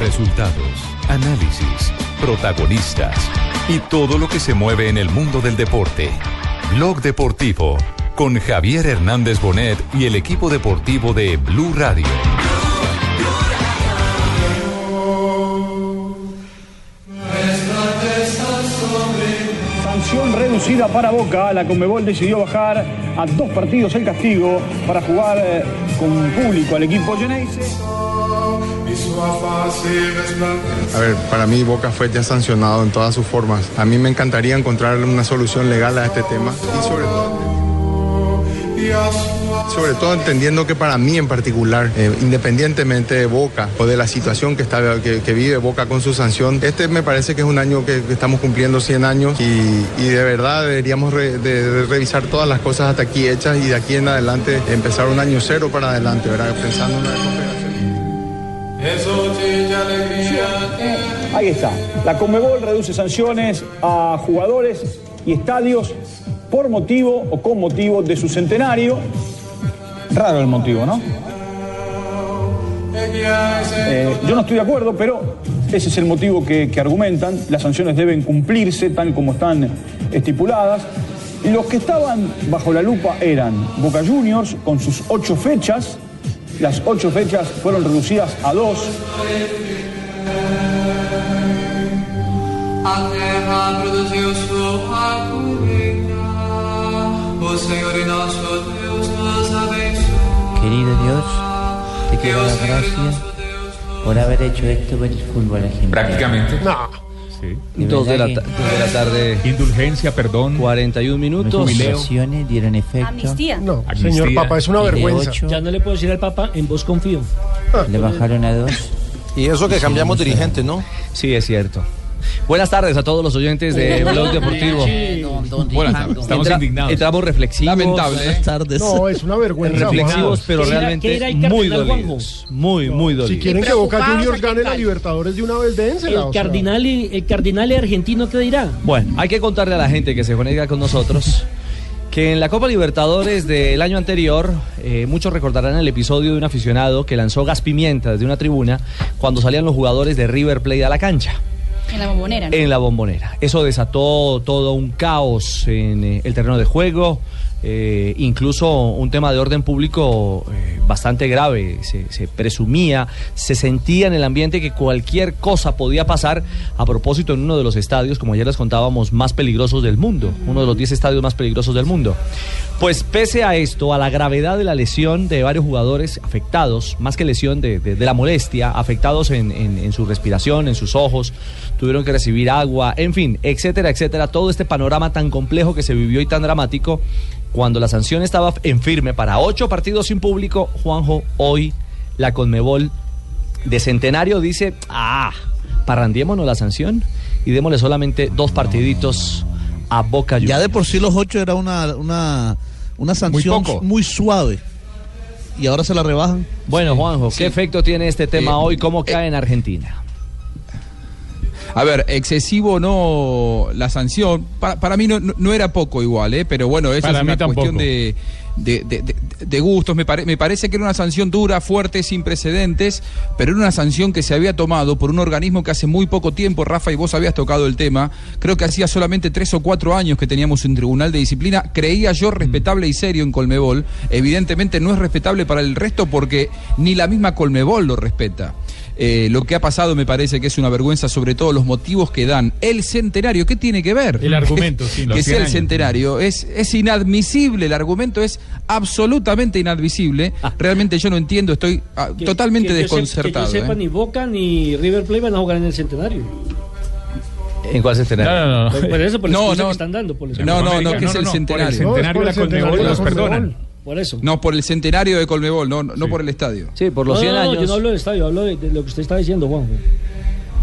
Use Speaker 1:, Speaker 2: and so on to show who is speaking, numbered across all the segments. Speaker 1: Resultados, análisis, protagonistas y todo lo que se mueve en el mundo del deporte. Blog Deportivo con Javier Hernández Bonet y el equipo deportivo de Blue Radio.
Speaker 2: Sanción reducida para Boca. La Conmebol decidió bajar a dos partidos el castigo para jugar eh, con público al equipo Geneise.
Speaker 3: A ver, para mí Boca fue ya sancionado en todas sus formas. A mí me encantaría encontrar una solución legal a este tema y sobre todo, sobre todo entendiendo que para mí en particular, eh, independientemente de Boca o de la situación que, está, que, que vive Boca con su sanción, este me parece que es un año que, que estamos cumpliendo 100 años y, y de verdad deberíamos re- de- de revisar todas las cosas hasta aquí hechas y de aquí en adelante empezar un año cero para adelante, ¿verdad? Pensando en una
Speaker 2: Ahí está. La Conmebol reduce sanciones a jugadores y estadios por motivo o con motivo de su centenario. Raro el motivo, ¿no? Eh, yo no estoy de acuerdo, pero ese es el motivo que, que argumentan. Las sanciones deben cumplirse tal como están estipuladas. Los que estaban bajo la lupa eran Boca Juniors con sus ocho fechas. Las ocho fechas fueron reducidas a dos.
Speaker 4: A terra produziu sua colheita. O Senhor e nosso Deus nos abençoe.
Speaker 5: Querido Dios, te quiero dar gracias por haber hecho esto por el fútbol argentino.
Speaker 6: Prácticamente. No.
Speaker 5: Dos de la ta- dos de la
Speaker 6: tarde. Indulgencia, perdón.
Speaker 5: 41 minutos.
Speaker 6: Jubileo.
Speaker 5: sanciones dieron efecto.
Speaker 7: Amnistía. No,
Speaker 6: Amnistía. señor Papa, es una
Speaker 5: Y de
Speaker 6: vergüenza.
Speaker 5: ocho
Speaker 8: Ya no le puedo decir al Papa, en vos confío.
Speaker 5: le bajaron a dos.
Speaker 9: Y eso que cambiamos dirigente, ¿no?
Speaker 10: Sí, es cierto. Buenas tardes a todos los oyentes de Blog Deportivo.
Speaker 9: Buenas tardes.
Speaker 10: Estamos indignados. Estamos reflexivos. Lamentable. Buenas tardes.
Speaker 7: No, es una vergüenza.
Speaker 10: reflexivos,
Speaker 7: Juan.
Speaker 10: pero realmente muy dolidos. Muy, muy dolidos.
Speaker 7: Si quieren que Boca
Speaker 8: Preocupados
Speaker 7: Juniors
Speaker 8: hasta el
Speaker 7: gane la
Speaker 8: calcio.
Speaker 7: Libertadores de una vez, dénsela.
Speaker 8: El
Speaker 7: o sea.
Speaker 8: cardinal, el cardinal argentino, ¿qué dirá?
Speaker 10: Bueno, hay que contarle a la gente que se conecta con nosotros que en la Copa Libertadores del año anterior, eh, muchos recordarán el episodio de un aficionado que lanzó gas pimienta desde una tribuna cuando salían los jugadores de River Plate a la cancha.
Speaker 11: En la bombonera. ¿no?
Speaker 10: en la bombonera. Eso desató todo un caos en eh, el terreno de juego, eh, incluso un tema de orden público eh, bastante grave. Se, se presumía, se sentía en el ambiente que cualquier cosa podía pasar a propósito en uno de los estadios, como ayer les contábamos, más peligrosos del mundo, uno de los 10 estadios más peligrosos del mundo. Pues pese a esto, a la gravedad de la lesión de varios jugadores afectados, más que lesión de, de- de la molestia, afectados en, en- en su respiración, en sus ojos, tuvieron que recibir agua, en fin, etcétera, etcétera. Todo este panorama tan complejo que se vivió y tan dramático, cuando la sanción estaba en firme para ocho partidos sin público, Juanjo, hoy la Conmebol de Centenario dice, ah, parrandiémonos la sanción y démosle solamente dos partiditos a Boca Juniors.
Speaker 9: Ya de por sí los ocho era una, una, una sanción
Speaker 10: poco.
Speaker 9: muy suave. Y ahora se la rebajan.
Speaker 10: Bueno, Juanjo, ¿qué efecto tiene este tema
Speaker 9: Eh,
Speaker 10: hoy? ¿Cómo cae en Argentina?
Speaker 12: A ver, excesivo o no la sanción, para, para mí no, no- no era poco igual, ¿eh? pero bueno, eso
Speaker 13: Para
Speaker 12: es
Speaker 13: mí
Speaker 12: una
Speaker 13: tampoco.
Speaker 12: cuestión de, de- de- de- de gustos. Me, pare- me parece que era una sanción dura, fuerte, sin precedentes, pero era una sanción que se había tomado por un organismo que hace muy poco tiempo, Rafa, y vos habías tocado el tema, creo que hacía solamente tres o cuatro años que teníamos un tribunal de disciplina, creía yo respetable y serio en Colmebol, evidentemente no es respetable para el resto porque ni la misma Colmebol lo respeta. Eh, lo que ha pasado me parece que es una vergüenza, sobre todo los motivos que dan. El centenario, ¿qué tiene que ver?
Speaker 13: El argumento, sí, los
Speaker 12: que
Speaker 13: 100
Speaker 12: sea el
Speaker 13: años.
Speaker 12: centenario. Es, es inadmisible, el argumento es absolutamente inadmisible. Realmente yo no entiendo, estoy ah,
Speaker 8: Ah. Que-
Speaker 12: totalmente
Speaker 8: que yo sepa-
Speaker 12: desconcertado.
Speaker 8: que yo sepa,
Speaker 12: ¿eh?
Speaker 8: ni Boca ni River Plate van a jugar en el centenario.
Speaker 10: ¿En cuál centenario?
Speaker 13: No, no, no.
Speaker 8: Por, por eso, por la
Speaker 13: No,
Speaker 8: excusa
Speaker 13: no.
Speaker 8: que están dando. Por la
Speaker 13: No,
Speaker 8: excusa.
Speaker 13: no, no, que es el centenario. No, es por el
Speaker 12: la
Speaker 13: centenario
Speaker 12: Conmebol
Speaker 13: de la
Speaker 12: los
Speaker 13: Conmebol.
Speaker 12: perdona.
Speaker 8: Por eso.
Speaker 12: No, por el centenario de Colmebol, no, no por el estadio.
Speaker 10: Sí, por
Speaker 8: No, no, no, yo no hablo del estadio, hablo de, de lo que usted está diciendo, Juanjo.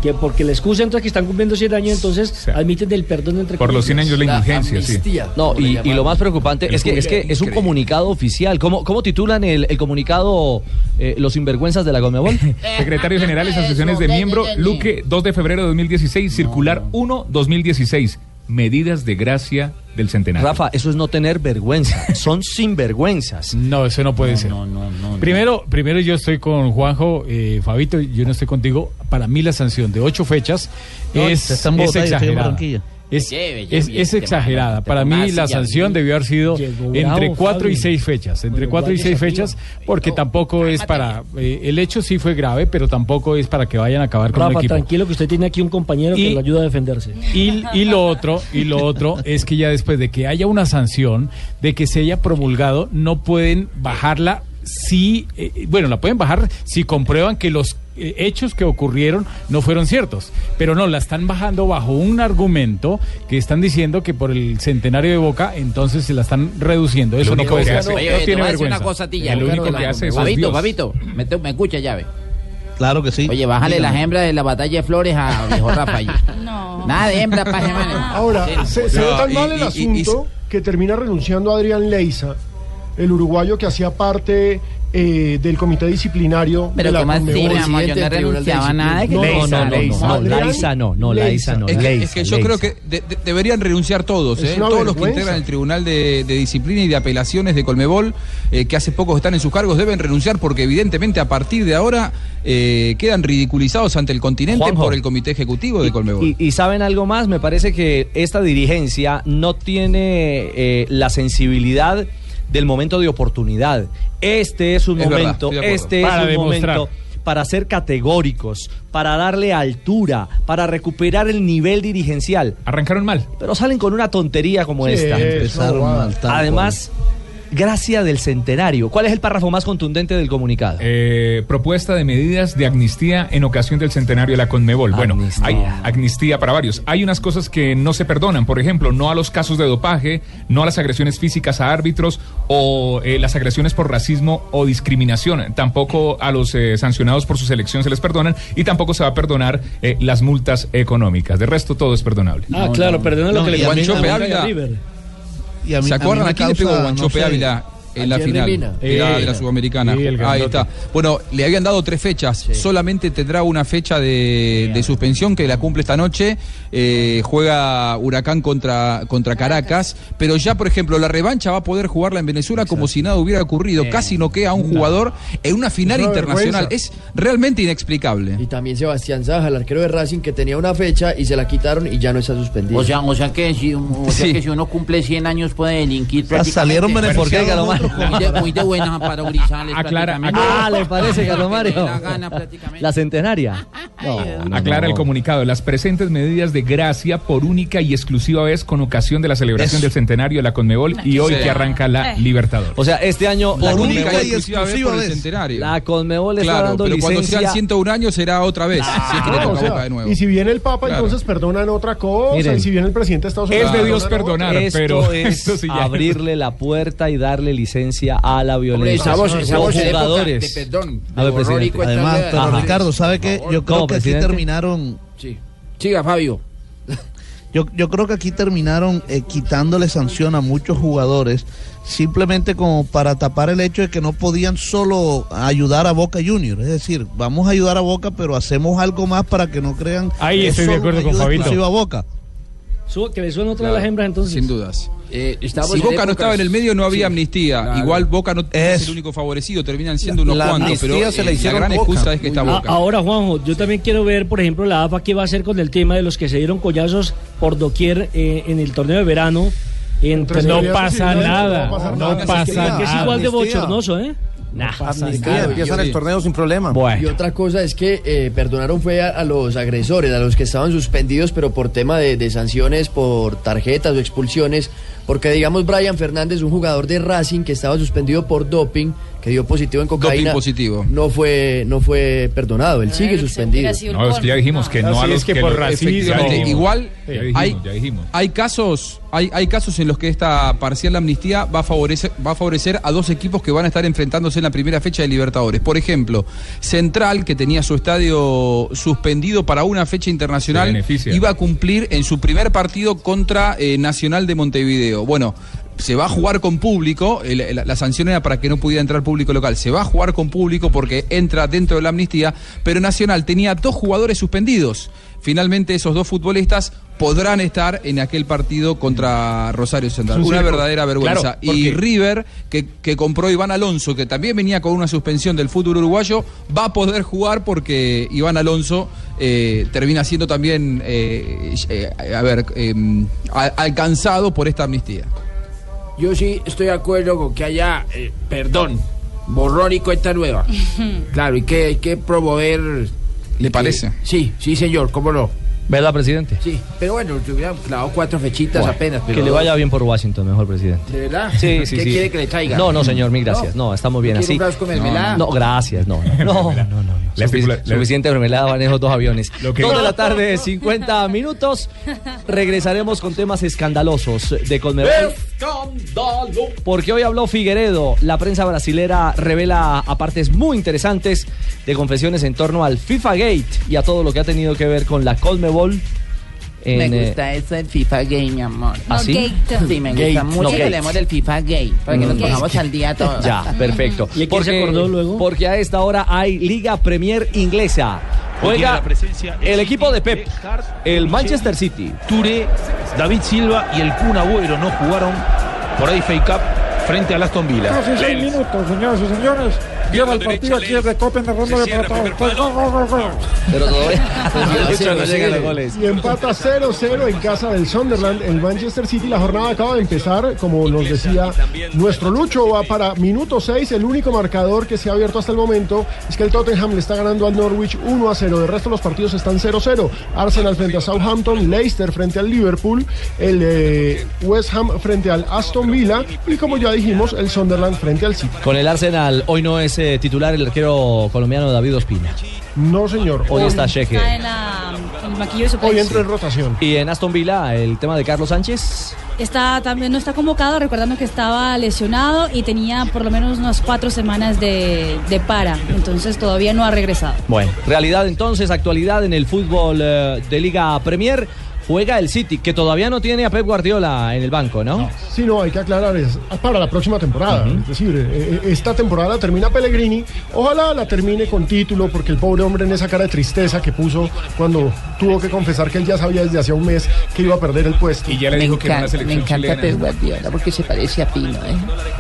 Speaker 8: Que porque la excusa entonces que están cumpliendo 100 años, entonces admiten del perdón entre
Speaker 1: Por los 100
Speaker 8: comillas.
Speaker 1: años de la indulgencia, sí.
Speaker 10: No,
Speaker 8: como le
Speaker 10: y,
Speaker 8: llamaban.
Speaker 10: y lo más preocupante
Speaker 8: El
Speaker 10: es que, es que es un
Speaker 8: Increíble.
Speaker 10: comunicado oficial. ¿Cómo, cómo titulan el, el comunicado eh, Los Sinvergüenzas de la Conmebol?
Speaker 1: Secretario General de Asociaciones de Miembro, Luque, 2 de febrero de 2016, circular 1-2016. Medidas de gracia del centenario.
Speaker 10: Rafa, eso es no tener vergüenza. Son sinvergüenzas.
Speaker 13: No, eso no puede ser. Primero, primero yo estoy con Juanjo, eh, Fabito, yo no estoy contigo. Para mí la sanción de ocho fechas
Speaker 14: No,
Speaker 13: es,
Speaker 14: usted está en Bogotá,
Speaker 13: es
Speaker 14: yo estoy en
Speaker 13: exagerada.
Speaker 14: Barranquilla.
Speaker 13: Es,
Speaker 14: Lleve,
Speaker 13: es-
Speaker 14: lleve,
Speaker 13: es
Speaker 14: te
Speaker 13: exagerada.
Speaker 14: mando, te
Speaker 13: Para mí
Speaker 14: mando,
Speaker 13: la
Speaker 14: ya
Speaker 13: sanción
Speaker 14: vi.
Speaker 13: debió haber sido
Speaker 14: Llegó
Speaker 13: entre
Speaker 14: bravo,
Speaker 13: cuatro y
Speaker 14: Fabio.
Speaker 13: seis fechas. Entre
Speaker 14: Bueno,
Speaker 13: cuatro y
Speaker 14: guayas
Speaker 13: seis
Speaker 14: arriba.
Speaker 13: fechas, porque tampoco es para. eh, el hecho sí fue grave, pero tampoco es para que vayan a acabar con un
Speaker 8: Rafa,
Speaker 13: equipo.
Speaker 8: tranquilo que usted tiene aquí un compañero
Speaker 13: Y-
Speaker 8: que lo ayuda a defenderse.
Speaker 13: Y, y lo otro, y lo otro es que ya después de que haya una sanción, de que se haya promulgado, no pueden bajarla si, eh, bueno, la pueden bajar si comprueban que los eh, hechos que ocurrieron no fueron ciertos. Pero no, la están bajando bajo un argumento que están diciendo que por el centenario de Boca, entonces se la están reduciendo. Eso no puede ser.
Speaker 15: Oye,
Speaker 13: no
Speaker 15: oye, te voy
Speaker 13: tiene
Speaker 15: a decir
Speaker 13: vergüenza.
Speaker 15: una cosa a ti, ya.
Speaker 13: El único que hace eso es
Speaker 15: Fabito,
Speaker 13: Dios.
Speaker 15: Fabito, me, te- me escucha, llave.
Speaker 14: Claro que sí.
Speaker 15: Oye, bájale
Speaker 14: Dígame.
Speaker 15: las hembras de la batalla de flores a viejo Rafa allí. No. Nada de hembra, pa' Gemales.
Speaker 16: Ah.
Speaker 7: Ahora, se, se ve tan mal el asunto que termina renunciando Adrián Leiza, el uruguayo que hacía parte eh, del comité disciplinario
Speaker 15: Pero
Speaker 7: de la
Speaker 15: ¿cómo así,
Speaker 7: Conmebol.
Speaker 15: mi amor? Yo no renunciaba a nada.
Speaker 10: No, no, no, no, no, no, Leiza no, no, Leiza no,
Speaker 12: Es que, es
Speaker 10: Leiza,
Speaker 12: que yo
Speaker 10: Leiza.
Speaker 12: creo que de- de- deberían renunciar todos,
Speaker 10: Es
Speaker 12: ¿eh?
Speaker 10: una
Speaker 12: todos los que
Speaker 10: vergüenza.
Speaker 12: integran el Tribunal de, de Disciplina y de Apelaciones de Colmebol, eh, que hace poco están en sus cargos, deben renunciar porque evidentemente a partir de ahora eh, quedan ridiculizados ante el continente
Speaker 10: Juanjo.
Speaker 12: por el Comité Ejecutivo de Colmebol.
Speaker 10: Y, y saben algo más, me parece que esta dirigencia no tiene eh, la sensibilidad del momento de oportunidad. Este es un
Speaker 12: Es verdad,
Speaker 10: momento,
Speaker 12: estoy de acuerdo.
Speaker 10: este
Speaker 12: Para
Speaker 10: es un
Speaker 12: demostrar.
Speaker 10: momento para ser categóricos, para darle altura, para recuperar el nivel dirigencial.
Speaker 1: Arrancaron mal.
Speaker 10: Pero salen con una tontería como
Speaker 14: Sí,
Speaker 10: esta.
Speaker 14: empezaron Eso, mal, tal
Speaker 10: Además, gracia del centenario. ¿Cuál es el párrafo más contundente del comunicado?
Speaker 1: Eh, propuesta de medidas de amnistía en ocasión del centenario de la Conmebol. Bueno, hay amnistía para varios. Hay unas cosas que no se perdonan, por ejemplo, no a los casos de dopaje, no a las agresiones físicas a árbitros o eh, las agresiones por racismo o discriminación. Tampoco a los eh, sancionados por su selección se les perdonan y tampoco se va a perdonar eh, las multas económicas. De resto, todo es perdonable.
Speaker 8: Ah, claro, perdona lo que le
Speaker 12: Guanchope
Speaker 8: conviene a Boca y
Speaker 12: Ávila.
Speaker 8: a River.
Speaker 14: Y a mí-
Speaker 12: ¿Se
Speaker 14: a
Speaker 12: acuerdan
Speaker 14: mí me
Speaker 12: aquí le
Speaker 14: causa,
Speaker 12: pegó Guanchope
Speaker 14: no sé.
Speaker 12: Ávila en la
Speaker 14: Ayer
Speaker 12: final
Speaker 14: Divina.
Speaker 12: de la, de la
Speaker 14: Divina.
Speaker 12: Sudamericana?
Speaker 14: Sí, el
Speaker 12: Ahí
Speaker 14: grandote.
Speaker 12: está. Bueno, le habían dado tres fechas. Solamente tendrá una fecha de, de suspensión que la cumple esta noche. Eh, juega Huracán contra, contra Caracas. Pero ya, por ejemplo, la revancha va a poder jugarla en Venezuela como si nada hubiera ocurrido. Casi noquea a un jugador en una final
Speaker 4: Es una
Speaker 12: internacional. Es
Speaker 4: vergüenza.
Speaker 12: realmente inexplicable.
Speaker 4: Y también Sebastián Saja, el arquero de Racing, que tenía una fecha y se la quitaron y ya no está suspendido.
Speaker 15: O sea, o sea que si, o sea que si uno cumple 100 años puede delinquir
Speaker 4: sea, salieron
Speaker 15: prácticamente.
Speaker 4: beneficiados Bueno, sí, nosotros
Speaker 15: Muy de, muy de buenas Amparo Grisales.
Speaker 1: Aclara,
Speaker 15: prácticamente.
Speaker 1: aclara.
Speaker 10: Ah, ¿le parece, Carlos Mario?
Speaker 15: La gana prácticamente.
Speaker 10: La centenaria.
Speaker 1: Aclara el comunicado. Las presentes medidas de gracia por única y exclusiva vez con ocasión de la celebración
Speaker 10: Eso.
Speaker 1: del centenario de la Conmebol y hoy
Speaker 10: Sí.
Speaker 1: que arranca la
Speaker 11: Eh.
Speaker 1: Libertadores.
Speaker 10: O sea, este año
Speaker 1: Por única y
Speaker 10: Conmebol-
Speaker 1: exclusiva vez por el centenario.
Speaker 10: La Conmebol le está
Speaker 12: Claro,
Speaker 10: dando
Speaker 12: pero cuando
Speaker 10: licencia.
Speaker 12: sea el 101 año será otra
Speaker 1: Pues,
Speaker 12: vez. si es que le
Speaker 7: Ah,
Speaker 12: toca
Speaker 7: o sea,
Speaker 12: Boca de nuevo.
Speaker 7: y si viene el Papa,
Speaker 12: Claro.
Speaker 7: entonces perdonan otra cosa.
Speaker 10: Miren,
Speaker 7: y si viene el presidente de Estados Unidos.
Speaker 1: es de Dios
Speaker 7: perdonan otra.
Speaker 1: perdonar,
Speaker 10: Esto
Speaker 1: pero
Speaker 10: es
Speaker 1: esto sí ya-
Speaker 10: abrirle la puerta y darle licencia a la
Speaker 15: Hombre,
Speaker 10: violencia.
Speaker 15: esa voz- esa voz
Speaker 10: Los
Speaker 15: de época,
Speaker 10: jugadores.
Speaker 15: de perdón, de
Speaker 10: a ver, pues,
Speaker 15: borrón y
Speaker 10: presidente.
Speaker 15: cuenta
Speaker 14: Además,
Speaker 15: nueva.
Speaker 14: pero
Speaker 15: Ajá.
Speaker 14: Ricardo, ¿sabe qué? Yo creo
Speaker 10: No,
Speaker 14: que aquí
Speaker 10: presidente.
Speaker 14: terminaron.
Speaker 15: Sí. Siga, Fabio.
Speaker 14: Yo, yo creo que aquí terminaron eh, quitándole sanción a muchos jugadores, simplemente como para tapar el hecho de que no podían solo ayudar a Boca Junior. Es decir, vamos a ayudar a Boca, pero hacemos algo más para que no crean
Speaker 13: Ahí
Speaker 14: que es
Speaker 13: estoy de
Speaker 14: solo
Speaker 13: acuerdo
Speaker 14: una
Speaker 13: con
Speaker 14: ayuda
Speaker 13: Fabito.
Speaker 14: exclusiva a Boca.
Speaker 8: Su- que le suena otra de
Speaker 12: Claro,
Speaker 8: las hembras entonces.
Speaker 12: Sin dudas.
Speaker 8: estamos
Speaker 12: si
Speaker 8: en
Speaker 12: Boca no
Speaker 8: épocas-
Speaker 12: estaba en el medio no había
Speaker 8: Sí,
Speaker 12: amnistía.
Speaker 8: claro.
Speaker 12: Igual Boca no es el único favorecido, terminan siendo unos
Speaker 8: la
Speaker 12: cuantos, pero
Speaker 8: amnistía se la
Speaker 12: eh, la
Speaker 8: hicieron
Speaker 12: gran
Speaker 8: Boca.
Speaker 12: excusa es que está
Speaker 8: A-
Speaker 12: Boca.
Speaker 8: Ahora, Juanjo, yo también quiero ver, por ejemplo, la AFA qué va a hacer con el tema de los que se dieron collazos por doquier eh, en el torneo de verano. pues Entre-
Speaker 13: No pasa nada, no pasa nada.
Speaker 8: Que es igual de bochornoso, ¿eh?
Speaker 10: Nah.
Speaker 4: Amnistía, empiezan el
Speaker 8: torneo
Speaker 4: sin problema.
Speaker 8: Bueno.
Speaker 4: Y otra cosa es que eh, perdonaron fue a, a los agresores, a los que estaban suspendidos, pero por tema de, de sanciones, por tarjetas o expulsiones. Porque, digamos, Brian Fernández, un jugador de Racing que estaba suspendido por doping, que dio positivo en cocaína,
Speaker 12: Doping positivo.
Speaker 4: no fue no fue perdonado, él sigue suspendido.
Speaker 1: No, es que ya dijimos que no, a los que lo-
Speaker 12: Efectivamente,
Speaker 1: efectivamente,
Speaker 12: Igual
Speaker 1: ya dijimos,
Speaker 12: hay,
Speaker 1: ya dijimos.
Speaker 12: hay casos, hay, hay casos en los que esta parcial amnistía va a favorecer, va a favorecer a dos equipos que van a estar enfrentándose en la primera fecha de Libertadores. Por ejemplo, Central, que tenía su estadio suspendido para una fecha
Speaker 1: Se
Speaker 12: internacional,
Speaker 1: beneficia.
Speaker 12: iba a cumplir en su primer partido contra eh, Nacional de Montevideo. Bueno, se va a jugar con público, el- el- la sanción era para que no pudiera entrar público local, se va a jugar con público porque entra dentro de la amnistía, pero Nacional tenía dos jugadores suspendidos. Finalmente esos dos futbolistas podrán estar en aquel partido contra Rosario Central.
Speaker 1: Es un
Speaker 12: Una
Speaker 1: circo.
Speaker 12: verdadera vergüenza.
Speaker 1: Claro,
Speaker 12: y
Speaker 1: porque-
Speaker 12: River, que, que compró Iván Alonso, que también venía con una suspensión del fútbol uruguayo, va a poder jugar porque Iván Alonso eh, termina siendo también, eh, eh, a ver, eh, a- alcanzado por esta amnistía.
Speaker 15: Yo sí estoy de acuerdo con que haya, eh, perdón, borrón y cuenta nueva. Claro, y que hay que promover.
Speaker 12: ¿Le parece?
Speaker 15: Sí, sí, señor, cómo no.
Speaker 10: ¿Verdad, presidente?
Speaker 15: Sí, pero bueno, yo hubiera clavado cuatro fechitas
Speaker 10: Bueno,
Speaker 15: apenas. Pero
Speaker 10: que le vaya bien por Washington, mejor presidente.
Speaker 15: ¿De verdad?
Speaker 10: Sí, sí,
Speaker 15: ¿Qué
Speaker 10: sí.
Speaker 15: quiere que le traiga?
Speaker 10: No, no, señor, mil gracias. No, estamos bien
Speaker 15: ¿Quiere
Speaker 10: así.
Speaker 15: un frasco de mermelada?
Speaker 10: No, no, gracias, no. no, No, no, no. no.
Speaker 1: La
Speaker 10: Sufic-
Speaker 1: estipula- la-
Speaker 10: suficiente mermelada van esos dos aviones.
Speaker 1: Lo que-
Speaker 10: Dos de la tarde, 50 minutos. Regresaremos con temas escandalosos de Conmebol.
Speaker 16: Escándalo.
Speaker 10: Porque hoy habló Figueredo. La prensa brasilera revela a partes muy interesantes de confesiones en torno al FIFA Gate y a todo lo que ha tenido que ver con la Conmebol. en,
Speaker 15: Me
Speaker 10: eh,
Speaker 15: gusta eso del FIFA Gay, mi amor.
Speaker 10: ¿Ah, sí?
Speaker 15: Sí, me
Speaker 10: Gate,
Speaker 15: gusta mucho
Speaker 10: no
Speaker 15: que
Speaker 10: gate.
Speaker 15: hablemos del FIFA Gay, para que nos
Speaker 10: Mm.
Speaker 15: pongamos al día todos.
Speaker 10: Ya, perfecto. ¿Y porque, Porque a esta hora hay Liga Premier Inglesa.
Speaker 9: Juega
Speaker 10: Juega el equipo de Pep, el Manchester City.
Speaker 9: Touré, David Silva y el Kun Agüero no jugaron por ahí Fake Cup frente al Aston Villa.
Speaker 17: Hace seis
Speaker 9: Lens.
Speaker 17: minutos, señoras y señores. Llega el
Speaker 9: derecha,
Speaker 17: partido aquí de Copen de Rondo de Plata.
Speaker 10: Pero eh, todavía
Speaker 7: no llegan los goles. Y empata 0-0 en casa del Sunderland. El Manchester City, la jornada acaba de empezar, como nos decía nuestro Lucho, va para minuto 6. El único marcador que se ha abierto hasta el momento es que el Tottenham le está ganando al Norwich 1-0. El resto de los partidos están 0-0. Arsenal frente a Southampton, Leicester frente al Liverpool, el eh, West Ham frente al Aston Villa y, como ya dijimos, el Sunderland frente al City.
Speaker 10: Con el Arsenal, hoy no es eh, titular el arquero colombiano David Ospina.
Speaker 7: No, señor.
Speaker 10: Hoy está Cheque.
Speaker 11: Está en la, en el maquillo de su
Speaker 10: Hoy
Speaker 11: país.
Speaker 10: entra en
Speaker 7: rotación.
Speaker 10: Y en Aston Villa, el tema de Carlos Sánchez.
Speaker 11: Está también, no está convocado, recordando que estaba lesionado y tenía por lo menos unas cuatro semanas de, de para. Entonces todavía no ha regresado.
Speaker 10: Bueno, realidad entonces, actualidad en el fútbol eh, de Liga Premier. Juega el City, que todavía no tiene a Pep Guardiola en el banco, ¿no?
Speaker 7: Sí, no, hay que aclarar, es ah, para la próxima temporada. Es decir, eh, eh, esta temporada la termina Pellegrini. Ojalá la termine con título, porque el pobre hombre en esa cara de tristeza que puso cuando tuvo que confesar que él ya sabía desde hacía un mes que iba a perder el puesto. Y
Speaker 1: ya le
Speaker 7: me
Speaker 1: dijo que era una
Speaker 7: encanta,
Speaker 1: selección
Speaker 7: me encanta pues,
Speaker 1: chilena.
Speaker 7: Pep
Speaker 15: Guardiola, porque se parece a Pino, ¿eh?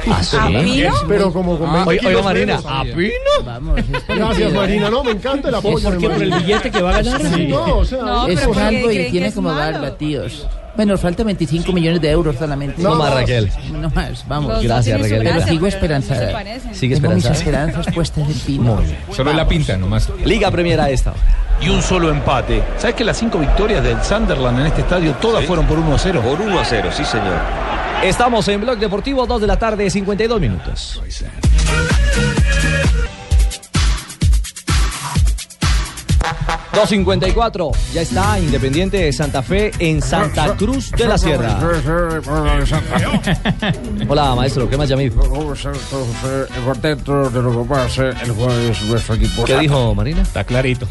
Speaker 7: Ah, ¿sí? ¿A Pino?
Speaker 15: Pero como con
Speaker 7: Ah,
Speaker 15: 20
Speaker 7: oiga,
Speaker 15: kilos
Speaker 7: Marina,
Speaker 15: menos.
Speaker 7: ¿a
Speaker 15: Pino? Vamos,
Speaker 7: Gracias, Marina. No, me encanta el apoyo.
Speaker 15: porque
Speaker 7: de
Speaker 15: por el
Speaker 7: Marina.
Speaker 15: billete que va a ganar.
Speaker 7: Sí, no, o sea,
Speaker 15: es
Speaker 7: es-
Speaker 15: calvo
Speaker 7: creen
Speaker 15: y
Speaker 7: que
Speaker 15: tiene
Speaker 7: es
Speaker 15: como
Speaker 7: malo?
Speaker 15: barba, tíos. Bueno, falta 25 millones de euros solamente.
Speaker 10: No No más, más. Raquel.
Speaker 15: No más,
Speaker 10: Los
Speaker 15: vamos.
Speaker 10: dos Gracias, tienen su Raquel.
Speaker 15: Pero
Speaker 10: gracia,
Speaker 15: sigo
Speaker 10: pero no se
Speaker 15: esperanzada.
Speaker 10: parecen. Sigue
Speaker 15: Tengo mis
Speaker 10: esperanzada.
Speaker 15: esperanzas puestas en Pino.
Speaker 1: Solo es la pinta nomás.
Speaker 10: Liga Premier a esta hora.
Speaker 9: Y un solo empate. ¿Sabes que las cinco victorias del Sunderland en este estadio todas fueron por 1 a 0? Por 1 a 0, sí, señor.
Speaker 10: Estamos en Blog Deportivo, 2 de la tarde, 52 minutos. ...2.54... ...ya está Independiente de Santa Fe... ...en Santa Cruz de la Sierra. Hola, maestro, ¿qué más, Yamid?
Speaker 18: Contento de lo que pase el jueves
Speaker 19: este
Speaker 18: nuestro equipo.
Speaker 10: ¿Qué dijo Marina?
Speaker 18: Está clarito.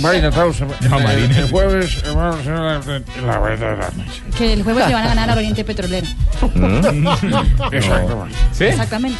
Speaker 18: Marina, estamos.
Speaker 10: No,
Speaker 18: eh,
Speaker 10: Marina.
Speaker 18: El jueves, hermanos, eh, la verdad de la noche.
Speaker 11: Que el jueves le van a ganar al Oriente Petrolero.
Speaker 18: Exactamente.
Speaker 11: Exactamente.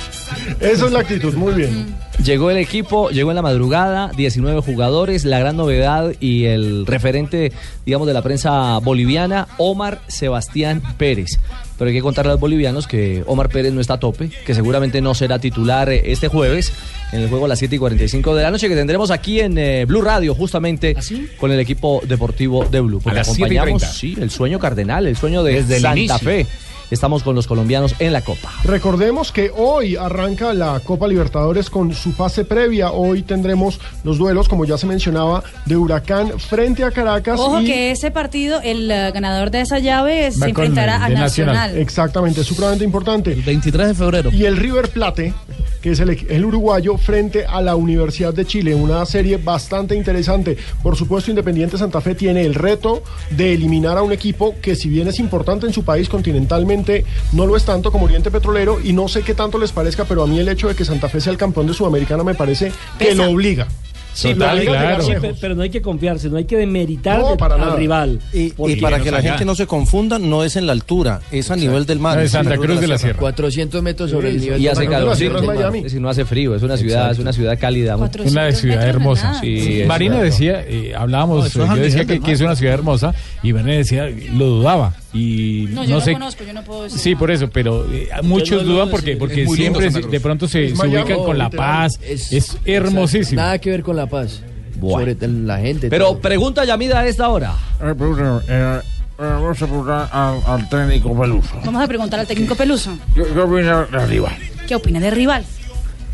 Speaker 7: Esa es la actitud, muy bien.
Speaker 10: Mm. Llegó el equipo, llegó en la madrugada... ...19 jugadores, la gran novedad... ...y el referente, digamos, de la prensa boliviana... ...Omar Sebastián Pérez... ...pero hay que contarle a los bolivianos que Omar Pérez no está a tope... ...que seguramente no será titular eh, este jueves... ...en el juego a las 7 y 45 de la noche... ...que tendremos aquí en eh, Blue Radio justamente... ...con el equipo deportivo de Blue... ...porque
Speaker 1: ¿Ah, las 7 y
Speaker 10: acompañamos,
Speaker 1: 30.
Speaker 10: sí, el sueño cardenal... ...el sueño de
Speaker 1: Desde el
Speaker 10: Santa
Speaker 1: inicio.
Speaker 10: Fe... ...estamos con los colombianos en la Copa...
Speaker 7: Recordemos que hoy arranca la Copa Libertadores con su fase previa. Hoy tendremos los duelos, como ya se mencionaba, de Huracán frente a Caracas.
Speaker 11: Ojo
Speaker 7: y-
Speaker 11: que ese partido, el eh, ganador de esa llave se enfrentará a Nacional.
Speaker 7: Exactamente, es supremamente importante. El
Speaker 14: 23 de febrero.
Speaker 7: Y el River Plate que es el, el uruguayo frente a la Universidad de Chile. Una serie bastante interesante. Por supuesto, Independiente Santa Fe tiene el reto de eliminar a un equipo que si bien es importante en su país continentalmente, no lo es tanto como Oriente Petrolero y no sé qué tanto les parezca, pero a mí el hecho de que Santa Fe sea el campeón de Sudamericana me parece que
Speaker 8: Pesa.
Speaker 7: lo obliga.
Speaker 8: Sí,
Speaker 7: Lo
Speaker 8: pero,
Speaker 7: obliga a llegar
Speaker 8: sí,
Speaker 7: lejos.
Speaker 8: pe- pero no hay que confiarse, no hay que demeritar
Speaker 7: No,
Speaker 8: de-
Speaker 7: para
Speaker 8: al
Speaker 7: nada.
Speaker 8: rival.
Speaker 20: Y,
Speaker 8: porque-
Speaker 20: para que la gente no se confunda, no es en la altura, es a nivel del mar.
Speaker 10: Es Santa Cruz de la Sierra.
Speaker 4: 400 metros sobre el nivel
Speaker 10: Y
Speaker 4: del
Speaker 10: hace
Speaker 4: mar.
Speaker 10: calor. Es decir, no hace frío, es una ciudad, es una ciudad cálida.
Speaker 11: Pues
Speaker 13: Una ciudad hermosa.
Speaker 10: Sí, es
Speaker 13: Marina
Speaker 10: verdad.
Speaker 13: decía, eh,
Speaker 10: No,
Speaker 13: hablábamos,
Speaker 10: eso es
Speaker 13: yo decía
Speaker 10: Andes,
Speaker 13: que,
Speaker 10: Andes,
Speaker 13: que es una ciudad hermosa y Marina decía, lo dudaba. Y
Speaker 11: No,
Speaker 13: no,
Speaker 11: yo no
Speaker 13: sé.
Speaker 11: conozco, yo no puedo decir
Speaker 13: Sí, por eso, pero eh, muchos
Speaker 11: no lo
Speaker 13: dudan
Speaker 11: puedo
Speaker 13: porque,
Speaker 11: decir.
Speaker 13: porque
Speaker 11: Es muy lindo
Speaker 13: siempre
Speaker 11: Santa
Speaker 13: se-
Speaker 11: Cruz.
Speaker 13: de pronto se,
Speaker 4: Es
Speaker 13: se
Speaker 4: Miami,
Speaker 13: ubican con La
Speaker 4: literal.
Speaker 13: Paz.
Speaker 4: Es-
Speaker 13: Es, hermosísimo.
Speaker 4: Nada que ver con La Paz. Sobre t- la gente.
Speaker 10: Pero pregunta Yamida a esta hora.
Speaker 17: Eh, pregunta, eh, eh, vamos a preguntar al, al técnico Peluso.
Speaker 11: Vamos a preguntar al técnico Peluso.
Speaker 17: ¿Qué, qué opina de arriba?
Speaker 11: ¿Qué opina del rival?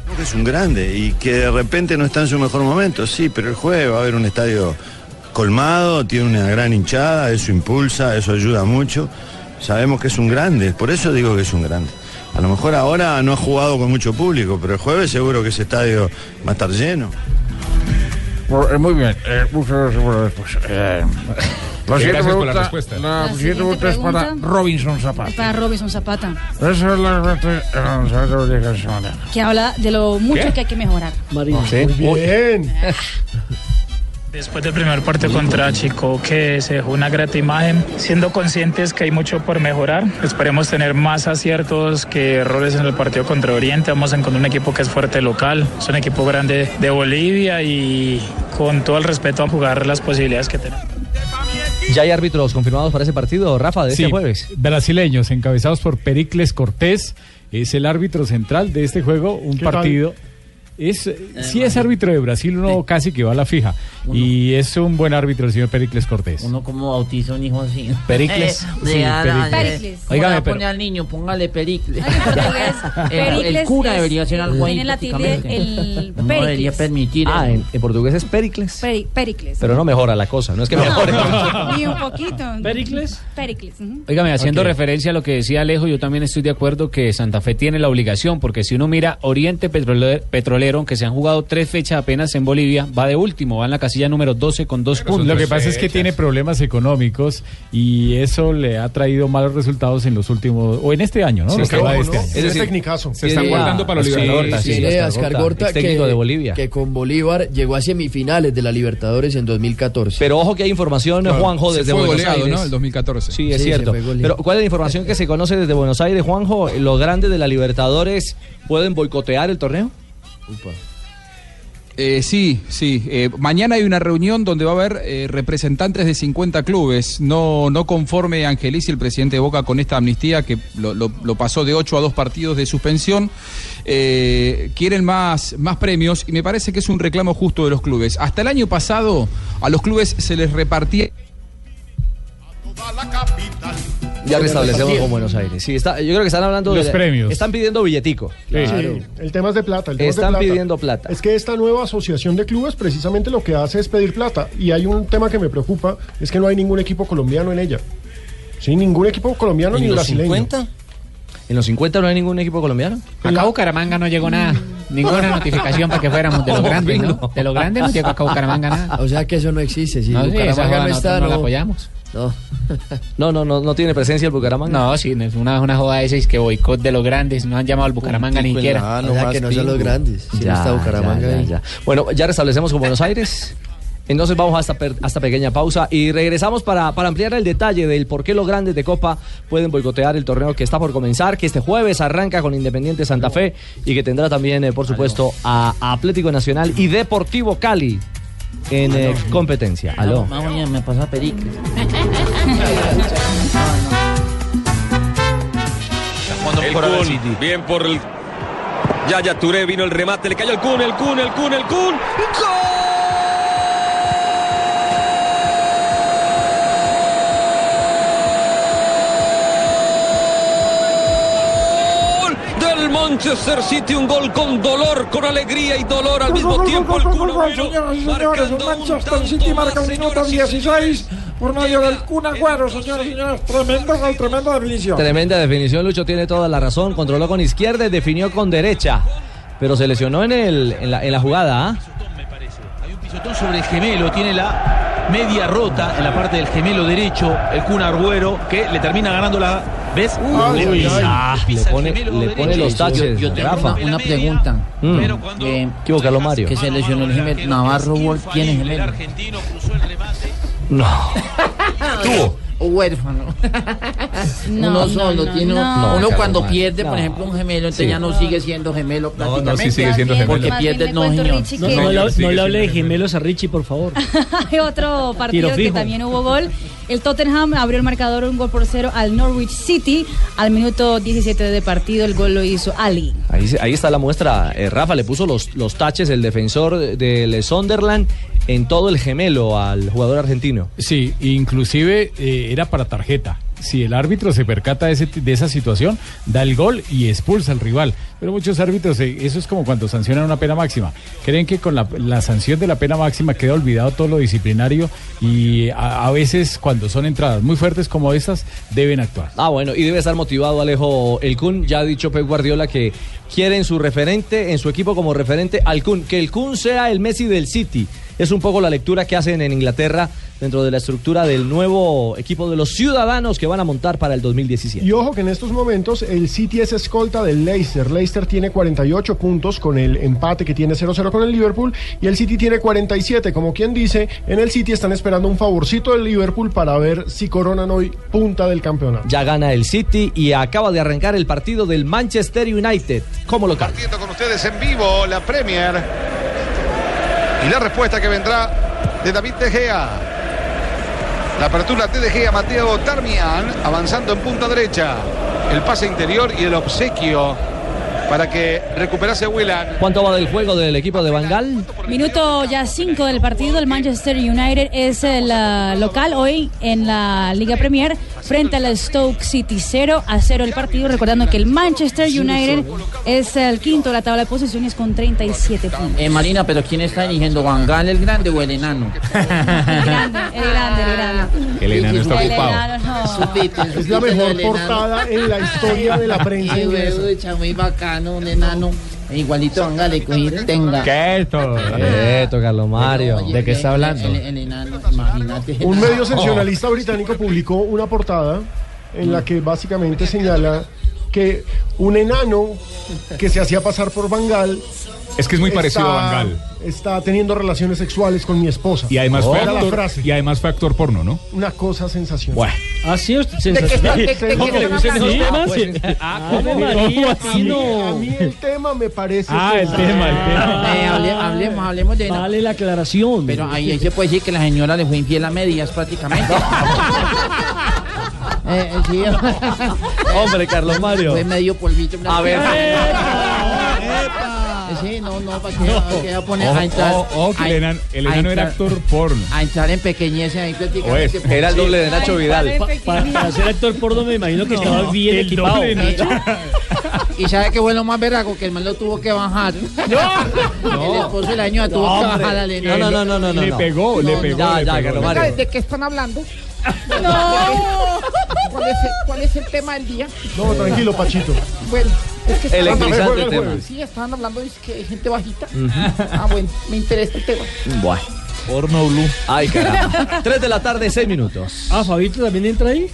Speaker 21: Creo que es un grande y que de repente no está en su mejor momento, sí, pero el jueves va a haber un estadio colmado, tiene una gran hinchada, eso impulsa, eso ayuda mucho. Sabemos que es un grande, por eso digo que es un grande. A lo mejor ahora no ha jugado con mucho público, pero el jueves seguro que ese estadio va a estar lleno.
Speaker 18: Por- eh, muy bien, eh, muchas gracias por la respuesta. Eh, la
Speaker 21: Gracias
Speaker 18: siguiente
Speaker 21: por la
Speaker 18: pregunta,
Speaker 21: respuesta.
Speaker 18: la
Speaker 11: La
Speaker 18: siguiente
Speaker 11: siguiente
Speaker 18: pregunta es para
Speaker 11: pregunta.
Speaker 18: Robinson Zapata.
Speaker 11: Para Robinson Zapata,
Speaker 18: Esa es la pregunta que vamos a hacer de esta manera.
Speaker 11: que habla de lo mucho
Speaker 18: ¿Qué?
Speaker 11: que hay que mejorar.
Speaker 7: bien.
Speaker 22: Después del primer partido contra Chico, que se dejó una grata imagen, siendo conscientes que hay mucho por mejorar, esperemos tener más aciertos que errores en el partido contra Oriente. Vamos a encontrar un equipo que es fuerte local, es un equipo grande de Bolivia y con todo el respeto a jugar las posibilidades que tenemos.
Speaker 10: ¿Ya hay árbitros confirmados para ese partido, Rafa, de
Speaker 13: Sí,
Speaker 10: este jueves?
Speaker 13: brasileños encabezados por Pericles Cortés es el árbitro central de este juego, un
Speaker 10: tal?
Speaker 13: partido es
Speaker 19: Eh,
Speaker 13: si es árbitro de Brasil uno casi que va a la fija y es un buen árbitro el señor Pericles Cortés.
Speaker 19: Uno como bautiza a un hijo así.
Speaker 13: Pericles.
Speaker 19: Eh,
Speaker 13: Sí,
Speaker 19: de Adán,
Speaker 13: Pericles.
Speaker 19: eh,
Speaker 13: Pericles.
Speaker 19: ¿cómo
Speaker 13: Óigame,
Speaker 19: le
Speaker 13: pero-
Speaker 19: pone al niño, póngale Pericles. El- el,
Speaker 11: Pericles
Speaker 19: cura
Speaker 11: es-
Speaker 19: debería ser algo ahí.
Speaker 11: tiene la tilde,
Speaker 19: prácticamente.
Speaker 11: el
Speaker 19: no debería
Speaker 11: Pericles.
Speaker 19: permitir.
Speaker 10: Ah, en, en portugués es Pericles.
Speaker 11: Peri- Pericles.
Speaker 10: Pero no mejora la cosa, no es que mejore.
Speaker 11: Ni un poquito.
Speaker 8: ¿Pericles?
Speaker 11: Pericles. ujú.
Speaker 23: Óigame, haciendo
Speaker 11: Ok.
Speaker 23: referencia a lo que decía Alejo, yo también estoy de acuerdo que Santa Fe tiene la obligación, porque si uno mira Oriente Petrole- Petrolero, aunque se han jugado tres fechas apenas en Bolivia, va de último, va en la casilla número 12 con dos puntos.
Speaker 13: pues, Lo que pasa es que tiene problemas económicos y eso le ha traído malos resultados en los últimos o en este año, ¿no?
Speaker 10: Sí,
Speaker 13: Lo que
Speaker 10: claro,
Speaker 13: va de
Speaker 10: ¿no?
Speaker 13: este año. Ah,
Speaker 10: Es decir,
Speaker 7: Se está guardando para los
Speaker 4: Tiene
Speaker 7: Libertadores.
Speaker 4: a Ascar Gorta,
Speaker 10: ex técnico
Speaker 4: que,
Speaker 10: Este de Bolivia.
Speaker 4: que con Bolívar llegó a semifinales de la Libertadores en 2014.
Speaker 10: Pero ojo que hay información,
Speaker 4: Claro,
Speaker 10: Juanjo,
Speaker 4: se
Speaker 10: desde
Speaker 4: fue
Speaker 10: Buenos
Speaker 4: goleado,
Speaker 10: Aires.
Speaker 4: ¿no? El
Speaker 10: 2014. Sí, es
Speaker 4: Sí, se
Speaker 10: cierto.
Speaker 4: fue goleado.
Speaker 10: Pero ¿cuál es la información que se conoce desde Buenos Aires, Juanjo? ¿Los grandes de la Libertadores pueden boicotear el torneo?
Speaker 12: Eh, sí, sí. Eh, mañana hay una reunión donde va a haber eh, representantes de 50 clubes. No, no conforme Angelis, el presidente de Boca, con esta amnistía que lo, lo- lo pasó de 8 a 2 partidos de suspensión. eh, quieren más, más premios y me parece que es un reclamo justo de los clubes. Hasta el año pasado a los clubes se les repartía...
Speaker 10: Ya restablecemos con Buenos Aires. Sí, está, yo creo que están hablando
Speaker 7: Los
Speaker 10: de.
Speaker 7: premios.
Speaker 10: Están pidiendo billetico.
Speaker 7: Sí, el tema es de plata. el tema es de
Speaker 10: Están
Speaker 7: plata.
Speaker 10: pidiendo plata.
Speaker 7: Es que esta nueva asociación de clubes precisamente lo que hace es pedir plata. Y hay un tema que me preocupa, es que no hay ningún equipo colombiano en ella. Sí, ningún equipo colombiano ni brasileño.
Speaker 10: ¿En los 50 no hay ningún equipo colombiano?
Speaker 24: Acá a Bucaramanga no llegó nada. Ninguna notificación para que fuéramos de lo grande, ¿no? De lo grande no llegó acá a Bucaramanga nada.
Speaker 4: O sea que eso no existe. Si
Speaker 24: No, sí, esa
Speaker 4: Bucaramanga
Speaker 24: joda
Speaker 4: no
Speaker 24: nosotros
Speaker 4: está,
Speaker 24: no la
Speaker 4: no-
Speaker 24: apoyamos.
Speaker 4: No.
Speaker 10: No, no, no, no tiene presencia el Bucaramanga.
Speaker 24: No, sí, es una, una joda esa es que boicot de los grandes. No han llamado al Bucaramanga ni siquiera.
Speaker 4: o sea que no son los grandes. Si no está Bucaramanga
Speaker 10: Ah, ya,
Speaker 4: ahí.
Speaker 10: ya. Bueno, ya restablecemos con Buenos Aires. Entonces vamos a esta, per- a esta pequeña pausa y regresamos para, para ampliar el detalle del por qué los grandes de Copa pueden boicotear el torneo que está por comenzar, que este jueves arranca con Independiente Santa Fe y que tendrá también, eh, por supuesto, a Atlético Nacional y Deportivo Cali en eh, competencia. Aló.
Speaker 19: Ah, oye, me pasa Pericles.
Speaker 25: El Kun, bien por el... Yaya Touré vino el remate, le cayó el Kun, el Kun, el Kun, el Kun. ¡Gol! Del Manchester City, un gol con dolor, con alegría y dolor al mismo tiempo. El Kun Agüero
Speaker 17: Señoras y señores, el Manchester City marca un minuto 16 por medio del Kun Agüero, señoras y señores. Tremendo gol, tremenda definición.
Speaker 10: Tremenda definición, Lucho tiene toda la razón. Controló con izquierda y definió con derecha. Pero se lesionó en, el, en, la, en la jugada, ¿ah?
Speaker 5: Pisotón sobre el gemelo, tiene la media rota en la parte del gemelo derecho, el Kun Agüero, que le termina ganando la... ¿Ves?
Speaker 10: Uy, uy, uy. Ah, le pone- le pone los taches,
Speaker 5: Yo, yo tengo
Speaker 10: Rafa.
Speaker 5: una, una pregunta.
Speaker 10: Mm.
Speaker 5: Eh,
Speaker 10: Equivocalo, Mario.
Speaker 5: Que se lesionó el gemelo. Navarro Wolf tiene gemelo.
Speaker 10: No.
Speaker 5: Tuvo. Huérfano.
Speaker 26: No,
Speaker 5: uno
Speaker 26: no,
Speaker 5: solo
Speaker 26: no,
Speaker 5: tiene uno-
Speaker 26: no.
Speaker 5: uno
Speaker 26: No,
Speaker 5: cuando
Speaker 26: Carlos,
Speaker 5: pierde, por
Speaker 26: no.
Speaker 5: ejemplo, un gemelo, entonces
Speaker 26: Sí.
Speaker 5: ya no sigue siendo gemelo prácticamente.
Speaker 1: sí sigue siendo gemelo.
Speaker 5: Porque
Speaker 1: Más bien
Speaker 5: pierde,
Speaker 1: le
Speaker 5: no,
Speaker 1: cuento,
Speaker 5: señor.
Speaker 1: Richie,
Speaker 8: No,
Speaker 5: No,
Speaker 8: no
Speaker 5: señor.
Speaker 8: le- no
Speaker 5: Sigue
Speaker 8: le
Speaker 5: siendo
Speaker 8: hable de gemelos a Richie, por favor.
Speaker 11: Hay otro partido que
Speaker 8: fijo.
Speaker 11: también hubo gol. El Tottenham abrió el marcador un gol por cero al Norwich City. Al minuto 17 de partido el gol lo hizo Ali.
Speaker 10: Ahí, se- ahí está la muestra. Eh, Rafa le puso los, los taches el defensor del Sunderland en todo el gemelo al jugador argentino.
Speaker 13: Sí, inclusive eh, era para tarjeta. Si el árbitro se percata de, ese ti- de esa situación, da el gol y expulsa al rival. Pero muchos árbitros, eh, eso es como cuando sancionan una pena máxima. Creen que con la, la sanción de la pena máxima queda olvidado todo lo disciplinario y eh, a, a veces cuando son entradas muy fuertes como estas, deben actuar.
Speaker 10: Ah, bueno, y debe estar motivado Alejo El Kun. Ya ha dicho Pep Guardiola que quiere en su referente, en su equipo como referente al Kun. Que el Kun sea el Messi del City. Es un poco la lectura que hacen en Inglaterra dentro de la estructura del nuevo equipo de los ciudadanos que van a montar para el 2017.
Speaker 7: Y ojo que en estos momentos el City es escolta del Leicester. Leicester tiene 48 puntos con el empate que tiene 0-0 con el Liverpool y el City tiene 47. Como quien dice, en el City están esperando un favorcito del Liverpool para ver si coronan hoy punta del campeonato.
Speaker 10: Ya gana el City y acaba de arrancar el partido del Manchester United como local.
Speaker 27: con ustedes en vivo la Premier y la respuesta que vendrá de David De Gea. La apertura de De Gea, Mateo Darmian avanzando en punta derecha. El pase interior y el obsequio para que recuperase Willan.
Speaker 10: ¿Cuánto va del juego del equipo de Bangal?
Speaker 11: Minuto ya 5 del partido. El Manchester United es el ah, local hoy en la Liga Premier frente al Stoke City 0 a 0 el partido. Recordando que el Manchester United es el quinto de la tabla de posiciones con 37 puntos.
Speaker 5: Eh, Marina, pero ¿quién está dirigiendo? ¿Wangal el grande o el enano?
Speaker 11: El grande, el grande.
Speaker 5: El enano
Speaker 11: El enano, no.
Speaker 7: Es la mejor portada en la historia de la prensa inglesa.
Speaker 5: muy bacano, un enano. E Igualito a Wangal, le cogí, tenga.
Speaker 10: Quieto. Quieto, Carlos Eh, Mario. ¿De qué está hablando?
Speaker 5: El, el enano, imagínate.
Speaker 7: Un medio
Speaker 1: Oh.
Speaker 7: sensacionalista británico publicó una portada en la que básicamente señala que un enano que se hacía pasar por Bangal
Speaker 1: Es que es muy parecido a Van Gaal.
Speaker 7: Está teniendo relaciones sexuales con mi esposa.
Speaker 1: Y además, fue
Speaker 7: Era la
Speaker 1: actor,
Speaker 7: frase.
Speaker 1: y además fue actor porno, ¿no?
Speaker 7: Una cosa sensacional.
Speaker 1: Bueno.
Speaker 8: Así es
Speaker 7: Ah, sensacional.
Speaker 8: sensacional.
Speaker 7: ¿Cómo le gustan esos temas?
Speaker 8: Ah,
Speaker 7: ¿Cómo
Speaker 8: ¿cómo
Speaker 7: María? Ah,
Speaker 8: María?
Speaker 7: A mí- a mí el tema me parece. Ah, sensacional.
Speaker 5: Eh, hable- hablemos, hablemos de. Vale
Speaker 8: la aclaración.
Speaker 5: Pero ahí, ahí se puede decir que la señora le fue infiel a medias prácticamente. Eh, eh, sí.
Speaker 10: Hombre, Carlos Mario.
Speaker 5: Fue medio polvito.
Speaker 10: A ver.
Speaker 5: Eh, Sí, no, no, para que, para que va a poner a entrar.
Speaker 1: Oh, oh, que
Speaker 5: a-
Speaker 1: el enano, el
Speaker 5: a
Speaker 1: enano era
Speaker 5: entrar-
Speaker 1: actor porno.
Speaker 5: A entrar en pequeñeces ahí prácticamente.
Speaker 1: Pues, era el doble de
Speaker 5: Sí.
Speaker 1: Nacho
Speaker 8: Vidal. Pa- para ser actor porno me imagino que estaba bien equipado.
Speaker 5: Y sabe que fue lo más veraco que el man lo tuvo que bajar. El esposo de la ñoa tuvo que bajar al
Speaker 10: No, no,
Speaker 5: enano.
Speaker 10: no, no, no. no. No, Ya, ya, Carlos Mario.
Speaker 26: ¿De qué están hablando? No. ¿Cuál es, el, ¿Cuál es el tema del día?
Speaker 7: No, tranquilo, Pachito.
Speaker 26: Bueno, es que están
Speaker 7: Electrizante
Speaker 26: hablando-
Speaker 7: el tema.
Speaker 26: Sí, estaban hablando es que hay gente bajita. Ah, bueno, me interesa el tema.
Speaker 10: Buah. Porno blue. Ay, caramba. Tres de la tarde, seis minutos.
Speaker 8: Ah, Fabito también entra ahí.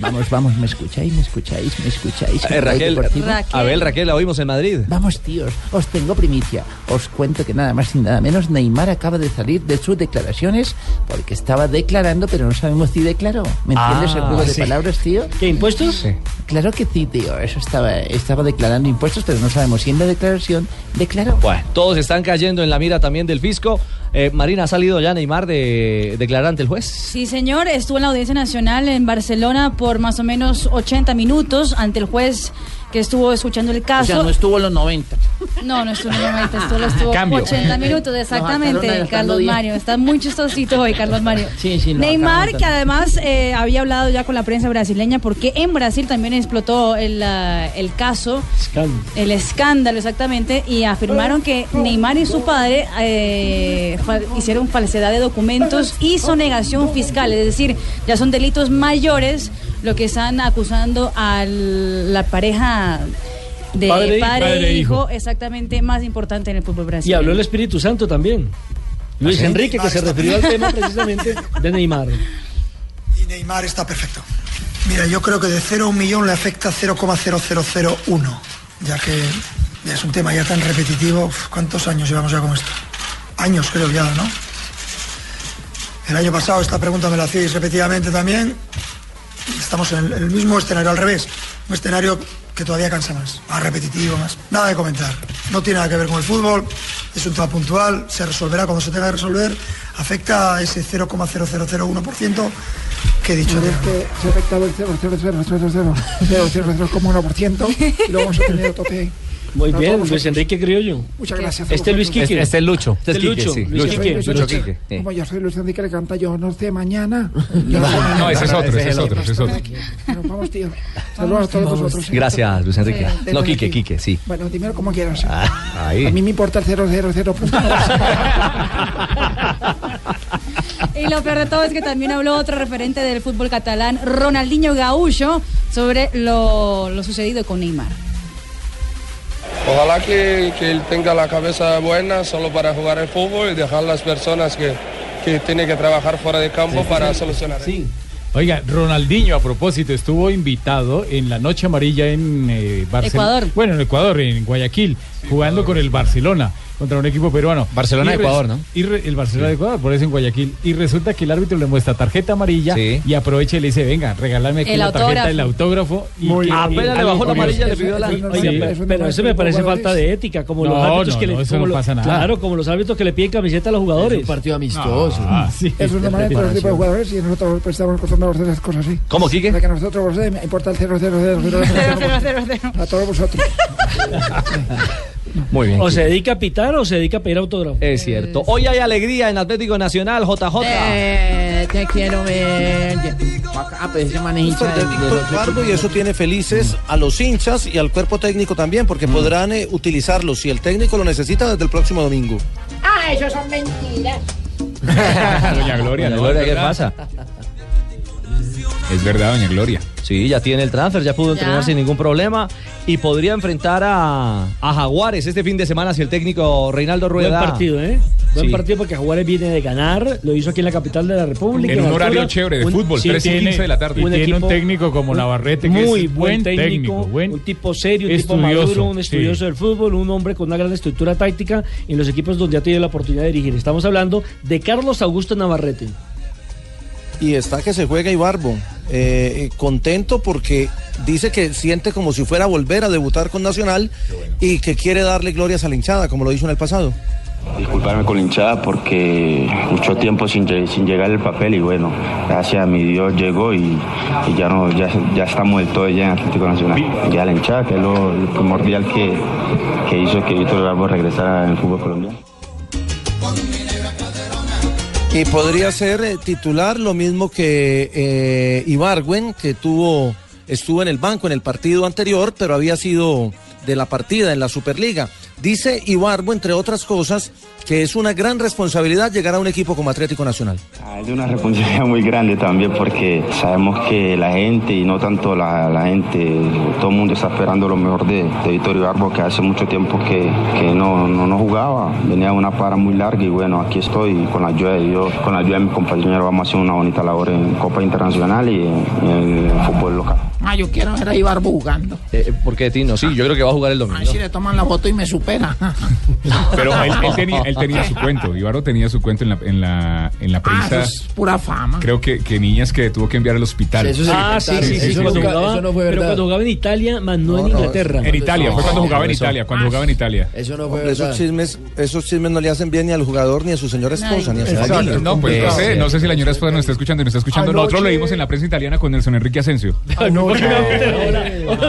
Speaker 5: Vamos, vamos, me escucháis, me escucháis, me escucháis.
Speaker 10: Eh, Raquel,
Speaker 5: Deportivo.
Speaker 10: Abel, Raquel, la oímos en Madrid.
Speaker 5: Vamos, tíos, os tengo primicia. Os cuento que nada más y nada menos Neymar acaba de salir de sus declaraciones porque estaba declarando, pero no sabemos si declaró. ¿Me entiendes
Speaker 8: Ah,
Speaker 5: el juego de
Speaker 8: sí.
Speaker 5: palabras, tío?
Speaker 8: ¿Qué, impuestos? Sí.
Speaker 5: Claro que sí, tío. Eso estaba, estaba declarando impuestos, pero no sabemos si en la declaración declaró.
Speaker 10: Bueno, todos están cayendo en la mira también del fisco. Eh, Marina, ¿ha salido ya Neymar de declarante el juez?
Speaker 11: Sí, señor, estuvo en la Audiencia Nacional en Barcelona por más o menos 80 minutos ante el juez que estuvo escuchando el
Speaker 5: O
Speaker 11: caso.
Speaker 5: sea, no estuvo los 90.
Speaker 11: No, no estuvo en el momento, estuvo, estuvo
Speaker 5: Cambio.
Speaker 11: 80 minutos,
Speaker 5: Nos
Speaker 11: exactamente,
Speaker 5: sacaron
Speaker 11: Carlos
Speaker 5: gastando diez.
Speaker 11: Mario. Está muy chistosito hoy, Carlos Mario.
Speaker 5: nos
Speaker 11: Neymar,
Speaker 5: sacaron
Speaker 11: que
Speaker 5: gastando.
Speaker 11: además eh, había hablado ya con la prensa brasileña, porque en Brasil también explotó el, ah, el caso, el escándalo exactamente, y afirmaron que Neymar y su padre eh, fal- hicieron falsedad de documentos y sonegación fiscal, es decir, ya son delitos mayores lo que están acusando a la pareja de
Speaker 8: Padre-
Speaker 11: padre,
Speaker 8: padre e
Speaker 11: e hijo,
Speaker 8: hijo.
Speaker 11: exactamente más importante en el fútbol
Speaker 8: Y
Speaker 11: brasileño.
Speaker 8: habló el Espíritu Santo también. Luis
Speaker 11: ¿Ah, ¿Sí?
Speaker 8: Enrique, que se refirió al tema precisamente de Neymar.
Speaker 26: Y Neymar está perfecto. Mira, yo creo que de 0 a 1 millón le afecta 0,0001, ya que ya es un tema ya tan repetitivo. Uf, ¿Cuántos años llevamos ya con esto? Años creo ya, ¿no? El año pasado esta pregunta me la hacíais repetidamente también. Estamos en el, el mismo escenario, al revés. Un escenario que todavía cansa más, más repetitivo, más. Nada de comentar. No tiene nada que ver con el fútbol, es un tema puntual, se resolverá cuando se tenga que resolver. Afecta a ese 0,0001% que he dicho. antes.
Speaker 18: Este, se ha afectado el 0,0000, como 1%, y lo vamos a tener otro que-
Speaker 8: Muy
Speaker 18: No,
Speaker 8: bien,
Speaker 18: todos
Speaker 8: Luis Enrique Criollo.
Speaker 18: Muchas gracias.
Speaker 8: Este es Luis Quique.
Speaker 18: Este- este es Lucho.
Speaker 8: Este es Lucho. Luis
Speaker 18: Luis Enrique,
Speaker 8: Quique.
Speaker 18: Luis Enrique. Como yo soy Luis Enrique, le canta yo no sé mañana. Yo no sé mañana.
Speaker 1: No, ese es otro, ese es otro, ese es otro.
Speaker 18: Bueno, vamos, tío. Saludos a todos vosotros. ¿eh?
Speaker 10: Gracias, Luis Enrique. No,
Speaker 18: Sí, de
Speaker 10: Quique,
Speaker 18: Enrique.
Speaker 10: Quique, sí.
Speaker 18: Bueno, dímelo como quieras. ¿eh?
Speaker 10: Ah,
Speaker 18: A mí
Speaker 10: ahí.
Speaker 18: me importa el 000.
Speaker 11: Y lo peor de todo es que también habló otro referente del fútbol catalán, Ronaldinho Gaullo, sobre lo, lo sucedido con Neymar.
Speaker 12: Ojalá que, que él tenga la cabeza buena solo para jugar el fútbol y dejar las personas que, que tienen que trabajar fuera de campo para solucionar. Sí.
Speaker 13: Oiga, Ronaldinho, a propósito, estuvo invitado en la Noche Amarilla en Barcelona.
Speaker 11: Ecuador.
Speaker 13: Bueno, en Ecuador, en Guayaquil, jugando con el Barcelona, contra un equipo peruano.
Speaker 23: Barcelona
Speaker 13: Y
Speaker 23: de
Speaker 13: res-
Speaker 23: Ecuador, ¿no?
Speaker 13: Y re- el Barcelona de Ecuador, por eso en Guayaquil. Y resulta que el árbitro le muestra tarjeta amarilla y aprovecha y le dice, venga, regálame aquí
Speaker 8: El
Speaker 13: la tarjeta,
Speaker 8: autógrafo.
Speaker 13: el autógrafo. Y
Speaker 8: Muy
Speaker 13: que-
Speaker 8: bien.
Speaker 13: y-
Speaker 8: Apenas le
Speaker 13: algo
Speaker 8: bajó la
Speaker 13: curioso.
Speaker 8: amarilla, le pidió la-
Speaker 13: Sí.
Speaker 8: Oiga, pero- pero eso me parece falta de ética, como los
Speaker 13: No,
Speaker 8: árbitros
Speaker 13: no,
Speaker 8: que le
Speaker 13: no, eso
Speaker 8: como
Speaker 13: no
Speaker 8: lo-
Speaker 13: pasa nada.
Speaker 8: Claro, como los árbitros que le piden camiseta a los jugadores. Ah,
Speaker 13: Es un partido
Speaker 8: amistoso.
Speaker 18: Es una manera para los tipos de jugadores y nosotros pues, estamos acostumbrados a hacer las cosas así.
Speaker 10: ¿Cómo, Quique?
Speaker 18: Para que a nosotros pues, eh, me importa el 0000. A todos vosotros.
Speaker 10: Muy bien.
Speaker 8: O se dedica a pitar o se dedica a pedir autógrafo.
Speaker 10: Es cierto. Hoy hay alegría en Atlético Nacional, JJ.
Speaker 5: Eh, te quiero ver. Ah, pues ese man es hincha de- de los
Speaker 20: Víctor Pardo, y eso tiene felices a los hinchas y al cuerpo técnico también, porque podrán eh, utilizarlo si el técnico lo necesita desde el próximo domingo.
Speaker 18: Ah, eso son mentiras.
Speaker 1: Doña Gloria,
Speaker 10: Doña
Speaker 1: ¿no?
Speaker 10: Gloria,
Speaker 1: Es
Speaker 10: ¿qué
Speaker 1: verdad.
Speaker 10: pasa?
Speaker 1: Es verdad, doña Gloria.
Speaker 10: Sí, ya tiene el transfer, ya pudo entrenar sin ningún problema y podría enfrentar a, a Jaguares este fin de semana si el técnico Reinaldo
Speaker 8: Buen
Speaker 10: Rueda.
Speaker 8: partido, ¿eh? Buen
Speaker 10: Sí.
Speaker 8: partido porque Jaguares viene de ganar, lo hizo aquí en la capital de la República.
Speaker 1: En un
Speaker 8: Arturo.
Speaker 1: horario chévere de
Speaker 8: Un-
Speaker 1: fútbol,
Speaker 8: sí,
Speaker 1: 3 y
Speaker 8: tiene-
Speaker 1: 15 de la tarde.
Speaker 13: Y tiene un técnico como
Speaker 8: un-
Speaker 13: Navarrete, que
Speaker 8: Muy
Speaker 13: es
Speaker 8: buen técnico,
Speaker 13: buen
Speaker 8: un tipo serio, un tipo
Speaker 13: estudioso,
Speaker 8: maduro, un
Speaker 13: sí.
Speaker 8: estudioso del fútbol, un hombre con una gran estructura táctica en los equipos donde ha tenido la oportunidad de dirigir. Estamos hablando de Carlos Augusto Navarrete.
Speaker 20: Y está que se juega Ibarbo, eh, eh, contento porque dice que siente como si fuera a volver a debutar con Nacional y que quiere darle glorias a la hinchada, como lo hizo en el pasado.
Speaker 28: Disculparme con la hinchada porque mucho tiempo sin, lle- sin llegar el papel y bueno, gracias a mi Dios llegó y, y ya no ya, ya estamos del todo ya en Atlético Nacional. Ya la hinchada que es lo, lo primordial que, que hizo que Víctor Ramos regresara al fútbol colombiano.
Speaker 20: Y podría ser eh, titular lo mismo que eh, Ibargüen, que tuvo, estuvo en el banco en el partido anterior, pero había sido de la partida en la Superliga. Dice Ibargüen, entre otras cosas, que es una gran responsabilidad llegar a un equipo como Atlético Nacional.
Speaker 28: Ah, Es de una responsabilidad muy grande también porque sabemos que la gente y no tanto la, la gente, todo el mundo está esperando lo mejor de, de Víctor Ibarbo que hace mucho tiempo que, que no, no, no jugaba, venía de una para muy larga y bueno, aquí estoy y con la ayuda de Dios, con la ayuda de mi compañero vamos a hacer una bonita labor en Copa Internacional y en, en el fútbol local.
Speaker 5: Ah, yo quiero ver a Ibarbo jugando.
Speaker 10: Eh, ¿Por qué, Tino? Sí, yo creo que va a jugar el
Speaker 5: A
Speaker 10: domingo.
Speaker 5: ver si le toman la foto y me supera.
Speaker 1: Pero él, él tenía, él tenía su cuento, Ibarro tenía su cuento en la, en la, en la
Speaker 5: Ah, eso
Speaker 1: prensa.
Speaker 5: es pura fama.
Speaker 1: Creo que, que niñas que tuvo que enviar al hospital.
Speaker 8: ah, sí, sí, sí, cuando jugaba, pero cuando jugaba en Italia, más no en Inglaterra.
Speaker 1: En Italia, fue cuando jugaba en Italia, cuando
Speaker 11: Ah,
Speaker 1: jugaba en Italia.
Speaker 8: Eso no
Speaker 20: Hombre, esos chismes, esos chismes no le hacen bien ni al jugador, ni a su señora esposa, ni a su familia.
Speaker 1: No, pues no
Speaker 10: eh,
Speaker 1: sé, no sé si la señora esposa nos está escuchando, nos está escuchando. Nosotros lo
Speaker 20: Anoche-
Speaker 1: vimos en la prensa italiana con Nelson Enrique Asensio.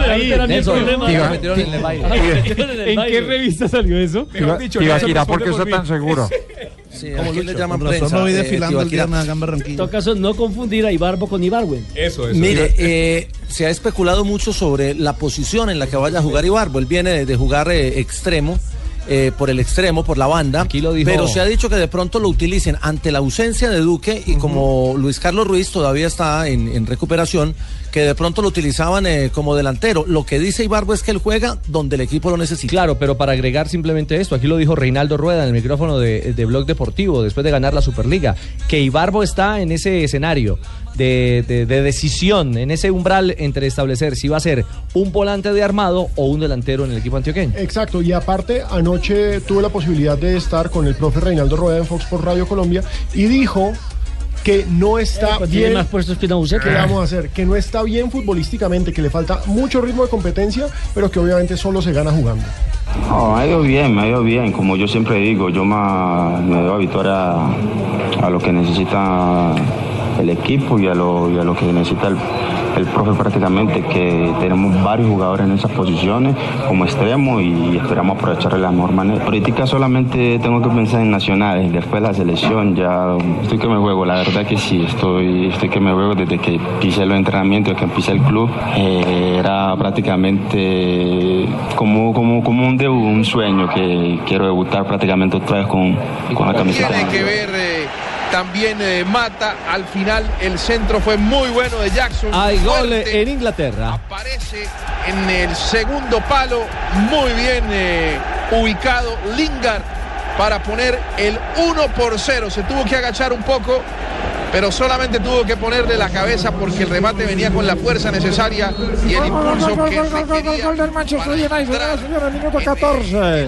Speaker 8: Ahí,
Speaker 1: era mi Nelson, problema. Tiba-
Speaker 13: ¿En qué revista salió eso?
Speaker 1: Mejor dicho, Tiba- Nelson Tibaquirá, responde ¿por qué por está mí. tan seguro?
Speaker 20: Sí,
Speaker 13: ¿Cómo
Speaker 20: aquí
Speaker 13: Lucho?
Speaker 20: le llaman
Speaker 13: Con razón
Speaker 20: prensa,
Speaker 13: lo vi
Speaker 20: eh,
Speaker 13: desfilando el
Speaker 20: Tibaquirá.
Speaker 13: día de
Speaker 8: En todo caso, no confundir a Ibarbo con Ibarwen.
Speaker 1: Eso,
Speaker 20: Mire, eh, se ha especulado mucho sobre la posición en la que vaya a jugar Ibarbo. Él viene de, de jugar eh, extremo, eh, por el extremo, por la banda.
Speaker 10: dijo-
Speaker 20: Pero se ha dicho que de pronto lo utilicen ante la ausencia de Duque y como Luis Carlos Ruiz todavía está en, en recuperación, que de pronto lo utilizaban eh, como delantero. Lo que dice Ibarbo es que él juega donde el equipo lo necesita.
Speaker 10: Claro, pero para agregar simplemente esto, aquí lo dijo Reinaldo Rueda en el micrófono de, de Blog Deportivo, después de ganar la Superliga, que Ibarbo está en ese escenario de, de- de decisión, en ese umbral entre establecer si va a ser un volante de armado o un delantero en el equipo antioqueño.
Speaker 7: Exacto, y aparte anoche tuve la posibilidad de estar con el profe Reinaldo Rueda en Fox por Radio Colombia y dijo que no está
Speaker 8: Cuando Eh, pues, tiene
Speaker 7: bien
Speaker 8: más puestos que una buceta.
Speaker 7: ¿Qué le vamos a hacer? Que no está bien futbolísticamente, que le falta mucho ritmo de competencia, pero que obviamente solo se gana jugando.
Speaker 28: No, me ha ido bien, me ha ido bien. Como yo siempre digo, yo ma- me doy a victoria a lo que necesita el equipo y a lo, y a lo que necesita el, el profe prácticamente, que tenemos varios jugadores en esas posiciones como extremo y esperamos aprovecharle la mejor manera. este Ahorita solamente tengo que pensar en nacionales, después la selección, ya estoy que me juego, la verdad que sí, estoy, estoy que me juego desde que pisé los entrenamientos, desde que pisé el club, eh, era prácticamente como, como, como un debut, un sueño que quiero debutar prácticamente otra vez con, con la camiseta.
Speaker 21: Tiene que ver eh, también eh, Mata. Al final el centro fue muy bueno de Jackson.
Speaker 10: Hay gol
Speaker 21: Fuerte
Speaker 10: en Inglaterra.
Speaker 21: Aparece en el segundo palo. Muy bien eh, ubicado Lingard para poner el 1 por 0. Se tuvo que agachar un poco. Pero solamente tuvo que ponerle la cabeza porque el remate venía con la fuerza necesaria y el
Speaker 18: Gol, gol, gol,
Speaker 21: impulso
Speaker 18: gol,
Speaker 21: que
Speaker 18: gol, gol, gol, gol, gol del Manchester United, señoras y señores, minuto 14.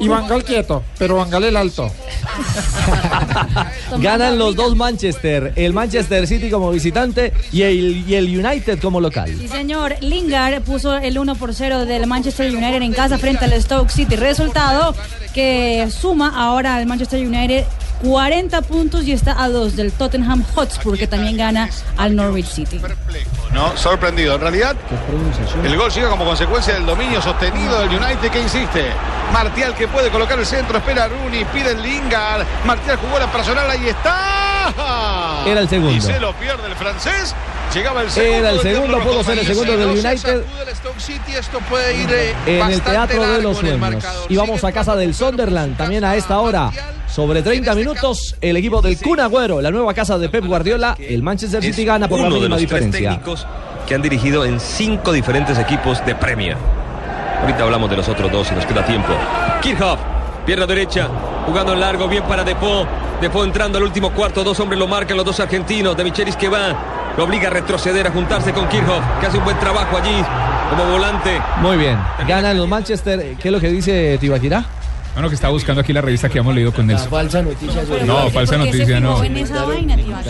Speaker 18: Y Bangal quieto, pero Bangal el alto.
Speaker 10: Ganan los dos Manchester, el Manchester City como visitante y el, y el United como local.
Speaker 11: Sí, señor. Lingard puso el 1 por 0 del Manchester United en casa frente al Stoke City. Resultado que suma ahora al Manchester United 40 puntos y está a dos del Tottenham Hotspur, que también gana al Norwich City.
Speaker 27: No, sorprendido. En realidad, el gol llega como consecuencia del dominio sostenido del United que insiste. Martial que puede colocar el centro, espera a Rooney, pide el Lingard. Martial jugó la personal, ahí está.
Speaker 10: Era el segundo.
Speaker 27: Y se lo pierde el francés. Llegaba el segundo.
Speaker 10: Era el
Speaker 27: del
Speaker 10: segundo,
Speaker 27: Teatro
Speaker 10: pudo ser el
Speaker 27: Rococo.
Speaker 10: segundo del
Speaker 27: Mañana se
Speaker 10: United
Speaker 27: sacude el Stoke City, esto puede ir eh,
Speaker 10: en el
Speaker 27: bastante
Speaker 10: Teatro de
Speaker 27: largo
Speaker 10: los
Speaker 27: en el
Speaker 10: Sueños. Y vamos a casa del Sunderland también a esta hora. Sobre 30 minutos, el equipo del Kun Agüero, la nueva casa de Pep Guardiola, el Manchester City gana por la
Speaker 25: uno de
Speaker 10: mínima
Speaker 25: los tres
Speaker 10: diferencia.
Speaker 25: técnicos que han dirigido en cinco diferentes equipos de Premier. Ahorita hablamos de los otros dos y nos queda tiempo. Kirchhoff, pierna derecha, jugando en largo, bien para Depot. Depot entrando al último cuarto, dos hombres lo marcan, los dos argentinos. De Michelis que va, lo obliga a retroceder, a juntarse con Kirchhoff, que hace un buen trabajo allí como volante.
Speaker 10: Muy bien, ganan los Manchester. ¿Qué es lo que dice Tibaquirá?
Speaker 1: Bueno, que está buscando aquí la revista que hemos leído con Nelson.
Speaker 10: Falsa noticia.
Speaker 1: No, falsa noticia, no.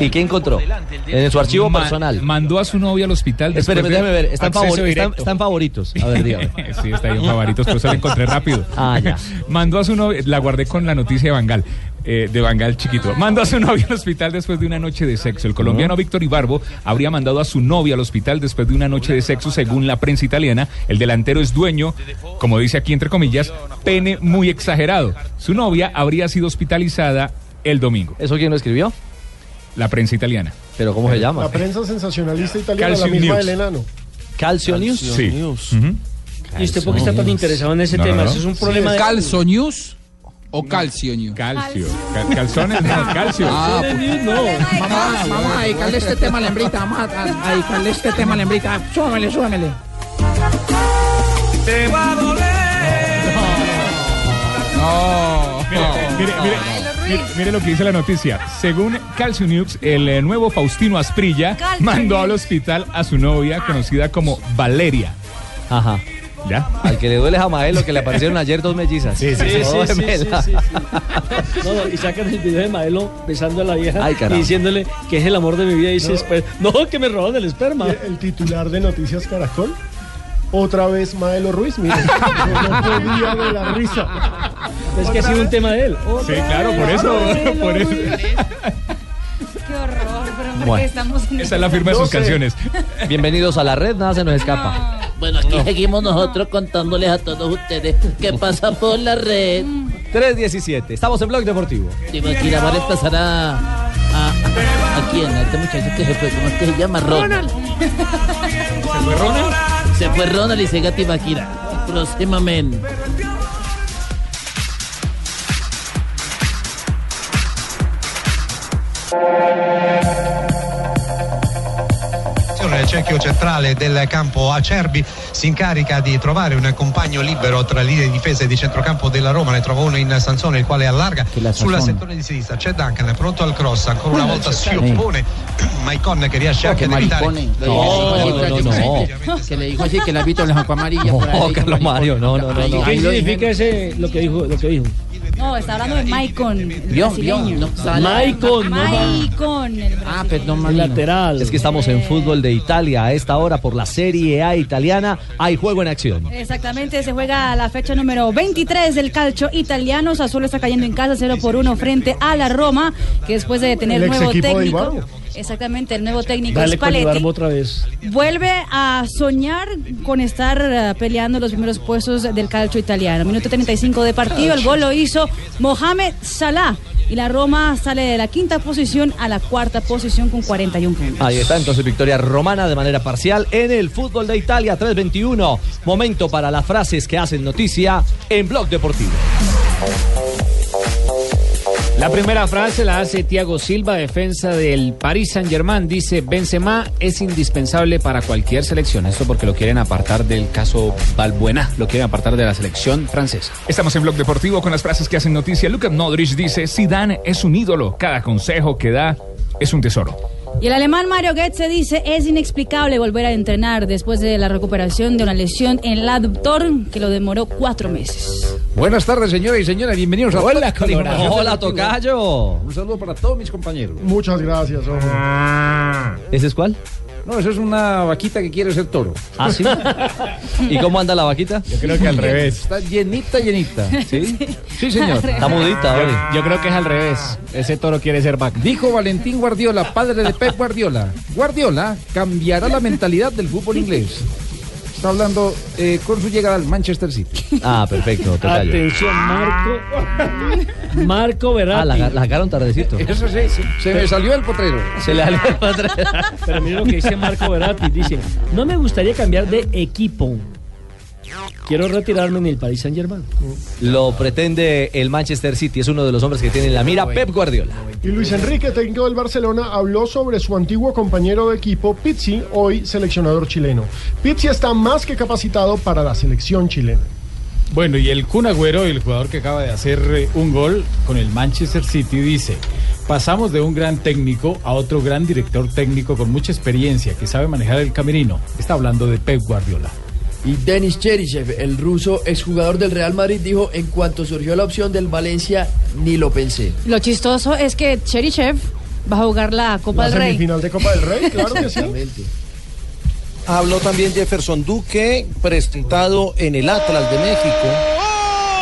Speaker 10: ¿Y qué encontró? En su archivo personal.
Speaker 1: Mandó a su novia al hospital. después
Speaker 10: Espéreme,
Speaker 1: de
Speaker 10: déjame ver. Están,
Speaker 1: acceso
Speaker 10: favori- están,
Speaker 1: directo.
Speaker 10: están favoritos. A ver, dígame.
Speaker 1: sí, está ahí en favoritos, pero se la encontré rápido.
Speaker 10: Ah, ya.
Speaker 1: Mandó a su novia, la guardé con la noticia de Bangal. eh, de Bangal chiquito. Mandó a su novia al hospital después de una noche de sexo. El
Speaker 10: Ah.
Speaker 1: colombiano Víctor Ibarbo habría mandado a su novia al hospital después de una noche de sexo, según la prensa italiana. El delantero es dueño, como dice aquí entre comillas, pene muy exagerado. Su novia habría sido hospitalizada el domingo.
Speaker 10: ¿Eso quién lo escribió?
Speaker 1: La prensa italiana.
Speaker 10: ¿Pero cómo se llama?
Speaker 7: La prensa sensacionalista italiana,
Speaker 1: Calcio
Speaker 7: la misma
Speaker 1: News.
Speaker 7: del enano.
Speaker 10: Calcio News.
Speaker 1: Sí. Ujú.
Speaker 8: ¿Y usted por qué está tan interesado en ese
Speaker 1: No,
Speaker 8: tema?
Speaker 1: no, no.
Speaker 8: Eso es un problema de...
Speaker 12: ¿Calzo News o Calcio News?
Speaker 1: Calcio. Cal- calzones, no, calcio.
Speaker 12: Ah,
Speaker 18: pues,
Speaker 8: Mamá,
Speaker 18: Vamos a dedicarle este tema a la hembrita, vamos a, a- a dedicarle este tema a la hembrita. Súbamele, súbamele.
Speaker 25: Te va a
Speaker 1: No. Mire, mire, mire, mire, mire lo que dice la noticia. Según Calcio News, el eh, nuevo Faustino Asprilla
Speaker 11: Calcio
Speaker 1: mandó al hospital a su novia conocida como Valeria.
Speaker 10: Ajá.
Speaker 1: ¿Ya?
Speaker 10: Al que le duele es a Mael lo que le aparecieron ayer dos mellizas.
Speaker 1: Sí, sí,
Speaker 8: Sí, sí,
Speaker 10: Oh,
Speaker 8: sí, sí,
Speaker 10: gemela.
Speaker 8: sí, sí. No, no, y sacan el video de Maelo besando a la vieja
Speaker 10: Ay, caramba.
Speaker 8: y diciéndole que es el amor de mi vida y dice, "Esper- no. que me roban el esperma.
Speaker 7: El titular de Noticias Caracol. Otra vez Maelo Ruiz, mire. Yo no podía de la risa.
Speaker 8: Es que ha sido un tema de él.
Speaker 1: Sí, claro, por eso. Por eso.
Speaker 11: Qué horror, pero ¿por
Speaker 10: Bueno,
Speaker 11: qué estamos en
Speaker 1: Esa es la firma de sus canciones.
Speaker 10: Bienvenidos a la red, nada se nos escapa.
Speaker 5: Bueno, aquí seguimos nosotros contándoles a todos ustedes qué pasa por la red.
Speaker 10: 3.17. Estamos en Blog Deportivo.
Speaker 5: Tibaquira va a reemplazar a. a, a, a quién? A este muchacho que se fue, ¿cómo es que se llama? Ronald. ¿Se fue Ronald? Se fue Ronald y se gati Tibaquira. Próximamente.
Speaker 29: il cerchio centrale del campo Acerbi si incarica di trovare un compagno libero tra linee di difesa e di centrocampo della Roma, ne trova uno in Sansone il quale allarga sulla settore di sinistra, c'è Duncan pronto al cross, ancora una volta si oppone Maicon che riesce anche ad evitare
Speaker 5: Que le dijo así que el árbitro le sacó amarilla. por ahí.
Speaker 10: Carlos Mario, no, no, no. no.
Speaker 8: ¿Qué significa ese, lo que dijo? Lo que dijo?
Speaker 11: No, está hablando de Maicon, el
Speaker 5: Dios,
Speaker 11: brasileño.
Speaker 5: Dios, no, sale.
Speaker 8: Maicon, no,
Speaker 11: Maicon, el
Speaker 5: Ah, perdón,
Speaker 10: El
Speaker 5: Marina.
Speaker 10: lateral. Es que estamos en fútbol de Italia a esta hora por la Serie A italiana. Hay juego en acción.
Speaker 11: Exactamente, se juega la fecha número 23 del calcio italiano. Sassuolo está cayendo en casa 0 por 1 frente a la Roma, que después de tener
Speaker 8: El ex
Speaker 11: nuevo
Speaker 8: equipo de
Speaker 11: técnico.
Speaker 8: Ibarbo.
Speaker 11: Exactamente, el nuevo técnico
Speaker 8: Dale con
Speaker 11: Spalletti.
Speaker 8: Ibarbo otra vez.
Speaker 11: Vuelve a soñar con estar eh, peleando los primeros puestos del calcio italiano. Minuto 35 de partido, el gol lo hizo Mohamed Salah. Y la Roma sale de la quinta posición a la cuarta posición con 41 puntos.
Speaker 10: Ahí está entonces victoria romana de manera parcial en el fútbol de Italia 3-21. Momento para las frases que hacen noticia en Blog Deportivo.
Speaker 23: La primera frase la hace Thiago Silva, defensa del Paris Saint-Germain. Dice, Benzema es indispensable para cualquier selección. Esto porque lo quieren apartar del caso Balbuena, lo quieren apartar de la selección francesa.
Speaker 1: Estamos en Blog Deportivo con las frases que hacen noticia. Lucas Modric dice, Zidane es un ídolo. Cada consejo que da es un tesoro.
Speaker 11: Y el alemán Mario Goetze dice, es inexplicable volver a entrenar después de la recuperación de una lesión en el aductor que lo demoró cuatro meses.
Speaker 12: Buenas tardes, señoras y señores. Bienvenidos a
Speaker 10: Hola,
Speaker 12: Podcast de
Speaker 10: Colorado.
Speaker 12: Información
Speaker 10: Hola,
Speaker 12: Deportiva.
Speaker 10: Tocayo.
Speaker 12: Un saludo para todos mis compañeros.
Speaker 7: Muchas gracias, ojo.
Speaker 12: Ah.
Speaker 10: ¿Ese es cuál?
Speaker 12: No, eso es una vaquita que quiere ser toro.
Speaker 10: ¿Ah, sí? ¿Y cómo anda la vaquita? Yo
Speaker 12: creo que al revés. Está llenita, llenita. ¿Sí? Sí, señor.
Speaker 23: Está mudita, hoy. Yo creo que es al revés. Ese toro quiere ser vaca.
Speaker 12: pues. Dijo Valentín Guardiola, padre de Pep Guardiola. Guardiola cambiará la mentalidad del fútbol inglés. Está hablando eh, con su llegada al Manchester City.
Speaker 10: Ah, perfecto, Tocayo.
Speaker 12: Atención, Marco.
Speaker 8: Marco Verratti.
Speaker 10: Ah, la, la sacaron tardecito.
Speaker 12: Eso sí, sí. se me salió el potrero.
Speaker 10: Se le salió el potrero.
Speaker 8: Pero mira lo que dice Marco Verratti. Dice, no me gustaría cambiar de equipo. Quiero retirarme en el Paris Saint-Germain.
Speaker 10: Lo pretende el Manchester City. Es uno de los hombres que tiene en la mira Pep Guardiola.
Speaker 7: Y Luis Enrique, técnico del Barcelona, habló sobre su antiguo compañero de equipo, Pizzi, hoy seleccionador chileno. Pizzi está más que capacitado para la selección chilena.
Speaker 13: Bueno, y el Kun Agüero, el jugador que acaba de hacer eh, un gol con el Manchester City, dice, pasamos de un gran técnico a otro gran director técnico con mucha experiencia que sabe manejar el camerino. Está hablando de Pep Guardiola.
Speaker 4: Y Denis Cherisev, el ruso exjugador del Real Madrid, dijo, en cuanto surgió la opción del Valencia, ni lo pensé.
Speaker 11: Lo chistoso es que Cherichev va a jugar la Copa del Rey.
Speaker 7: de Copa del Rey, claro que sí.
Speaker 20: Habló también Jefferson Duque, presentado en el Atlas de México.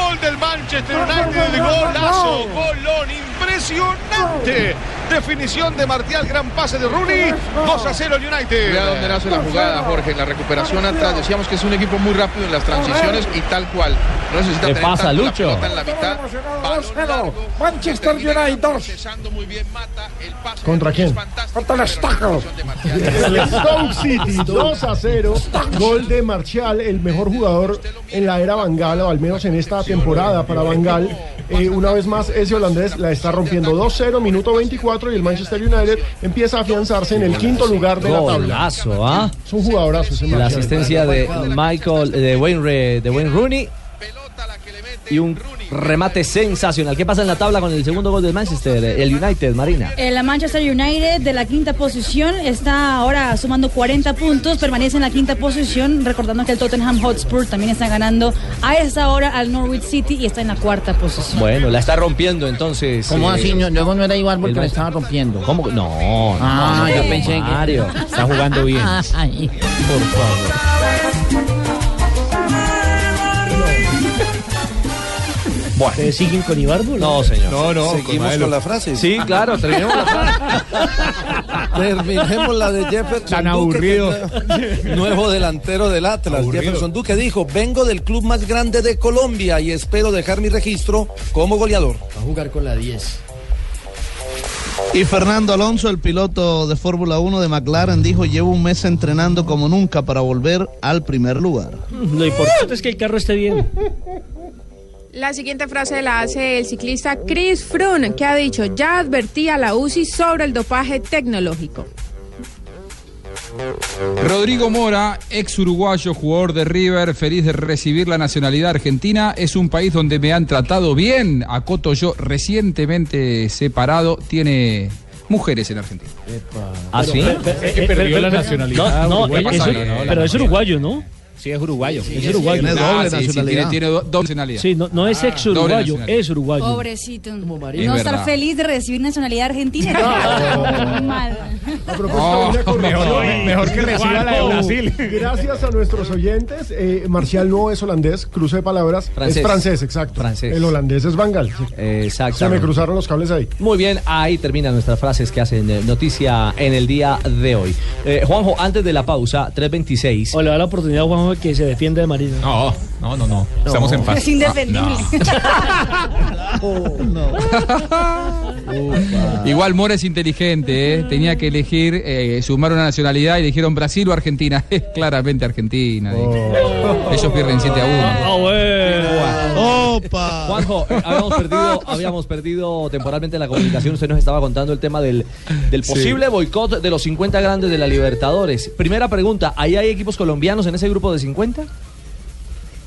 Speaker 27: Gol del Manchester United, golazo, golón impresionante. Definición de Martial, gran pase de Rooney, 2 a 0 el United.
Speaker 21: Vea dónde nace la jugada, Jorge, en la recuperación atrás. Decíamos que es un equipo muy rápido en las transiciones y tal cual. No necesita
Speaker 10: Le
Speaker 21: tener
Speaker 10: pasa,
Speaker 21: tanto la
Speaker 10: Lucho.
Speaker 21: pelota en la mitad.
Speaker 18: Manchester United 2.
Speaker 7: ¿Contra quién?
Speaker 18: Contra el Stoke.
Speaker 7: El Stoke City 2 a 0. Gol de Martial, el mejor jugador en la era Bangal, o al menos en esta temporada para Bangal. Eh, una vez más, ese holandés la está rompiendo 2-0, minuto 24, y el Manchester United empieza a afianzarse en el quinto lugar de la tabla.
Speaker 10: Golazo, ¿ah?
Speaker 7: Es un jugadorazo ese
Speaker 10: La
Speaker 7: Martial.
Speaker 10: asistencia de Michael, de Wayne, Re- de Wayne Rooney. Y un remate sensacional. ¿Qué pasa en la tabla con el segundo gol del Manchester? El United, Marina.
Speaker 11: El Eh, Manchester United de la quinta posición está ahora sumando 40 puntos, permanece en la quinta posición, recordando que el Tottenham Hotspur también está ganando a esa hora al Norwich City y está en la cuarta posición.
Speaker 10: Bueno, la está rompiendo entonces.
Speaker 5: ¿Cómo
Speaker 10: eh,
Speaker 5: así? No, luego no era igual porque lo estaba rompiendo.
Speaker 10: ¿Cómo? que- No. no,
Speaker 5: Ah,
Speaker 10: no,
Speaker 5: yo
Speaker 10: no,
Speaker 5: pensé que-
Speaker 10: Mario, está jugando bien.
Speaker 5: Ay,
Speaker 10: Por favor.
Speaker 8: ¿Ustedes siguen con Ibarbo?
Speaker 10: No, señor.
Speaker 20: No, no, Seguimos con con la frase.
Speaker 10: Sí, claro, terminemos la
Speaker 20: Terminemos la de Jefferson
Speaker 10: Tan
Speaker 20: Duque,
Speaker 10: aburrido.
Speaker 20: que es Nuevo delantero del Atlas. Jefferson Duque dijo, vengo del club más grande de Colombia y espero dejar mi registro como goleador.
Speaker 4: Va a jugar con la 10.
Speaker 9: Y Fernando Alonso, el piloto de Fórmula 1 de McLaren, dijo, llevo un mes entrenando como nunca para volver al primer lugar.
Speaker 8: Lo importante es que el carro esté bien.
Speaker 16: La siguiente frase la hace el ciclista Chris Froome, que ha dicho, ya advertí a la UCI sobre el dopaje tecnológico.
Speaker 12: Rodrigo Mora, ex uruguayo, jugador de River, feliz de recibir la nacionalidad argentina. Es un país donde me han tratado bien. Acoto yo, recientemente separado, tiene mujeres en Argentina.
Speaker 23: ¿Ah, sí?
Speaker 13: Es que perdió la
Speaker 10: Ah,
Speaker 13: nacionalidad.
Speaker 23: No, no,
Speaker 13: uruguaya.
Speaker 23: es-
Speaker 13: No, no, la
Speaker 23: pero es
Speaker 13: nacionalidad.
Speaker 23: uruguayo, ¿no? Sí, es uruguayo.
Speaker 12: Sí,
Speaker 23: es
Speaker 12: sí,
Speaker 23: uruguayo.
Speaker 12: tiene doble Ah, sí, sí, nacionalidad. tiene- tiene do- doble nacionalidad.
Speaker 23: Sí, no, no es
Speaker 12: Ah,
Speaker 23: ex
Speaker 12: doble
Speaker 23: uruguayo,
Speaker 12: nacionalidad.
Speaker 23: es uruguayo.
Speaker 11: Pobrecito.
Speaker 23: María.
Speaker 11: No
Speaker 23: Es
Speaker 11: estar
Speaker 23: verdad.
Speaker 11: feliz de recibir nacionalidad argentina. Qué mal.
Speaker 7: Pues Oh,
Speaker 11: Oh,
Speaker 7: mejor,
Speaker 26: mejor que reciba la de Brasil.
Speaker 7: Gracias a nuestros oyentes, eh, Marcial no es holandés, cruce de palabras.
Speaker 10: Francés.
Speaker 7: Es francés, exacto.
Speaker 10: Francés.
Speaker 7: El holandés es Bangal.
Speaker 10: Exacto.
Speaker 7: Se me cruzaron los cables ahí.
Speaker 10: Muy bien, ahí terminan nuestras frases que hacen eh, noticia en el día de hoy. Eh, Juanjo, antes de la pausa, 326. O
Speaker 23: le da la oportunidad a Juanjo de que se defienda de Marina.
Speaker 1: No, no, no, no. Estamos en paz.
Speaker 11: Es
Speaker 10: Ah,
Speaker 11: indefendible.
Speaker 12: Igual Mora es inteligente, ¿eh? tenía que elegir, eh, sumar una nacionalidad y eligieron Brasil o Argentina. Claramente Argentina.
Speaker 13: Oh.
Speaker 12: dijo. Ellos pierden 7 a 1.
Speaker 23: Ah,
Speaker 10: Opa. Juanjo, eh, habíamos perdido, habíamos perdido temporalmente la comunicación. Usted nos estaba contando el tema del, del
Speaker 2: Sí.
Speaker 10: posible boicot de los 50 grandes de la Libertadores. Primera pregunta, ¿ahí hay equipos colombianos en ese grupo de 50?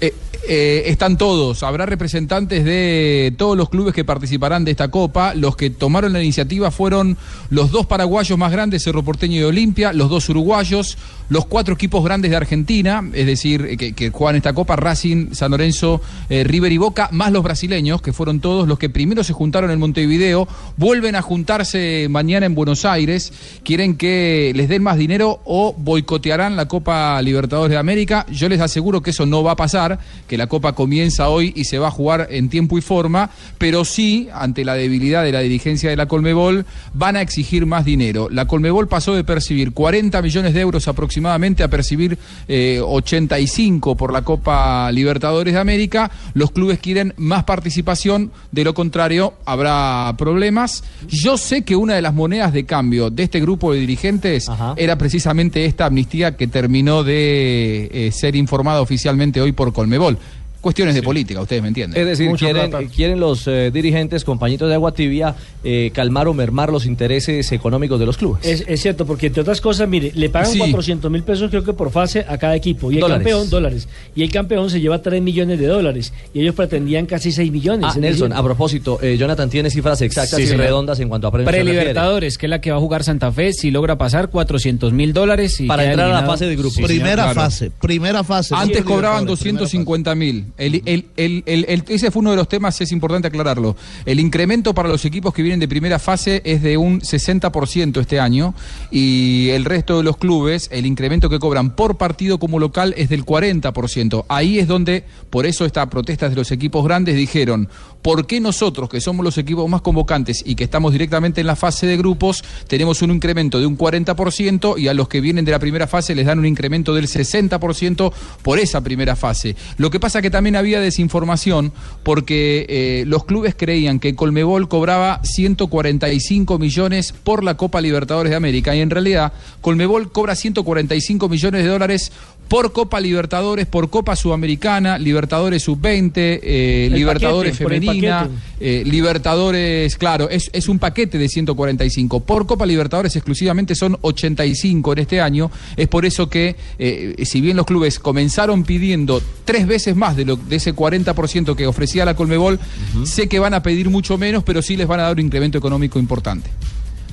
Speaker 12: Eh, eh, están todos, habrá representantes de todos los clubes que participarán de esta copa. Los que tomaron la iniciativa fueron los dos paraguayos más grandes, Cerro Porteño y Olimpia, los dos uruguayos, los cuatro equipos grandes de Argentina, es decir, eh, que, que juegan esta copa, Racing, San Lorenzo, eh, River y Boca, más los brasileños, que fueron todos los que primero se juntaron en Montevideo, vuelven a juntarse mañana en Buenos Aires, quieren que les den más dinero o boicotearán la Copa Libertadores de América. Yo les aseguro que eso no va a pasar, que la Copa comienza hoy y se va a jugar en tiempo y forma, pero sí, ante la debilidad de la dirigencia de la Colmebol, van a exigir más dinero. La Colmebol pasó de percibir 40 millones de euros aproximadamente a percibir eh, 85 por la Copa Libertadores de América. Los clubes quieren más participación, de lo contrario habrá problemas. Yo sé que una de las monedas de cambio de este grupo de dirigentes era precisamente esta amnistía que terminó de eh, ser informada oficialmente hoy por Colmebol. Cuestiones de política, ustedes me entienden.
Speaker 10: Es decir, quieren, quieren los eh, dirigentes, compañitos de agua tibia, eh, calmar o mermar los intereses económicos de los clubes.
Speaker 23: Es, es cierto, porque entre otras cosas, mire, le pagan
Speaker 10: Sí.
Speaker 23: 400 mil pesos creo que por fase a cada equipo. Y el
Speaker 10: Dólares.
Speaker 23: campeón, dólares. Y el campeón se lleva 3 millones de dólares. Y ellos pretendían casi 6 millones.
Speaker 10: Ah,
Speaker 23: es
Speaker 10: Nelson,
Speaker 23: decir-
Speaker 10: a propósito, eh, Jonathan tiene cifras exactas
Speaker 23: Sí,
Speaker 10: y
Speaker 23: señor.
Speaker 10: redondas en cuanto a premios. se refiere.
Speaker 23: Prelibertadores, que es la que va a jugar Santa Fe, si logra pasar 400 mil dólares. Y
Speaker 10: Para
Speaker 23: queda
Speaker 10: entrar a la
Speaker 23: eliminado.
Speaker 10: fase de grupos.
Speaker 23: Sí, señor,
Speaker 9: primera
Speaker 23: claro.
Speaker 9: fase, primera fase.
Speaker 12: Antes
Speaker 9: Super
Speaker 12: cobraban
Speaker 9: Libertadores, primera
Speaker 12: 250 mil. El, el- el- el- el- ese fue uno de los temas, es importante aclararlo. El incremento para los equipos que vienen de primera fase es de un 60% este año y el resto de los clubes, el incremento que cobran por partido como local es del 40%. Ahí es donde, por eso estas protestas de los equipos grandes dijeron, ¿por qué nosotros, que somos los equipos más convocantes y que estamos directamente en la fase de grupos, tenemos un incremento de un 40% y a los que vienen de la primera fase les dan un incremento del 60% por esa primera fase? Lo que pasa que también había desinformación porque eh, los clubes creían que Colmebol cobraba 145 millones por la Copa Libertadores de América y en realidad Colmebol cobra 145 millones de dólares por Copa Libertadores, por Copa Sudamericana, Libertadores Sub-20, eh,
Speaker 23: El
Speaker 12: Libertadores
Speaker 23: paquete, por el
Speaker 12: Femenina,
Speaker 23: paquete.
Speaker 12: eh, Libertadores, claro, es, es un paquete de 145. Por Copa Libertadores exclusivamente son 85 en este año. Es por eso que, eh, si bien los clubes comenzaron pidiendo tres veces más de, lo, de ese 40% que ofrecía la Colmebol, sé que van a pedir mucho menos, pero sí les van a dar un incremento económico importante.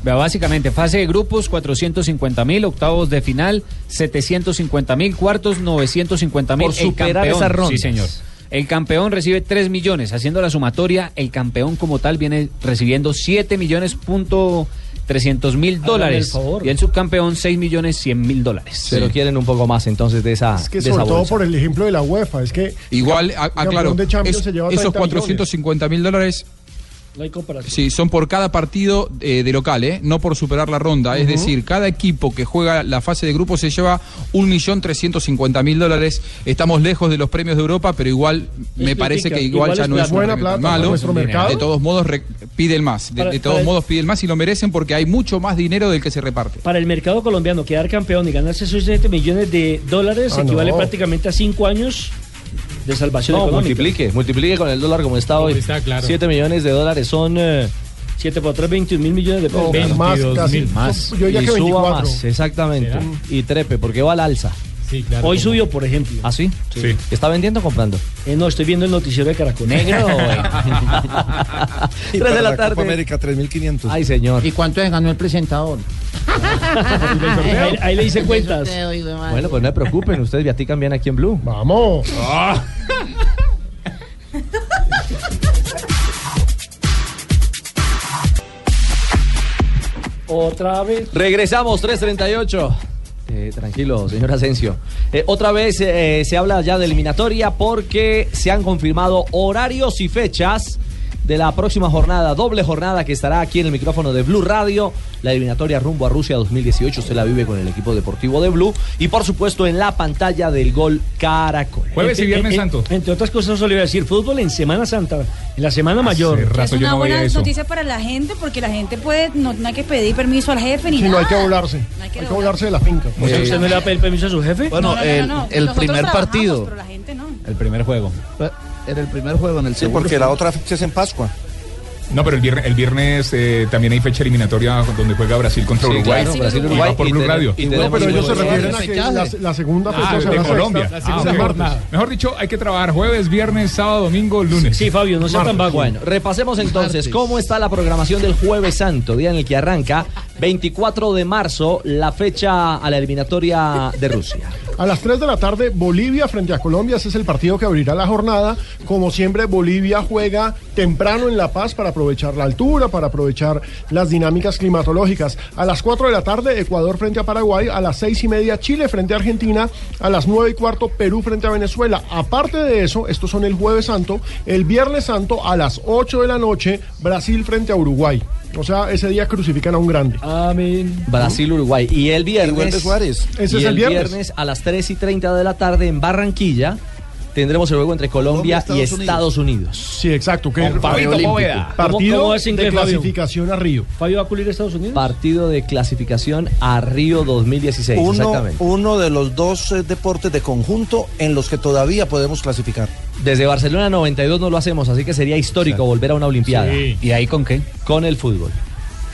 Speaker 23: Vea, Básicamente, fase de grupos 450 mil, octavos de final 750 mil, cuartos 950 mil.
Speaker 10: Por superar esas rondas.
Speaker 23: Sí, señor. El campeón recibe 3 millones. Haciendo la sumatoria, el campeón como tal viene recibiendo 7 millones punto 300 mil dólares. Y el subcampeón 6 millones 100 mil dólares.
Speaker 10: Pero quieren un poco más entonces de esa,
Speaker 7: Es que
Speaker 10: de
Speaker 7: sobre
Speaker 10: esa
Speaker 7: todo
Speaker 10: bolsa.
Speaker 7: por el ejemplo de la UEFA, es que
Speaker 12: Igual, a-
Speaker 7: campeón
Speaker 12: aclaro,
Speaker 7: de Champions
Speaker 12: es-
Speaker 7: se lleva
Speaker 12: esos
Speaker 7: 30 millones.
Speaker 12: 450 mil dólares
Speaker 23: No hay comparación.
Speaker 12: Sí, son por cada partido eh, de local, ¿eh? no por superar la ronda. Es
Speaker 23: Ujú.
Speaker 12: decir, cada equipo que juega la fase de grupo se lleva 1.350.000 dólares. Estamos lejos de los premios de Europa, pero igual me
Speaker 23: Es
Speaker 12: parece
Speaker 23: platica,
Speaker 12: que igual,
Speaker 23: igual
Speaker 12: ya
Speaker 23: es
Speaker 12: no es
Speaker 23: plata.
Speaker 12: un
Speaker 23: Buena
Speaker 12: premio tan
Speaker 23: plata para
Speaker 12: malo.
Speaker 23: nuestro mercado.
Speaker 12: De todos modos re- piden más. De,
Speaker 23: Para-
Speaker 12: de todos
Speaker 23: para el-
Speaker 12: modos piden más y lo merecen porque hay mucho más dinero del que se reparte.
Speaker 23: Para el mercado colombiano, quedar campeón y ganarse esos 7 millones de dólares
Speaker 12: Ah,
Speaker 23: equivale
Speaker 12: no.
Speaker 23: prácticamente a 5 años de salvación
Speaker 10: No,
Speaker 23: económica.
Speaker 10: multiplique, multiplique con el dólar como está hoy. 7 millones de dólares son eh,
Speaker 8: 7 por 3, 21 mil millones de pesos.
Speaker 10: No, claro. Más, 22 casi. mil.
Speaker 8: más.
Speaker 10: Y suba más, exactamente.
Speaker 8: ¿Será?
Speaker 10: Y trepe, porque va al alza.
Speaker 8: Sí, claro. Hoy subió, por ejemplo.
Speaker 10: ¿Ah, sí?
Speaker 8: Sí. Eh,
Speaker 10: ¿Está vendiendo o comprando?
Speaker 8: no, estoy viendo el noticiero de Caracol.
Speaker 10: Negro.
Speaker 20: Y
Speaker 10: Tres
Speaker 20: para
Speaker 10: de la
Speaker 20: Copa
Speaker 10: tarde.
Speaker 20: América 3.500.
Speaker 10: Ay, señor.
Speaker 2: ¿Y cuánto es? ganó el presentador?
Speaker 8: ahí, ahí le hice cuentas.
Speaker 10: Bueno, pues no se preocupen, ustedes viatican bien aquí en Blue.
Speaker 7: ¡Vamos!
Speaker 8: Ah.
Speaker 10: pues.
Speaker 8: Otra vez.
Speaker 10: Regresamos, 338. Eh, tranquilo, señor Asensio. Eh, otra vez eh, se habla ya de eliminatoria porque se han confirmado horarios y fechas de la próxima jornada, doble jornada que estará aquí en el micrófono de Blue Radio. La eliminatoria rumbo a Rusia 2018 se la vive con el equipo deportivo de Blue y por supuesto en la pantalla del gol Caracol.
Speaker 8: Entre- en- Entre otras cosas, solo iba a decir fútbol en Semana Santa, en la Semana Mayor.
Speaker 1: rato
Speaker 8: yo
Speaker 11: Una buena noticia para la gente porque la gente puede, no, no hay que pedir permiso al jefe ni
Speaker 7: Si no
Speaker 11: nada.
Speaker 7: hay que volarse. Hay que volarse de la finca.
Speaker 8: O sea, ¿usted no le va a pedir permiso a su jefe?
Speaker 9: Bueno, el, el primer partido.
Speaker 1: El primer juego.
Speaker 9: Era el primer juego en el
Speaker 20: Sí, porque la otra fecha es en Pascua.
Speaker 1: No, pero el viernes,
Speaker 12: el viernes eh, también hay fecha eliminatoria donde juega Brasil contra
Speaker 1: Sí,
Speaker 12: Uruguay.
Speaker 1: claro,
Speaker 12: Y va
Speaker 1: Brasil-Uruguay
Speaker 12: por
Speaker 1: y
Speaker 12: Blue
Speaker 1: te-
Speaker 12: Radio.
Speaker 1: y tenemos
Speaker 7: Pero ellos se refieren a que la, la segunda fecha
Speaker 12: Ah,
Speaker 7: o sea,
Speaker 12: de
Speaker 7: la
Speaker 12: Colombia.
Speaker 7: sexta,
Speaker 12: Ah,
Speaker 7: o sea,
Speaker 12: ok.
Speaker 7: martes.
Speaker 12: Mejor dicho, hay que trabajar jueves, viernes, sábado, domingo, lunes.
Speaker 8: Sí, Fabio, no sea tan vago.
Speaker 10: Bueno, repasemos entonces cómo está la programación del Jueves Santo, día en el que arranca 24 de marzo la fecha a la eliminatoria de Rusia.
Speaker 7: A las 3 de la tarde, Bolivia frente a Colombia. Ese es el partido que abrirá la jornada. Como siempre, Bolivia juega temprano en La Paz para aprovechar la altura, para aprovechar las dinámicas climatológicas. A las 4 de la tarde, Ecuador frente a Paraguay. A las 6 y media, Chile frente a Argentina. A las 9 y cuarto, Perú frente a Venezuela. Aparte de eso, estos son el Jueves Santo. El Viernes Santo, a las 8 de la noche, Brasil frente a Uruguay. O sea, ese día crucifican a un grande.
Speaker 8: Amén.
Speaker 10: Brasil-Uruguay. Y el viernes.
Speaker 7: Y vuelve Suárez.
Speaker 10: y
Speaker 7: Ese es el viernes.
Speaker 10: a las 3 y 30 de la tarde en Barranquilla tendremos el juego entre Colombia,
Speaker 7: Colombia,
Speaker 10: y
Speaker 7: Estados
Speaker 10: Estados Unidos.
Speaker 7: Sí, exacto. Que
Speaker 10: Con Fabito
Speaker 7: Olímpico.
Speaker 10: Poveda.
Speaker 7: Partido
Speaker 10: ¿Cómo- cómo hacen
Speaker 7: de
Speaker 10: que, Fabio?
Speaker 7: clasificación a Río.
Speaker 8: ¿Fabio va a culir a Estados Unidos?
Speaker 10: Partido de clasificación a Río 2016.
Speaker 20: Uno,
Speaker 10: exactamente.
Speaker 20: uno de los dos eh, deportes de conjunto en los que todavía podemos clasificar.
Speaker 10: Desde Barcelona 92 no lo hacemos, así que sería histórico volver a una Olimpiada. ¿Y ahí con qué? Con el fútbol.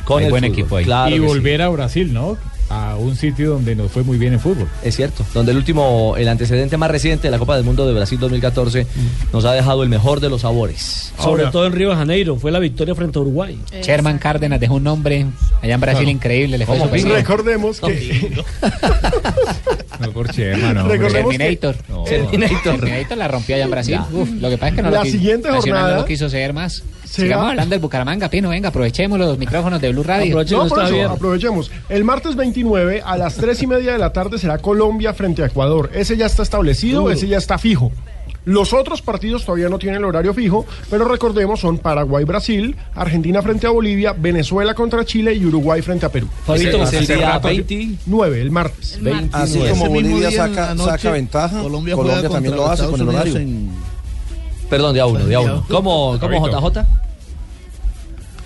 Speaker 10: Con
Speaker 13: Hay
Speaker 10: el
Speaker 13: buen
Speaker 10: fútbol,
Speaker 13: equipo ahí.
Speaker 10: claro
Speaker 13: y
Speaker 10: que sí.
Speaker 13: volver a Brasil, ¿no? A un sitio donde nos fue muy bien en fútbol.
Speaker 10: Es cierto, donde el último, el antecedente más reciente de la Copa del Mundo de Brasil 2014
Speaker 13: Mm.
Speaker 10: nos ha dejado el mejor de los sabores.
Speaker 8: Sobre todo en Río de Janeiro, fue la victoria frente a Uruguay.
Speaker 2: Sherman Cárdenas dejó un nombre allá en Brasil
Speaker 8: Claro.
Speaker 2: increíble. Le fue
Speaker 8: Como
Speaker 2: súper
Speaker 8: Pingo.
Speaker 2: bien.
Speaker 7: Recordemos que.
Speaker 12: No, por Chema, no, hombre.
Speaker 2: Terminator.
Speaker 12: No.
Speaker 2: Terminator. la rompió allá en Brasil.
Speaker 7: Ya.
Speaker 2: Uf, lo que pasa es que no
Speaker 7: La
Speaker 2: lo quiso,
Speaker 7: siguiente
Speaker 2: Nacional
Speaker 7: jornada
Speaker 2: no lo quiso ceder más.
Speaker 7: será-
Speaker 2: Sigamos hablando del Bucaramanga, Pino. Venga, aprovechemos los micrófonos de Blue Radio.
Speaker 7: No, por eso, aprovechemos. El martes 29 a las 3 y media de la tarde será Colombia frente a Ecuador. Ese ya está establecido,
Speaker 2: Duro.
Speaker 7: ese ya está fijo. Los otros partidos todavía no tienen el horario fijo, pero recordemos son Paraguay-Brasil, Argentina frente a Bolivia, Venezuela contra Chile y Uruguay frente a Perú.
Speaker 10: Fabito, Es el- es el día
Speaker 7: 29, el martes.
Speaker 20: Así como Bolivia saca, saca ventaja, Colombia, también lo hace con el horario.
Speaker 10: Perdón, de a uno, de a uno. ¿Cómo, cómo JJ?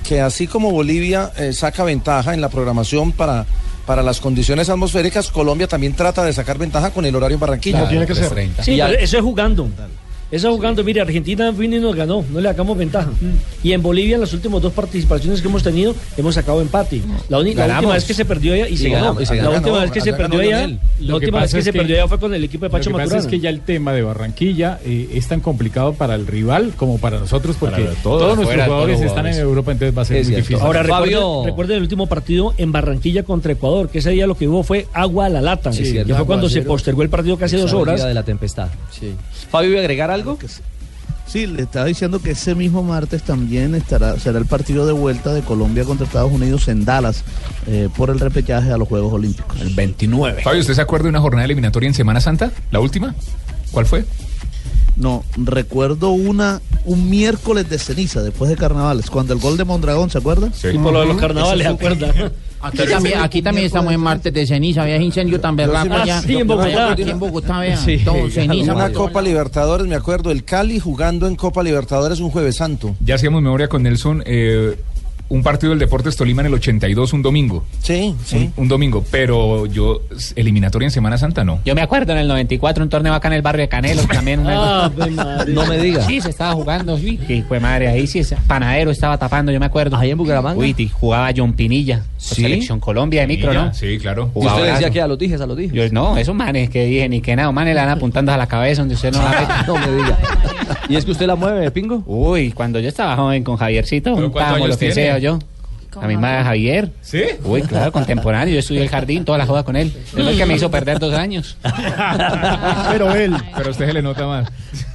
Speaker 20: que así como Bolivia eh, saca ventaja en la programación para, para las condiciones atmosféricas, Colombia también trata de sacar ventaja con el horario en Barranquilla.
Speaker 8: Sí, pero eso es jugando. Eso es jugando. Mire, Argentina vino y nos ganó. No le sacamos ventaja. Y en Bolivia, en las últimas dos participaciones que hemos tenido, hemos sacado empate. La, uni- la
Speaker 10: Ganamos.
Speaker 8: última vez que se perdió ella y, se
Speaker 10: Y
Speaker 8: ganó.
Speaker 10: ganamos, y se
Speaker 8: la
Speaker 10: ganó.
Speaker 8: última vez que
Speaker 13: Ganó,
Speaker 8: se
Speaker 13: ganó
Speaker 8: perdió ella,
Speaker 13: Lionel. Lo
Speaker 8: la
Speaker 13: que
Speaker 8: última
Speaker 13: pasa
Speaker 8: vez que
Speaker 13: es
Speaker 8: se
Speaker 13: que-
Speaker 8: perdió ella fue con el equipo de Pacho
Speaker 13: Lo que pasa
Speaker 8: Maturana.
Speaker 13: es que ya el tema de Barranquilla eh, es tan complicado para el rival como para nosotros porque
Speaker 8: Para
Speaker 13: todos,
Speaker 8: todos,
Speaker 13: nuestros
Speaker 8: afuera, todos
Speaker 13: jugadores
Speaker 8: los
Speaker 13: están en
Speaker 8: jugadores.
Speaker 13: Europa, entonces va a ser muy difícil.
Speaker 8: Ahora recuerden, recuerden el último partido en Barranquilla contra Ecuador, que ese día lo que hubo fue agua a la lata.
Speaker 10: Sí,
Speaker 8: que
Speaker 10: cierto.
Speaker 8: fue cuando se
Speaker 10: Aguacero.
Speaker 8: postergó el partido casi dos
Speaker 10: Esa
Speaker 8: horas.
Speaker 10: venida de la tempestad. Fabio, ¿voy a agregar algo?
Speaker 9: Sí, le estaba diciendo que ese mismo martes también estará será el partido de vuelta de Colombia contra Estados Unidos en Dallas eh, por el repechaje a los Juegos Olímpicos. El
Speaker 12: 29. Fabio, ¿usted se acuerda de una jornada eliminatoria en Semana Santa? ¿La última? ¿Cuál fue?
Speaker 9: No, recuerdo una un miércoles de ceniza después de carnavales, cuando el gol de Mondragón, ¿se acuerda?
Speaker 12: Sí.
Speaker 8: Por lo de los carnavales, ¿se acuerda?
Speaker 2: Aquí también, aquí también estamos en martes de ceniza. Había incendio tan berraco
Speaker 20: Ah,
Speaker 2: allá.
Speaker 20: sí, en Bogotá.
Speaker 2: Allá, aquí en Bogotá, vean.
Speaker 20: Sí.
Speaker 5: Eh,
Speaker 2: todo ceniza.
Speaker 20: Una Copa Libertadores, me acuerdo, el Cali jugando en Copa Libertadores un jueves santo.
Speaker 12: Ya hacíamos memoria con Nelson. eh,
Speaker 1: un partido del Deportes Tolima en el 82, un domingo.
Speaker 20: Sí,
Speaker 1: sí. Un, un domingo, pero yo, s- eliminatoria en Semana Santa, no.
Speaker 23: Yo me acuerdo en el 94 un torneo acá en el barrio de Canelo también. una-
Speaker 8: Ah,
Speaker 10: Ave María. No me diga.
Speaker 23: Sí, se estaba jugando. Sí, que fue madre. Ahí sí, ese panadero estaba tapando, yo me acuerdo. Ahí en Bucaramanga. Uy, y jugaba John Pinilla. con
Speaker 10: Sí.
Speaker 23: Selección Colombia de micro,
Speaker 10: Pinilla,
Speaker 23: ¿no?
Speaker 1: Sí, claro.
Speaker 10: Y usted decía
Speaker 23: que
Speaker 10: a los dije, a los dije.
Speaker 23: Yo, no, esos manes que dije, ni que nada, manes le van apuntando a la cabeza donde usted no la ve. no me diga. ¿Y es que usted la mueve, pingo? Uy, cuando yo estaba joven con Javiercito, juntábamos
Speaker 13: años
Speaker 23: los que
Speaker 13: tiene?
Speaker 23: sea yo. La misma de Javier. ¿Sí? Uy, claro, contemporáneo. Yo estudié el jardín, toda la joda con él. Es el que me hizo perder dos años.
Speaker 1: Pero él. Pero a usted se le nota más.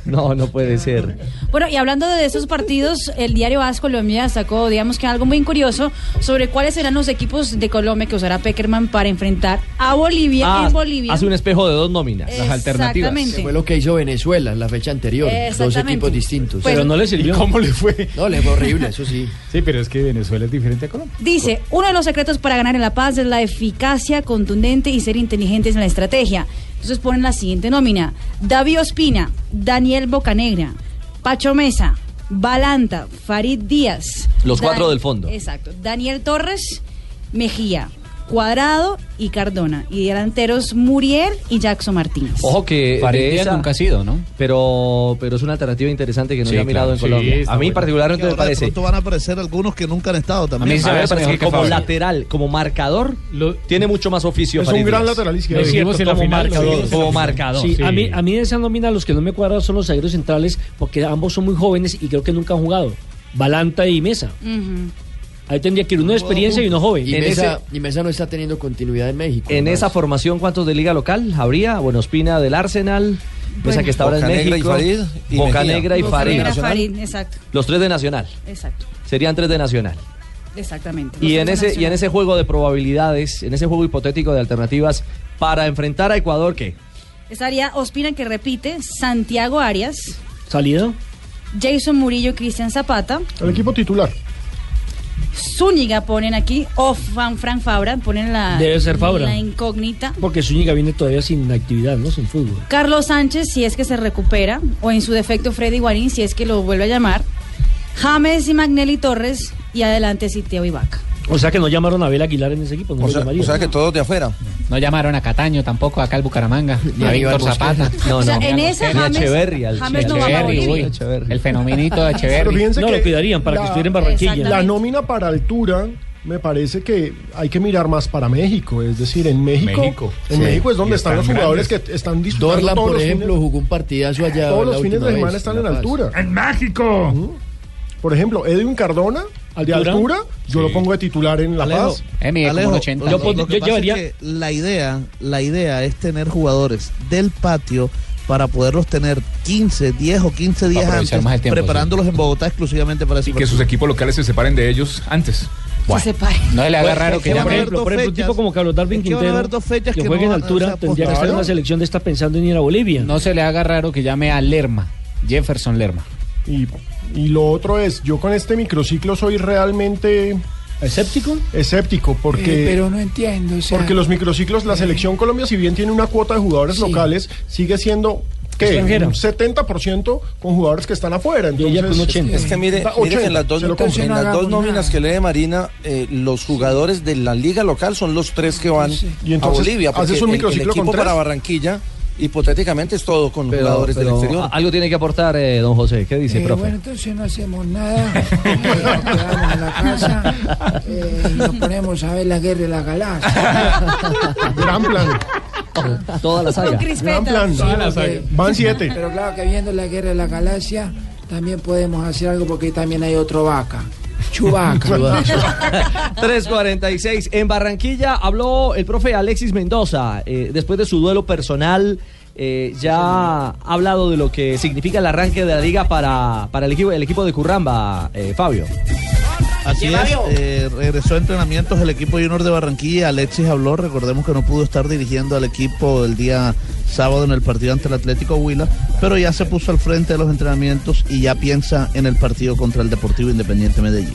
Speaker 10: No, no puede ser.
Speaker 11: Bueno, y hablando de esos partidos, el diario AS Colombia sacó, digamos que algo muy curioso sobre cuáles serán los equipos de Colombia que usará Peckerman para enfrentar a Bolivia
Speaker 10: Ah,
Speaker 11: en Bolivia.
Speaker 10: Hace un espejo de dos nóminas.
Speaker 11: Las alternativas. Exactamente.
Speaker 4: Que fue lo que hizo Venezuela en la fecha anterior. Dos
Speaker 11: Exactamente. Pues,
Speaker 4: equipos distintos.
Speaker 11: Pero Pero no
Speaker 4: le
Speaker 13: sirvió.
Speaker 4: ¿Cómo le fue? No, le fue horrible, eso sí.
Speaker 13: Sí, pero es que Venezuela es diferente a Colombia.
Speaker 11: Dice, uno de los secretos para ganar en La Paz es la eficacia contundente y ser inteligentes en la estrategia. Entonces ponen la siguiente nómina. David Ospina, Daniel Bocanegra, Pacho Mesa, Balanta, Farid Díaz.
Speaker 10: Los
Speaker 11: Dan-
Speaker 10: cuatro del fondo.
Speaker 11: Exacto. Daniel Torres, Mejía, Cuadrado y Cardona. Y delanteros Muriel y Jackson Martínez.
Speaker 10: Ojo que
Speaker 23: Farid
Speaker 10: de
Speaker 23: Díaz
Speaker 10: esa,
Speaker 23: nunca ha sido, ¿no?
Speaker 10: Pero, pero es una alternativa interesante que no
Speaker 23: Sí,
Speaker 10: se ha
Speaker 23: claro.
Speaker 10: mirado en
Speaker 23: Sí,
Speaker 10: Colombia.
Speaker 23: está
Speaker 10: a mí
Speaker 23: bueno.
Speaker 10: particularmente
Speaker 9: Ahora
Speaker 10: me
Speaker 9: de
Speaker 10: parece.
Speaker 9: pronto van a aparecer algunos que nunca han estado
Speaker 10: A
Speaker 9: también.
Speaker 10: mí sí me parece que como lateral, como marcador, tiene mucho más oficio.
Speaker 9: Es un
Speaker 10: Farid
Speaker 9: gran
Speaker 10: Díaz.
Speaker 9: lateral
Speaker 8: izquierdo. Lo dijimos en la
Speaker 10: como
Speaker 8: final, lo
Speaker 10: marcador.
Speaker 8: dijimos en la
Speaker 10: Como
Speaker 8: final.
Speaker 10: marcador.
Speaker 8: Sí, A, mí,
Speaker 10: Sí.
Speaker 8: a mí de esa nómina los que no me cuadran son los zagueros centrales porque ambos son muy jóvenes y creo que nunca han jugado. Balanta y Mesa. Ahí tendría que ir uno de experiencia y uno joven.
Speaker 4: Y Mesa, y Mesa no está teniendo continuidad en México.
Speaker 10: En esa formación, ¿cuántos de liga local habría? Bueno, Ospina del Arsenal, esa que está ahora en
Speaker 20: Bocanegra y
Speaker 10: México.
Speaker 20: Farid y
Speaker 10: Boca
Speaker 20: Mejía.
Speaker 10: Negra y Farid.
Speaker 11: Bocanegra, Farid, exacto,
Speaker 10: Los tres de Nacional.
Speaker 11: exacto,
Speaker 10: Serían tres de Nacional.
Speaker 11: exactamente.
Speaker 10: Y en,
Speaker 11: Los
Speaker 10: ese, y en
Speaker 11: internacionales.
Speaker 10: ese juego de probabilidades, en ese juego hipotético de alternativas para enfrentar a Ecuador, ¿qué?
Speaker 11: Estaría Ospina que repite, Santiago Arias,
Speaker 8: ¿Salido?
Speaker 11: Jason Murillo, Cristian Zapata.
Speaker 7: El equipo titular.
Speaker 11: Zúñiga ponen aquí, o Fran, Fran Fabra, ponen la,
Speaker 8: Debe ser Fabra.
Speaker 11: la incógnita.
Speaker 8: Porque Zúñiga viene todavía sin actividad, ¿no? Sin fútbol.
Speaker 11: Carlos Sánchez, si es que se recupera, o en su defecto Freddy Guarín, si es que lo vuelve a llamar. James y Magnelli Torres, y adelante Siteo Ibaka.
Speaker 8: O sea que no llamaron a Abel Aguilar en ese equipo. No
Speaker 20: O
Speaker 8: lo
Speaker 20: sea,
Speaker 8: llamarían.
Speaker 20: o sea que todos de afuera.
Speaker 23: No llamaron a Cataño tampoco, acá al Bucaramanga, ni a Víctor Zapata.
Speaker 20: No,
Speaker 11: O sea,
Speaker 20: no.
Speaker 11: en esa
Speaker 20: Ni a
Speaker 11: James,
Speaker 20: Echeverri, al
Speaker 11: James no va a
Speaker 23: Echeverri,
Speaker 11: morir.
Speaker 23: uy, el fenomenito de
Speaker 7: Pero
Speaker 23: Echeverri.
Speaker 7: fíjense que la- La
Speaker 11: Exactamente.
Speaker 7: nómina para altura me parece que hay que mirar más para México, es decir, en México,
Speaker 4: México.
Speaker 7: en
Speaker 4: Sí.
Speaker 7: México es donde
Speaker 4: Y
Speaker 7: están,
Speaker 4: están
Speaker 7: los jugadores
Speaker 4: grandes.
Speaker 7: que están disputando
Speaker 4: Dorlan,
Speaker 7: todos
Speaker 4: por
Speaker 7: los
Speaker 4: ejemplo, jugó un partidazo allá.
Speaker 7: Todos
Speaker 4: la
Speaker 7: los fines
Speaker 4: última
Speaker 7: de
Speaker 4: vez,
Speaker 7: semana están en
Speaker 4: La Paz.
Speaker 7: altura. ¡En México! Por ejemplo, Edwin Cardona, de
Speaker 4: ¿Altura?
Speaker 7: altura, yo lo pongo de titular en La
Speaker 9: Alejo,
Speaker 7: Paz.
Speaker 9: Alejo, Lo, lo que pasa es que la idea, la idea es tener jugadores del patio para poderlos tener 15, 10 o 15 días
Speaker 1: aprovechar
Speaker 9: antes,
Speaker 1: más el tiempo,
Speaker 9: preparándolos en Bogotá exclusivamente para ese
Speaker 1: Y que sus
Speaker 9: partido.
Speaker 1: equipos locales se separen de ellos antes.
Speaker 23: No le haga
Speaker 9: Pues,
Speaker 23: raro que
Speaker 9: es
Speaker 23: llame.
Speaker 8: Por ejemplo, por ejemplo, un tipo como Carlos Darwin
Speaker 9: es que van a
Speaker 8: Quintero,
Speaker 9: haber dos fechas
Speaker 8: que
Speaker 9: que
Speaker 8: juegue
Speaker 9: no van
Speaker 8: en
Speaker 9: a-
Speaker 8: altura,
Speaker 9: o sea,
Speaker 8: tendría que
Speaker 9: claro.
Speaker 8: estar en una selección de estar pensando en ir a Bolivia.
Speaker 23: No se le haga raro que llame a Lerma, Jefferson Lerma.
Speaker 7: Y, y lo otro es, yo con este microciclo soy realmente...
Speaker 8: ¿Escéptico?
Speaker 7: Escéptico, porque...
Speaker 5: Eh, pero no entiendo. o sea, eh.
Speaker 7: Porque los microciclos, la selección Colombia, si bien tiene una cuota de jugadores locales, sigue siendo ¿qué?
Speaker 20: Extranjera.
Speaker 7: un 70% con jugadores que están afuera. Entonces,
Speaker 20: Pues, Es que mire,
Speaker 7: Está
Speaker 20: mire que
Speaker 7: 80,
Speaker 20: en las dos,
Speaker 7: se lo
Speaker 20: en
Speaker 7: compro.
Speaker 20: las dos nóminas que lee Marina, eh, los jugadores de la liga local son los tres que van
Speaker 7: Y entonces,
Speaker 20: a Bolivia. porque
Speaker 7: haces un
Speaker 20: el- el,
Speaker 7: microciclo con
Speaker 20: equipo
Speaker 7: tres.
Speaker 20: para Barranquilla, hipotéticamente es todo con
Speaker 10: Pero-
Speaker 20: jugadores
Speaker 10: pero
Speaker 20: del exterior.
Speaker 10: Algo tiene que aportar eh, don José. ¿Qué dice,
Speaker 5: eh,
Speaker 10: profe?
Speaker 5: bueno, entonces no hacemos nada. eh, nos quedamos en la casa eh, y nos ponemos a ver la guerra de las galaxias.
Speaker 7: Ah, Gran plan.
Speaker 10: Toda la saga.
Speaker 7: Gran plan. Van siete.
Speaker 5: Pero claro que viendo la guerra de las galaxias también podemos hacer algo porque también hay otro vaca. Chubaca.
Speaker 10: 346. En Barranquilla habló el profe Alexis Mendoza. eh, después de su duelo personal, eh, ya ha hablado de lo que significa el arranque de la liga para, para el, equipo, el equipo de Curramba, eh, Fabio.
Speaker 9: Así es, eh, regresó a entrenamientos el equipo Junior de Barranquilla. Alexis habló, recordemos que no pudo estar dirigiendo al equipo el día sábado en el partido ante el Atlético Huila, pero ya se puso al frente de los entrenamientos y ya piensa en el partido contra el Deportivo Independiente Medellín.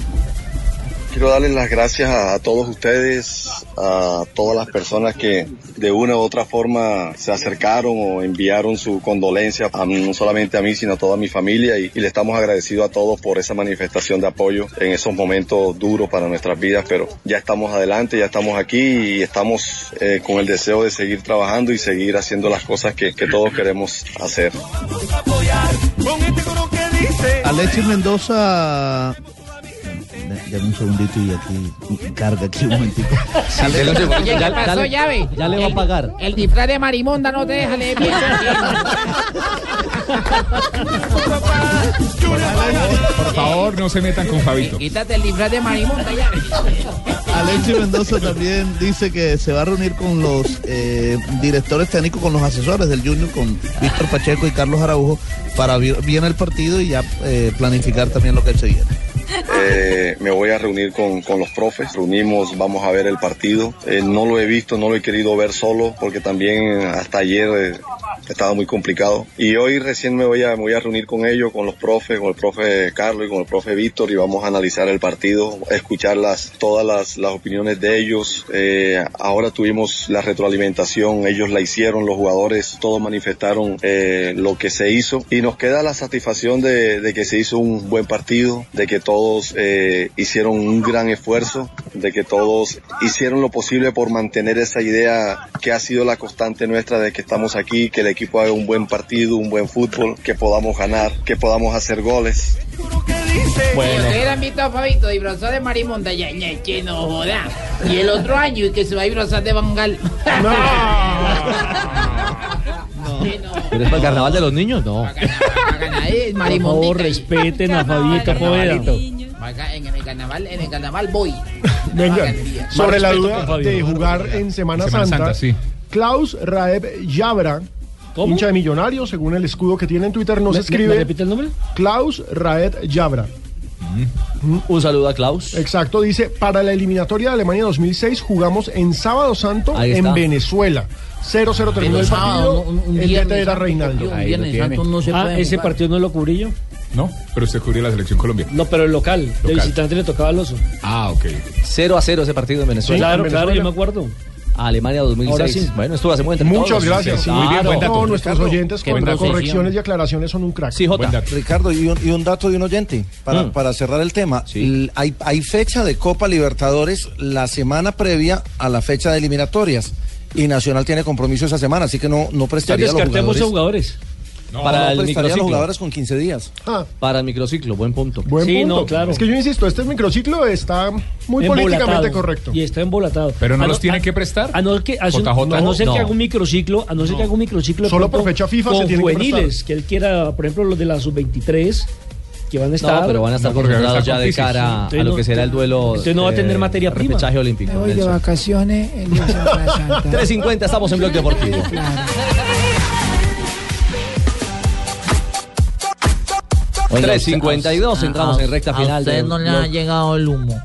Speaker 30: Quiero darles las gracias a, a todos ustedes, a todas las personas que de una u otra forma se acercaron o enviaron su condolencia, a mí, no solamente a mí, sino a toda mi familia y, y le estamos agradecidos a todos por esa manifestación de apoyo en esos momentos duros para nuestras vidas, pero ya estamos adelante, ya estamos aquí y estamos eh, con el deseo de seguir trabajando y seguir haciendo las cosas que, que todos queremos hacer.
Speaker 9: Alexis Mendoza. Da- Dame un segundito y aquí carga aquí un momentico.
Speaker 2: Oye, ¿qué pasó, llave? El- El disfraz de marimonda no te deja leer bien.
Speaker 1: Por favor, no se metan con Fabito.
Speaker 2: Quítate el disfraz de marimonda, llave.
Speaker 9: Alexis Mendoza también dice que se va a reunir con los eh, directores técnicos, con los asesores del Junior, con Víctor Pacheco y Carlos Araujo, para ver bien el partido y ya eh, planificar también lo que se viene.
Speaker 30: Eh, me voy a reunir con, con los profes, reunimos, vamos a ver el partido. Eh, no lo he visto, no lo he querido ver solo porque también hasta ayer eh, estaba muy complicado. Y hoy recién me voy a, me voy a reunir con ellos, con los profes, con el profe Carlos y con el profe Víctor y vamos a analizar el partido, escuchar las, todas las, las opiniones de ellos. Eh, ahora tuvimos la retroalimentación, ellos la hicieron, los jugadores, todos manifestaron eh, lo que se hizo y nos queda la satisfacción de, de que se hizo un buen partido, de que todos eh, hicieron un gran esfuerzo, de que todos hicieron lo posible por mantener esa idea que ha sido la constante nuestra de que estamos aquí, que el equipo haga un buen partido, un buen fútbol, que podamos ganar, que podamos hacer goles.
Speaker 2: Ustedes han visto a Fabito disfrazado de marimonda, ya, ya, que no joda. Y el otro año y que se va a disfrazar de bangal.
Speaker 10: ¿Pero es para el carnaval de los niños? No.
Speaker 2: Ahí es
Speaker 8: Por
Speaker 2: marimonda.
Speaker 8: favor, respeten a Fabito Poveda.
Speaker 2: Carnavalito. Acá En el carnaval, en el carnaval voy.
Speaker 7: Venga, sobre la
Speaker 8: respeto
Speaker 7: duda
Speaker 8: con Fabio.
Speaker 7: de jugar en Semana,
Speaker 1: Semana
Speaker 7: Santa,
Speaker 1: Santa, sí.
Speaker 7: Klaus Raeb Yabra, hincha de millonario, según el escudo que tiene en Twitter, nos
Speaker 8: ¿Me- me-
Speaker 7: escribe.
Speaker 8: me repite el nombre?
Speaker 7: Klaus Raeb Yabra.
Speaker 10: Un saludo a Klaus.
Speaker 7: Exacto, dice, para la eliminatoria de Alemania 2006 jugamos en Sábado Santo
Speaker 10: Ahí está.
Speaker 7: en Venezuela. 0-0 terminó
Speaker 8: Pero
Speaker 7: el
Speaker 8: sábado,
Speaker 7: partido,
Speaker 8: un- un
Speaker 7: el
Speaker 8: viernes
Speaker 7: DT era
Speaker 8: santo,
Speaker 7: Reinaldo.
Speaker 8: tío, un Ahí lo viernes tiene. santo no se Ah, puede ese jugar. partido no lo cubrí yo.
Speaker 1: No, pero usted cubrió la selección colombiana.
Speaker 8: No, pero el local, de visitante le tocaba al oso.
Speaker 1: Ah, ok.
Speaker 10: 0 a 0 ese partido en Venezuela.
Speaker 8: claro, claro, yo me acuerdo.
Speaker 10: Alemania 2006.
Speaker 8: Ahora sí.
Speaker 10: Bueno, estuvo hace muy entre
Speaker 7: Muchas
Speaker 10: todos.
Speaker 7: gracias.
Speaker 10: Claro.
Speaker 7: Muy bien, buen dato. Todos nuestros oyentes
Speaker 10: Qué
Speaker 7: con
Speaker 10: buen dato.
Speaker 7: correcciones y aclaraciones son un crack.
Speaker 10: Sí, Jota. Buen dato.
Speaker 20: Ricardo, y un, y un dato de un oyente para, para cerrar el tema. L- Hay, hay fecha de Copa Libertadores la semana previa a la fecha de eliminatorias. Y Nacional tiene compromiso esa semana, así que no,
Speaker 10: pues,
Speaker 20: no
Speaker 8: Ya
Speaker 20: prestaría a los
Speaker 8: descartemos
Speaker 20: jugadores.
Speaker 8: a jugadores. Ah.
Speaker 20: No, no prestaría a los jugadores con 15 días.
Speaker 10: Para el microciclo, buen punto.
Speaker 7: Buen punto. Es que yo insisto, este microciclo está muy políticamente
Speaker 8: Embolatado.
Speaker 7: correcto.
Speaker 8: Y está embolatado.
Speaker 7: Pero no
Speaker 8: A
Speaker 7: los tiene
Speaker 8: a-
Speaker 7: que prestar.
Speaker 8: A Ah, no, que, a, su-
Speaker 7: JJ.
Speaker 8: a no ser
Speaker 7: No.
Speaker 8: que haga un microciclo, a no ser que haga un microciclo. de
Speaker 7: Solo por
Speaker 8: pronto
Speaker 7: fecha FIFA
Speaker 8: con
Speaker 7: se tiene que prestar.
Speaker 8: juveniles, que él quiera, por ejemplo, los de la sub-23, que van a estar.
Speaker 10: No, pero van a estar
Speaker 8: porque van
Speaker 10: concentrados
Speaker 8: estar
Speaker 10: ya
Speaker 8: con
Speaker 10: de
Speaker 8: crisis.
Speaker 10: cara a
Speaker 8: Entonces
Speaker 10: lo
Speaker 8: no-
Speaker 10: que será el duelo.
Speaker 8: Entonces no va a tener materia prima.
Speaker 10: Repechaje olímpico.
Speaker 26: Me voy de
Speaker 10: Nelson.
Speaker 26: vacaciones en la Semana Santa.
Speaker 10: 3.50, estamos en Bloque Deportivo.
Speaker 5: Oiga,
Speaker 10: 3.52,
Speaker 5: usted- a-
Speaker 10: entramos
Speaker 5: a-
Speaker 10: en recta
Speaker 5: Ah, a
Speaker 10: final.
Speaker 5: ustedes
Speaker 10: del
Speaker 5: no le ha
Speaker 10: bloque.
Speaker 5: llegado el humo.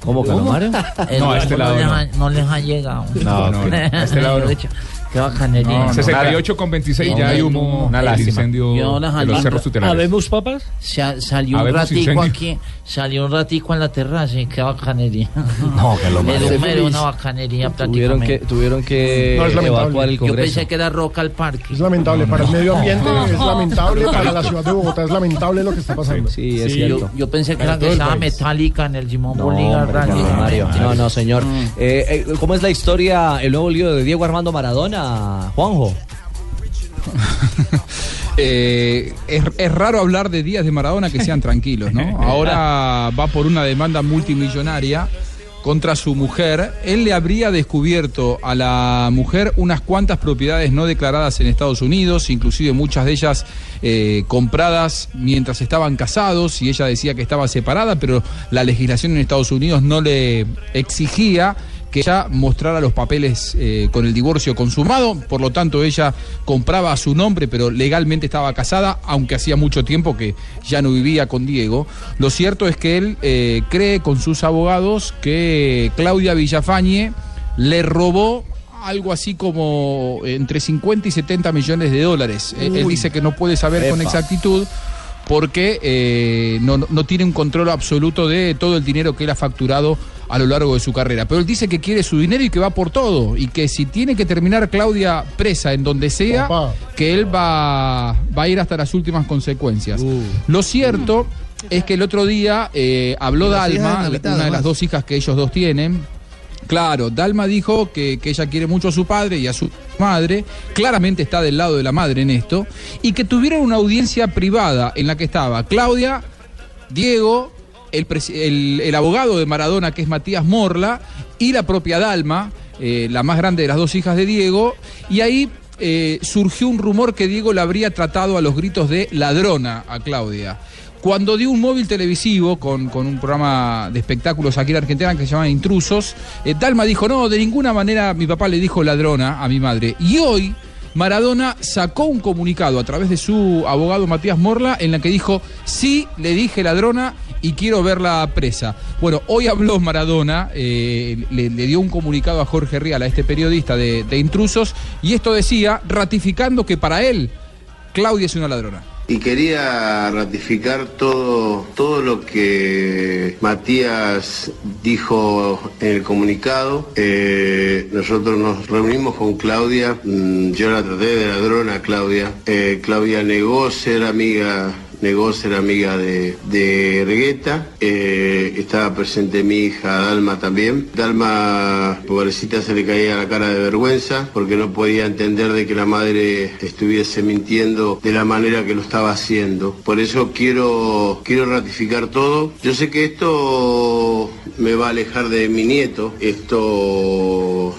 Speaker 10: ¿Cómo, Calamares?
Speaker 5: El
Speaker 10: No, a
Speaker 5: humo
Speaker 10: este
Speaker 5: no
Speaker 10: lado
Speaker 5: les,
Speaker 10: no.
Speaker 5: ha, no les ha llegado.
Speaker 10: No, no,
Speaker 1: a este lado no.
Speaker 5: De hecho, Qué bacanería.
Speaker 1: No, no, 68 con 26 ya hay humo.
Speaker 5: Una
Speaker 1: el
Speaker 5: lástima.
Speaker 1: incendio
Speaker 5: Y ahora
Speaker 1: de los
Speaker 5: Jalín-
Speaker 1: cerros tutelares.
Speaker 8: ¿Habemos papas?
Speaker 5: Sa- salió un
Speaker 1: Habemos
Speaker 5: ratico
Speaker 1: incendio.
Speaker 5: aquí, salió un ratico en la terraza y qué bacanería. No,
Speaker 10: que lo
Speaker 5: El
Speaker 10: malo.
Speaker 5: humo era una bacanería
Speaker 10: Tuvieron que,
Speaker 5: prácticamente.
Speaker 10: tuvieron que
Speaker 5: No, es lamentable.
Speaker 10: evacuar el
Speaker 5: Yo
Speaker 10: Congreso.
Speaker 5: pensé que era roca al parque.
Speaker 7: Es lamentable para el medio ambiente,
Speaker 5: No.
Speaker 7: es lamentable para la ciudad de Bogotá, es lamentable lo que está pasando.
Speaker 10: Sí, es
Speaker 5: Sí,
Speaker 10: cierto.
Speaker 5: yo, yo pensé que
Speaker 10: Para
Speaker 5: era que
Speaker 10: todo el
Speaker 5: estaba
Speaker 10: país.
Speaker 5: metálica en el Simón
Speaker 10: No,
Speaker 5: Bolívar.
Speaker 10: hombre, no,
Speaker 5: realmente.
Speaker 10: Mario, no, no, señor.
Speaker 5: Mm.
Speaker 10: Eh, eh, ¿Cómo es la historia, el nuevo lío de Diego Armando Maradona, Juanjo?
Speaker 12: Eh, es, es raro hablar de días de Maradona que sean tranquilos, ¿no? Ahora va por una demanda multimillonaria contra su mujer. Él le habría descubierto a la mujer unas cuantas propiedades no declaradas en Estados Unidos, inclusive muchas de ellas eh, compradas mientras estaban casados y ella decía que estaba separada, pero la legislación en Estados Unidos no le exigía que ella mostrara los papeles eh, con el divorcio consumado, por lo tanto ella compraba a su nombre, pero legalmente estaba casada, aunque hacía mucho tiempo que ya no vivía con Diego. Lo cierto es que él eh, cree con sus abogados que Claudia Villafañe le robó algo así como entre 50 y 70 millones de dólares. Eh, Él
Speaker 1: Uy.
Speaker 12: dice que no puede saber con
Speaker 1: Epa.
Speaker 12: exactitud porque eh, no, no tiene un control absoluto de todo el dinero que él ha facturado a lo largo de su carrera. Pero él dice que quiere su dinero y que va por todo. Y que si tiene que terminar Claudia presa en donde sea,
Speaker 16: Papá.
Speaker 12: que él va, va a ir hasta las últimas consecuencias. Lo cierto es que el otro día eh, habló
Speaker 27: Y las hijas
Speaker 12: Dalma,
Speaker 27: inhabitadas,
Speaker 12: una de las
Speaker 27: además.
Speaker 12: dos hijas que ellos dos tienen. Claro, Dalma dijo que, que ella quiere mucho a su padre y a su madre, claramente está del lado de la madre en esto, y que tuvieron una audiencia privada en la que estaba Claudia, Diego, el, presi- el- el abogado de Maradona, que es Matías Morla, y la propia Dalma, eh, la más grande de las dos hijas de Diego, y ahí eh, surgió un rumor que Diego la habría tratado a los gritos de ladrona a Claudia. Cuando dio un móvil televisivo con, con un programa de espectáculos aquí en Argentina que se llama Intrusos, eh, Dalma dijo, no, de ninguna manera mi papá le dijo ladrona a mi madre. Y hoy Maradona sacó un comunicado a través de su abogado Matías Morla en la que dijo, sí, le dije ladrona y quiero verla presa. Bueno, hoy habló Maradona, eh, le, le dio un comunicado a Jorge Rial, a este periodista de, de intrusos, y esto decía, ratificando que para él Claudia es una ladrona.
Speaker 19: Y quería ratificar todo, todo lo que Matías dijo en el comunicado. Eh, nosotros nos reunimos con Claudia, mm, yo la traté de ladrona a Claudia. Eh, Claudia negó ser amiga negó ser amiga de, de Regueta, Eh, estaba presente mi hija Dalma también. Dalma, pobrecita, se le caía la cara de vergüenza porque no podía entender de que la madre estuviese mintiendo de la manera que lo estaba haciendo. Por eso quiero, quiero ratificar todo. Yo sé que esto me va a alejar de mi nieto. Esto,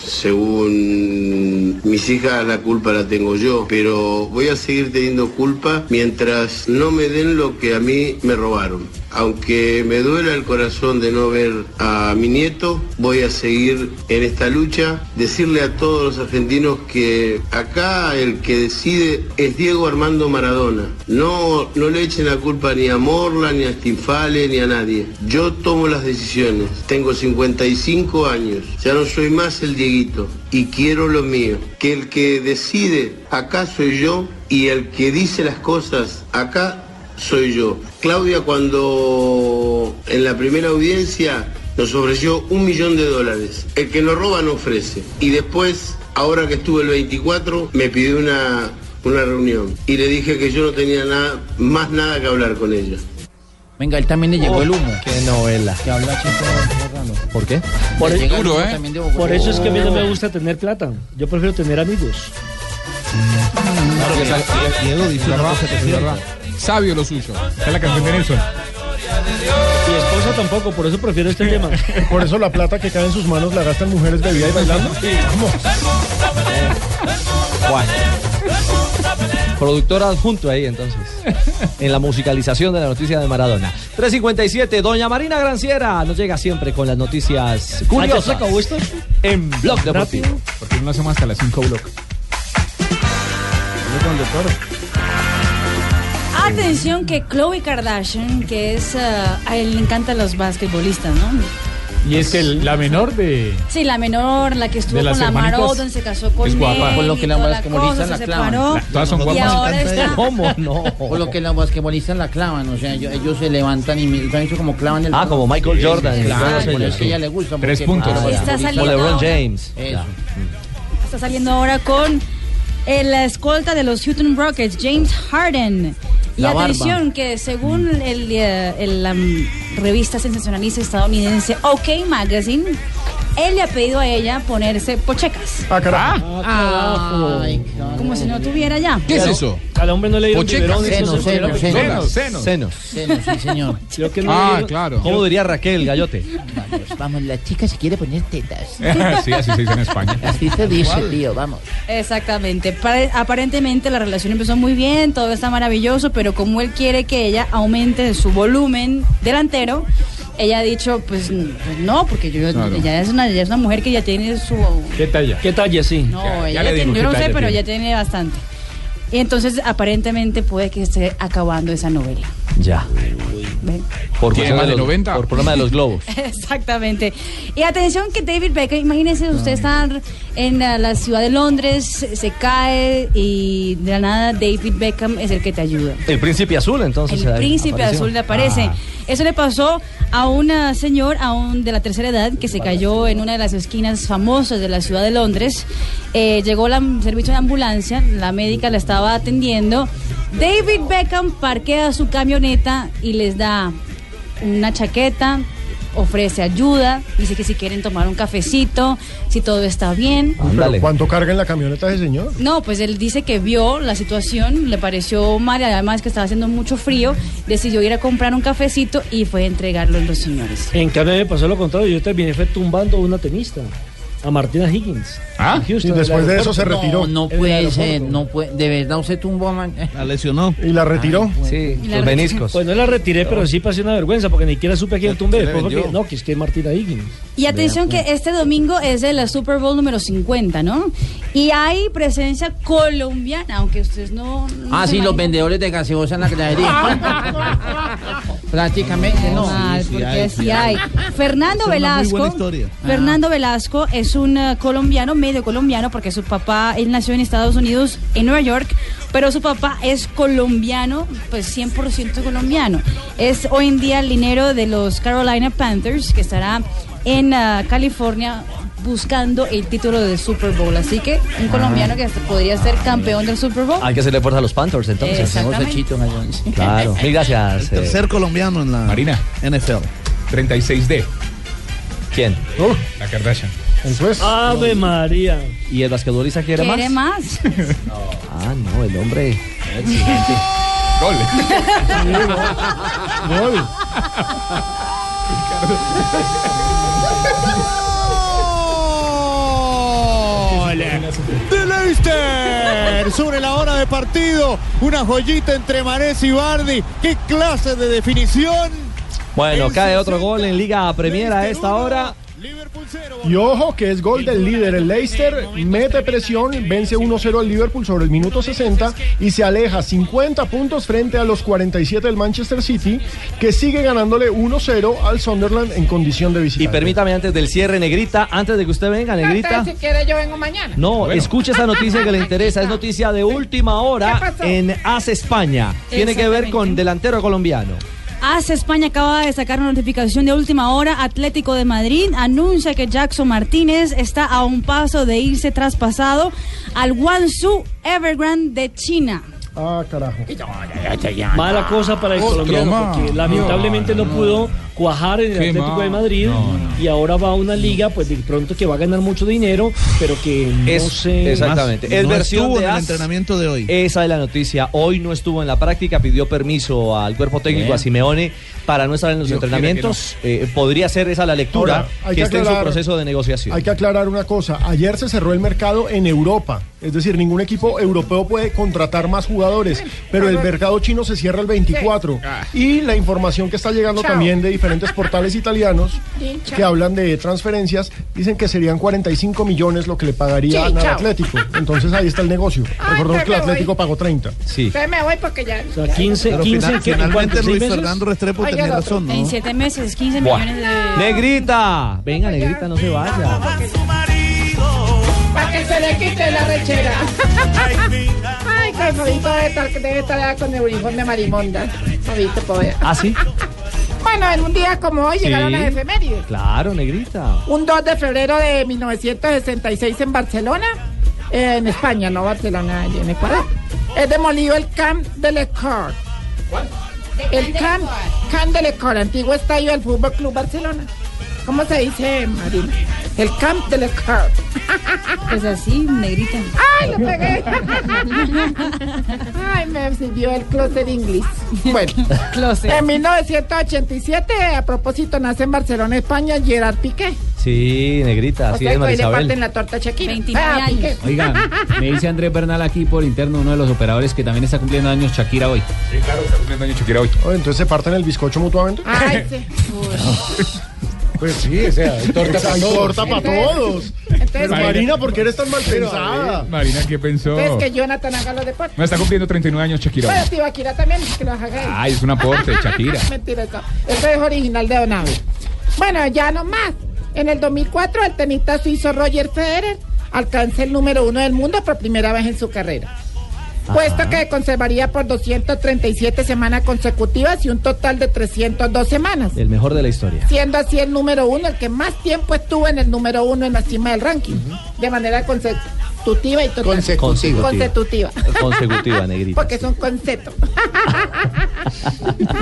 Speaker 19: según mis hijas, la culpa la tengo yo, pero voy a seguir teniendo culpa mientras no me den lo que a mí me robaron. Aunque me duela el corazón de no ver a mi nieto, voy a seguir en esta lucha, decirle a todos los argentinos que acá el que decide es Diego Armando Maradona. No, no le echen la culpa ni a Morla, ni a Stinfale, ni a nadie. Yo tomo las decisiones. Tengo 55 años. Ya no soy más el Dieguito. Y quiero lo mío. Que el que decide acá soy yo y el que dice las cosas acá soy yo. Claudia cuando en la primera audiencia nos ofreció un millón de dólares. El que nos roba no ofrece. Y después, ahora que estuve el 24, me pidió una, una reunión. Y le dije que yo no tenía nada, más nada que hablar con ella.
Speaker 2: Venga, él también le llegó el humo.
Speaker 19: Qué novela.
Speaker 2: Que habló chico.
Speaker 19: ¿Por qué?
Speaker 8: Por,
Speaker 2: Llega el
Speaker 8: Duro,
Speaker 2: humo
Speaker 8: ¿eh?
Speaker 2: también de Bogotá.
Speaker 8: Por eso es que a mí no me gusta tener plata. Yo prefiero tener amigos.
Speaker 1: Diego dice una cosa que es verdad.
Speaker 12: Sabio lo suyo.
Speaker 1: Es la canción de Nelson.
Speaker 8: Mi esposa tampoco, por eso prefiero este tema.
Speaker 7: Por eso la plata que cae en sus manos la gastan mujeres bebida y bailando. Vamos.
Speaker 10: Productor adjunto ahí entonces. En la musicalización de la noticia de Maradona. 357, Doña Marina Granciera nos llega siempre con las noticias
Speaker 23: ¿Ah, ya se
Speaker 10: curiosas.
Speaker 23: acabó esto?
Speaker 10: En Blog Deportivo.
Speaker 1: Porque no lo hacemos hasta las 5 block.
Speaker 11: Atención que Chloe Kardashian, que es, ah, a él le encantan los basquetbolistas, ¿no?
Speaker 13: Y es que la menor de...
Speaker 11: Sí, la menor, la que estuvo
Speaker 13: De las
Speaker 11: con la
Speaker 13: hermanitas.
Speaker 11: Marodon, se casó con
Speaker 13: Es guapa.
Speaker 11: él
Speaker 13: Por lo
Speaker 11: y
Speaker 13: que la
Speaker 11: toda
Speaker 13: basquetbolista
Speaker 11: cosa,
Speaker 13: la
Speaker 11: se
Speaker 13: clavan.
Speaker 11: separó.
Speaker 13: La- todas son
Speaker 11: Y
Speaker 13: guapas.
Speaker 11: ahora está...
Speaker 10: ¿Cómo no?
Speaker 2: Por lo que los basquetbolistas la clavan, o sea, ellos, ellos se levantan y me- han hecho como clavan el
Speaker 10: Ah, como Michael
Speaker 2: Sí,
Speaker 10: Jordan,
Speaker 2: sí, Claro,
Speaker 10: sí,
Speaker 2: por
Speaker 10: sí,
Speaker 2: eso
Speaker 10: sí.
Speaker 2: ella le gusta.
Speaker 10: Tres
Speaker 2: porque-
Speaker 10: puntos.
Speaker 2: Ah,
Speaker 10: Está
Speaker 2: basquetbolista.
Speaker 10: saliendo Como LeBron ahora. James.
Speaker 2: Eso.
Speaker 10: Ya.
Speaker 11: está saliendo ahora con eh, la escolta de los Houston Rockets, James Harden. Y
Speaker 2: La barba.
Speaker 11: atención, que según el, eh, el, la mm, revista sensacionalista estadounidense OK Magazine, él le ha pedido a ella ponerse pochecas.
Speaker 7: Ah,
Speaker 11: carajo.
Speaker 8: Ah,
Speaker 11: como si no tuviera ya.
Speaker 12: ¿Qué es eso?
Speaker 8: Al hombre no le dieron
Speaker 12: Pochecas.
Speaker 8: biberón, eso
Speaker 12: Senos,
Speaker 8: es un
Speaker 12: senos,
Speaker 8: problema.
Speaker 12: senos.
Speaker 10: Senos. Senos.
Speaker 2: Senos, sí, señor.
Speaker 8: Creo que no le
Speaker 10: Ah,
Speaker 8: dieron-
Speaker 10: claro. ¿Cómo diría Raquel Gallote?
Speaker 2: Vamos, vamos, la chica se quiere poner tetas.
Speaker 1: sí, así se dice en España.
Speaker 2: Así se dice, tío, vamos.
Speaker 11: Exactamente. Pare- aparentemente la relación empezó muy bien, todo está maravilloso, pero como él quiere que ella aumente su volumen delantero, ella ha dicho, pues n- pues no, porque yo,
Speaker 23: Claro.
Speaker 11: ella, es una, ella es una mujer que ya tiene su...
Speaker 23: ¿Qué talla? ¿Qué talla, sí?
Speaker 11: No, ella tiene, yo no sé, pero ya tiene bastante. Y entonces aparentemente puede que esté acabando esa novela.
Speaker 10: Ya.
Speaker 11: ¿Ven?
Speaker 10: Por
Speaker 12: Tiene
Speaker 10: cuestión
Speaker 12: más de
Speaker 10: los-
Speaker 12: 90.
Speaker 10: Por problema de los globos.
Speaker 11: Exactamente. Y atención que David Beckham, imagínense usted estar en eh, la ciudad de Londres, se cae y de la nada David Beckham es el que te ayuda.
Speaker 10: El príncipe azul, entonces.
Speaker 11: El
Speaker 10: ahí
Speaker 11: príncipe
Speaker 10: apareció.
Speaker 11: azul le aparece.
Speaker 10: Ah.
Speaker 11: Eso le pasó a una señor a un de la tercera edad que se cayó en una de las esquinas famosas de la ciudad de Londres. Eh, llegó la- el servicio de ambulancia, la médica la estaba atendiendo. David Beckham parquea su camioneta y les da una chaqueta, ofrece ayuda, dice que si quieren tomar un cafecito, si todo está bien.
Speaker 7: Pero ¿Cuánto carga en la camioneta ese señor?
Speaker 11: No, pues él dice que vio la situación, le pareció mal, y además que estaba haciendo mucho frío, decidió ir a comprar un cafecito y fue a entregarlo a los señores.
Speaker 8: En cambio, a mí me pasó lo contrario. Yo terminé fue tumbando a una tenista, a Martina Higgins.
Speaker 7: Ah,
Speaker 8: en Houston,
Speaker 7: y después
Speaker 8: en el
Speaker 7: de eso se
Speaker 8: aeropuerto.
Speaker 7: retiró.
Speaker 2: No
Speaker 8: En el
Speaker 2: puede
Speaker 8: aeropuerto.
Speaker 2: ser, no puede. De verdad, usted tumbó a man.
Speaker 9: La lesionó.
Speaker 7: Y la retiró.
Speaker 10: Sí,
Speaker 2: Y la los retiró. meniscos.
Speaker 8: Pues no la retiré, pero sí pasé una vergüenza porque ni siquiera supe a quién tumbé.
Speaker 9: le
Speaker 8: Después fue
Speaker 9: vendió?
Speaker 8: que- no, que es que Martina Higgins.
Speaker 11: Y atención que
Speaker 2: pues.
Speaker 11: este domingo es el Super Bowl número 50, ¿no? Y hay presencia colombiana, aunque ustedes no... no
Speaker 2: Ah,
Speaker 11: se
Speaker 2: sí, los
Speaker 11: imaginan.
Speaker 2: vendedores de gaseosa en la gradería. Prácticamente, no.
Speaker 11: Ah,
Speaker 2: Sí, sí
Speaker 11: porque
Speaker 2: hay, sí
Speaker 11: sí
Speaker 2: hay.
Speaker 11: hay. Fernando
Speaker 2: Es una muy buena
Speaker 11: Velasco.
Speaker 2: historia.
Speaker 10: Ah.
Speaker 21: Ah.
Speaker 11: Fernando Velasco es un eh, colombiano, medio colombiano, porque su papá, él nació en Estados Unidos, en Nueva York, pero su papá es colombiano, pues 100% colombiano. Es hoy en día el dinero de los Carolina Panthers, que estará en eh, California buscando el título de Super Bowl. Así que un
Speaker 10: Ah.
Speaker 11: colombiano que hasta podría ser campeón del Super Bowl.
Speaker 10: Hay que hacerle fuerza a los Panthers, entonces.
Speaker 11: Exactamente.
Speaker 10: Claro. Mil gracias. eh,
Speaker 9: Tercer colombiano en la
Speaker 1: Marina.
Speaker 9: NFL.
Speaker 1: 36D.
Speaker 10: ¿Quién?
Speaker 1: La Kardashian.
Speaker 8: Ave María.
Speaker 10: ¿Y el basquetbolista quiere más?
Speaker 11: ¿Quiere más?
Speaker 10: Ah, no, el hombre.
Speaker 11: Exigente.
Speaker 1: Gol.
Speaker 7: Gol.
Speaker 21: de Leicester sobre la hora de partido. Una joyita entre Marés y Bardi. ¡Qué clase de definición!
Speaker 10: Bueno, cae otro gol en Liga Premier a esta hora.
Speaker 7: Y ojo que es gol del líder. El Leicester mete presión, vence 1-0 al Liverpool sobre el minuto 60 y se aleja 50 puntos frente a los 47 del Manchester City, que sigue ganándole 1-0 al Sunderland en condición de visitante.
Speaker 10: Y permítame antes del cierre, Negrita, antes de que usted venga, Negrita.
Speaker 2: Si quiere, yo vengo mañana.
Speaker 10: No, escuche esta noticia que le interesa. Es noticia de última hora en AS España. Tiene que ver con delantero colombiano.
Speaker 11: AS España acaba de sacar una notificación de última hora. Atlético de Madrid anuncia que Jackson Martínez está a un paso de irse traspasado al Guangzhou Evergrande de China.
Speaker 7: Ah, carajo.
Speaker 8: Mala cosa para el
Speaker 7: Otro
Speaker 8: colombiano
Speaker 7: más.
Speaker 8: porque lamentablemente no, pudo cuajar en el
Speaker 7: Qué
Speaker 8: Atlético
Speaker 7: mal.
Speaker 8: de Madrid y ahora va a una liga pues de pronto que va a ganar mucho dinero, pero que no
Speaker 10: Es-
Speaker 8: sé
Speaker 10: exactamente.
Speaker 8: Más-
Speaker 10: es
Speaker 8: no
Speaker 10: versión
Speaker 8: estuvo
Speaker 10: de
Speaker 8: en el
Speaker 10: AS.
Speaker 8: entrenamiento.
Speaker 9: de hoy.
Speaker 10: Esa es la noticia. Hoy no estuvo en la práctica, pidió permiso al cuerpo técnico,
Speaker 9: Bien.
Speaker 10: a Simeone, para no estar en los
Speaker 9: Dios quiera que
Speaker 10: entrenamientos. Eh, podría ser esa la lectura,
Speaker 7: Ahora, hay
Speaker 10: que,
Speaker 7: que
Speaker 10: esté en su
Speaker 7: aclarar-
Speaker 10: proceso de negociación.
Speaker 7: Hay que aclarar una cosa. Ayer se cerró el mercado en Europa. Es decir, ningún equipo europeo puede contratar más jugadores. Pero el mercado chino se cierra el 24. Y la información que está llegando
Speaker 16: Chao.
Speaker 7: también de diferentes portales italianos
Speaker 16: Bien, chao.
Speaker 7: que hablan de transferencias dicen que serían 45 millones lo que le pagaría
Speaker 16: Sí,
Speaker 7: al
Speaker 16: chao.
Speaker 7: Atlético. Entonces ahí está el negocio. Recordemos
Speaker 16: pero
Speaker 7: que el
Speaker 16: me voy.
Speaker 7: Atlético pagó 30.
Speaker 10: Sí.
Speaker 16: Entonces me voy porque ya.
Speaker 8: O sea, 15,
Speaker 7: Pero
Speaker 8: 15
Speaker 7: final-
Speaker 8: ¿qué? ¿En
Speaker 7: finalmente
Speaker 8: cuánto? ¿Seis
Speaker 7: Luis
Speaker 8: meses?
Speaker 7: Fernando
Speaker 9: Restrepo
Speaker 8: Oiga,
Speaker 9: tenía
Speaker 8: el
Speaker 9: razón, ¿no?
Speaker 11: En siete meses, 15
Speaker 10: Buah.
Speaker 11: millones de...
Speaker 10: Negrita, venga, Negrita, no se vaya.
Speaker 16: Para que se le quite la rechera. Ay, que Fabito debe estar, debe estar allá con el uniforme marimonda. Fabito, pobre.
Speaker 10: ¿Ah, sí?
Speaker 16: Bueno, en un día como hoy
Speaker 10: Sí.
Speaker 16: llegaron las efemérides.
Speaker 10: Claro, Negrita.
Speaker 16: Un 2 de febrero de 1966 en Barcelona, eh, en España, no Barcelona, allí en Ecuador. Es demolido el Camp del Ecor. El Camp, Camp del Ecor, antiguo estadio del Fútbol Club Barcelona. ¿Cómo se dice, Marina? El Camp del Ecor.
Speaker 11: Pues así, negrita.
Speaker 16: ¡Ay, lo pegué! ¡Ay, me sirvió el closet inglés! Bueno, en 1987, a propósito, nace en Barcelona, España, Gerard Piqué.
Speaker 10: Sí, Negrita,
Speaker 16: O
Speaker 10: así
Speaker 16: sea,
Speaker 10: es,
Speaker 16: que hoy pues, le
Speaker 10: Marisabel.
Speaker 16: parten la torta a Shakira.
Speaker 11: 29
Speaker 16: Ah, Piqué.
Speaker 23: años. Oigan, me dice Andrés Bernal aquí por interno, uno de los operadores que también está cumpliendo años Shakira hoy.
Speaker 1: Sí, claro, está cumpliendo años Shakira hoy.
Speaker 7: Oh, entonces se parten el bizcocho mutuamente.
Speaker 16: Ay, sí.
Speaker 7: Pues sí, o sea,
Speaker 16: hay torta pa'
Speaker 7: Hay
Speaker 16: todos.
Speaker 7: torta para todos.
Speaker 16: Entonces, ustedes
Speaker 7: Pero
Speaker 16: que-
Speaker 7: Marina, ¿por qué eres tan mal pensada?
Speaker 1: Marina, ¿qué pensó?
Speaker 8: Pues
Speaker 16: ustedes pues, que Jonathan haga los deportes.
Speaker 1: No está cumpliendo 39 años Shakira.
Speaker 16: Bueno, tío Akira también, que los haga
Speaker 1: Ay,
Speaker 16: él.
Speaker 1: es un aporte, Shakira.
Speaker 16: Mentira, no. eso es original de Donavi. Bueno, ya no más. En el 2004, el tenista suizo Roger Federer alcanza el número uno del mundo por primera vez en su carrera. Puesto que conservaría por 237 semanas consecutivas y un total de 302 semanas.
Speaker 10: El mejor de la historia.
Speaker 16: Siendo así el número uno, el que más tiempo estuvo en el número uno en la cima del ranking. De manera consecutiva y total.
Speaker 10: Consecutiva.
Speaker 16: Consecutiva.
Speaker 10: Consecutiva, negrita.
Speaker 16: Porque son conceptos.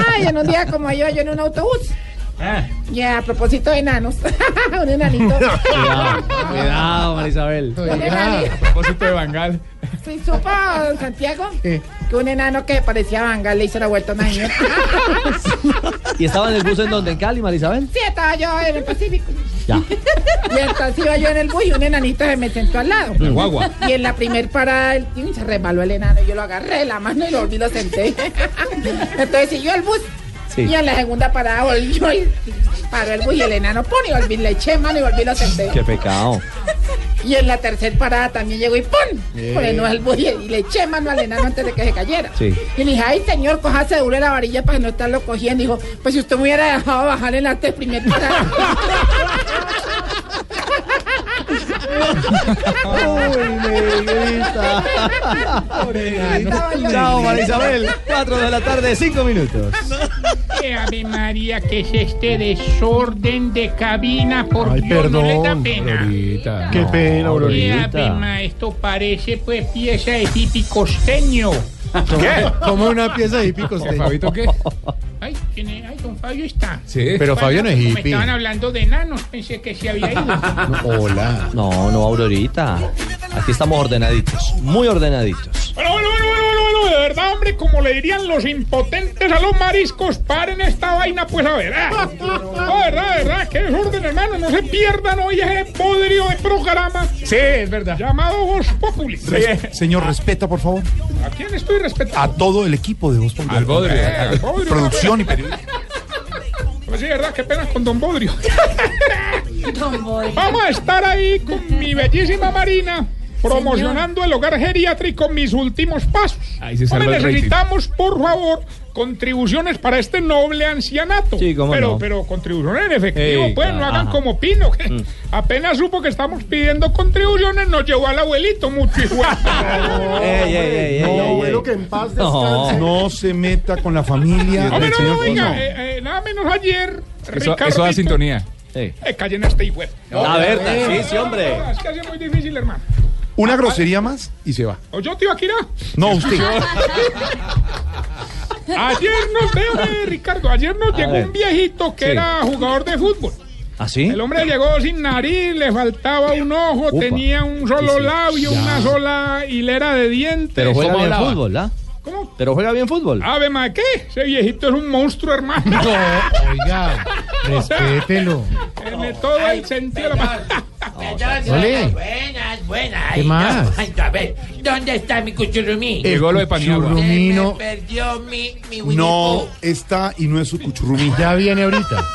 Speaker 16: Ay, en un día como yo, yo en un autobús. Ya, a propósito de enanos. un enanito.
Speaker 10: Cuidado, cuidado, Marisabel.
Speaker 16: Cuidado.
Speaker 10: A propósito de Bangal.
Speaker 16: ¿Sí supo, don Santiago? Que un enano que parecía Bangal le hizo la vuelta a una niña.
Speaker 10: ¿Y estaba en el bus en donde? ¿En Cali, Marisabel?
Speaker 16: Sí, estaba yo en el Pacífico.
Speaker 10: Ya.
Speaker 16: Y entonces iba yo en el bus y un enanito se me sentó al lado.
Speaker 10: La guagua.
Speaker 16: Y en la primer parada el tío se resbaló el enano. y Yo lo agarré de la mano y lo volví y lo senté. Entonces siguió el bus.
Speaker 10: Sí.
Speaker 16: Y en la segunda parada volvió y paró el bus y el enano pone y volví, le eché mano y volví y lo senté.
Speaker 10: Qué pecado.
Speaker 16: Y en la tercera parada también llegó y ¡pum!
Speaker 10: Eh.
Speaker 16: Por el no al bus y y le eché mano al enano antes de que se cayera.
Speaker 10: Sí.
Speaker 16: Y le dije, ay señor, cojase duro de la varilla para no estarlo cogiendo. Y dijo, pues si usted me hubiera dejado bajar en la antes primer parada.
Speaker 10: Chao, Marisabel. 4 de la tarde, 5 minutos.
Speaker 14: Eh, Ave María, ¿qué es este desorden de cabina? Por
Speaker 1: Ay,
Speaker 14: Dios, no les da
Speaker 1: perdón,
Speaker 14: pena.
Speaker 1: Aurorita.
Speaker 14: No.
Speaker 1: Qué pena,
Speaker 14: Eh,
Speaker 1: Aurorita.
Speaker 14: Ave Ma, esto parece pues pieza de hippie costeño.
Speaker 1: ¿Qué?
Speaker 14: Como
Speaker 7: una pieza de hipicos.
Speaker 1: ¿Fabito qué?
Speaker 14: Ay, ¿quién es? Ay, don Fabio está.
Speaker 1: Sí.
Speaker 14: Bueno,
Speaker 1: Pero Fabio no es
Speaker 14: como
Speaker 1: hippie.
Speaker 14: estaban hablando de enanos, pensé que se había ido.
Speaker 10: Hola. No, no, Aurorita. Aquí estamos ordenaditos, muy ordenaditos.
Speaker 14: Bueno, bueno, bueno, bueno, bueno, bueno, de verdad, hombre, como le dirían los impotentes a los mariscos, paren esta vaina, pues a ver. ah. No, de verdad, de verdad, qué desorden, hermano, no se pierdan hoy ese podrio de programa. Sí, es verdad. Llamado Voz Populi.
Speaker 15: Res- Señor, respeta, por favor.
Speaker 14: ¿A quién estoy respetando?
Speaker 15: A todo el equipo de Voz Populi.
Speaker 14: Al Bodrio.
Speaker 15: Eh, al-
Speaker 14: Al Bodrio.
Speaker 15: Producción y periodismo.
Speaker 14: Pues sí, de verdad, qué pena con Don Bodrio. Vamos a estar ahí con mi bellísima Marina. Promocionando el hogar geriátrico mis últimos pasos.
Speaker 1: Ahí se salva
Speaker 14: Hombre,
Speaker 1: el rating.
Speaker 14: necesitamos, por favor, contribuciones para este noble ancianato.
Speaker 1: Sí, cómo
Speaker 14: pero,
Speaker 1: no.
Speaker 14: pero contribuciones en efectivo,
Speaker 1: Ey,
Speaker 14: pues no
Speaker 1: ajá. Mm.
Speaker 14: hagan como Pino, que apenas supo que estamos pidiendo contribuciones, nos llevó al abuelito mucho hijo.
Speaker 7: ey, ey, No, ey, ey, abuelo, ey. que
Speaker 14: en paz
Speaker 7: No.
Speaker 15: No se meta con la familia
Speaker 14: No,
Speaker 15: del
Speaker 14: no, no,
Speaker 15: señor.
Speaker 14: venga,
Speaker 15: No.
Speaker 14: eh, eh, nada menos ayer.
Speaker 1: Eso,
Speaker 14: Ricardo
Speaker 1: eso da sintonía.
Speaker 14: Eh, callen a este hijo.
Speaker 1: No, A ver, Tarcisio, hombre.
Speaker 14: Es que hace muy difícil, hermano.
Speaker 15: Una grosería más y se va.
Speaker 14: ¿O yo, tío Akira?
Speaker 15: No, usted.
Speaker 14: Ayer nos veo, eh, Ricardo, ayer nos
Speaker 10: A
Speaker 14: llegó
Speaker 10: ver.
Speaker 14: un viejito que
Speaker 10: Sí. ¿Ah,
Speaker 14: era jugador de fútbol.
Speaker 10: ¿Así?
Speaker 14: El hombre llegó sin nariz, le faltaba un ojo,
Speaker 10: Upa.
Speaker 14: tenía un solo
Speaker 10: Sí, sí.
Speaker 14: labio,
Speaker 10: Ya.
Speaker 14: una sola hilera de dientes.
Speaker 10: Pero juega
Speaker 14: ¿Cómo
Speaker 10: bien
Speaker 14: hablaba?
Speaker 10: fútbol, ¿ah?
Speaker 14: ¿Cómo?
Speaker 10: Pero juega bien fútbol.
Speaker 14: Ave ma, ¿qué? Ese viejito es un monstruo, hermano. No, oiga,
Speaker 7: Respételo.
Speaker 14: En todo el sentido de la palabra.
Speaker 7: Ole.
Speaker 2: Buenas, buenas.
Speaker 7: ¿Qué
Speaker 2: Ay,
Speaker 7: más?
Speaker 2: ay, a ver, ¿dónde está mi cuchurumí?
Speaker 15: El golo de Paniagua.
Speaker 2: Se
Speaker 15: cuchurrumino.
Speaker 2: me perdió mi, mi Winnie
Speaker 15: No
Speaker 2: Pooh.
Speaker 15: está y no es su cuchurrumi.
Speaker 7: Ya viene ahorita.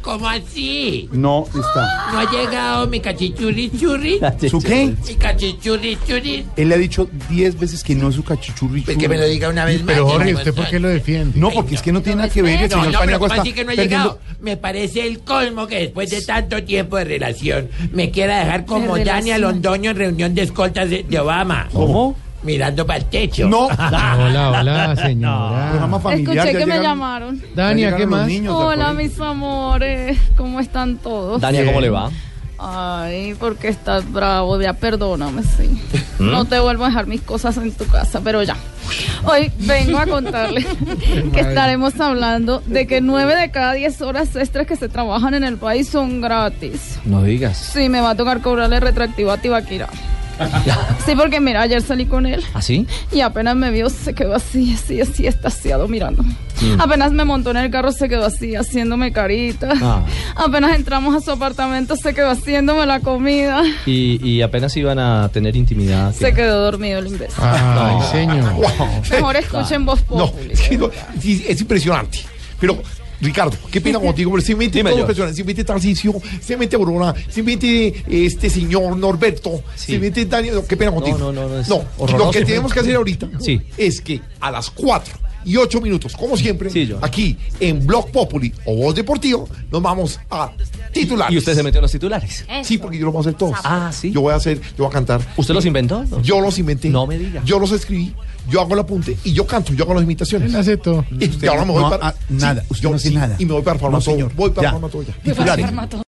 Speaker 2: ¿Cómo así?
Speaker 15: No está.
Speaker 2: ¿No ha llegado mi cachichurri churri?
Speaker 15: ¿Su qué?
Speaker 2: Mi cachichurri churri.
Speaker 15: Él le ha dicho 10 veces que no es su cachichurri.
Speaker 2: Pues que me lo diga una vez más,
Speaker 15: Pero
Speaker 2: que
Speaker 15: Jorge,
Speaker 2: no
Speaker 15: ¿usted
Speaker 2: me
Speaker 15: por qué lo defiende? No, porque es que no tiene nada que ver. El
Speaker 2: No,
Speaker 15: señor
Speaker 2: no, pero
Speaker 15: Paniagua
Speaker 2: ¿cómo
Speaker 15: está
Speaker 2: así que no ha
Speaker 15: perdiendo-
Speaker 2: llegado? Me parece el colmo que después de tanto tiempo de relación me quiera dejar como
Speaker 14: De
Speaker 2: Dani
Speaker 14: relación.
Speaker 2: Londoño en reunión de escoltas de, de Obama.
Speaker 15: ¿Cómo?
Speaker 2: Mirando para el techo.
Speaker 15: No.
Speaker 7: Hola, hola, señora.
Speaker 15: Programa
Speaker 17: Escuché que me llamaron.
Speaker 7: Dania, ¿qué más?
Speaker 17: Hola, mis amores. ¿Cómo están todos?
Speaker 7: Dania, ¿cómo le va?
Speaker 17: Ay, porque estás bravo. Ya perdóname, sí.
Speaker 7: ¿Mm?
Speaker 17: No te vuelvo a dejar mis cosas en tu casa, pero ya. Hoy vengo a contarles que estaremos hablando de que 9 de cada 10 horas extras que se trabajan en el país son gratis.
Speaker 10: No digas.
Speaker 17: Sí, me va a tocar cobrarle retroactivo a Tibaquira. Sí, porque mira, ayer salí con él.
Speaker 10: ¿Así?
Speaker 17: Y apenas me vio, se quedó así, así, así, estaciado mirando.
Speaker 10: Mm.
Speaker 17: Apenas me montó en el carro, se quedó así, haciéndome carita.
Speaker 10: Ah.
Speaker 17: Apenas entramos a su apartamento, se quedó haciéndome la comida.
Speaker 10: Y, y apenas iban a tener intimidad.
Speaker 17: Se quedó dormido el imbécil.
Speaker 10: Ay,
Speaker 17: Mejor escuchen voz
Speaker 15: No,
Speaker 17: pop.
Speaker 15: es, que no- sí, es impresionante. Pero Ricardo, qué pena contigo, pero se mete
Speaker 10: Dime
Speaker 15: todas
Speaker 10: yo.
Speaker 15: las personas, se mete Tarcicio, se mete Aurora, se mete este señor Norberto, se mete Daniel, no, qué pena contigo.
Speaker 10: no, no, no, es
Speaker 15: lo
Speaker 10: horroroso.
Speaker 15: que tenemos que hacer ahorita es que a las 4 y 8 minutos, como siempre, aquí en Blog Populi o Voz Deportivo, nos vamos a titulares.
Speaker 10: ¿Y usted se metió en los titulares?
Speaker 15: Sí, porque yo los voy a hacer todos.
Speaker 10: Ah, sí.
Speaker 15: Yo voy a hacer, yo voy a cantar.
Speaker 10: ¿Usted los inventó?
Speaker 15: Yo los inventé. No me
Speaker 10: diga.
Speaker 15: Yo los escribí, yo hago el apunte y yo canto, yo hago las imitaciones.
Speaker 7: acepto.
Speaker 15: Y ahora me voy
Speaker 7: No,
Speaker 15: para-
Speaker 7: ah, nada,
Speaker 15: yo sí, Y me voy para el formato.
Speaker 7: señor.
Speaker 15: Voy para
Speaker 7: Ya.
Speaker 13: Pues,
Speaker 15: el formato ya.
Speaker 7: Titulares.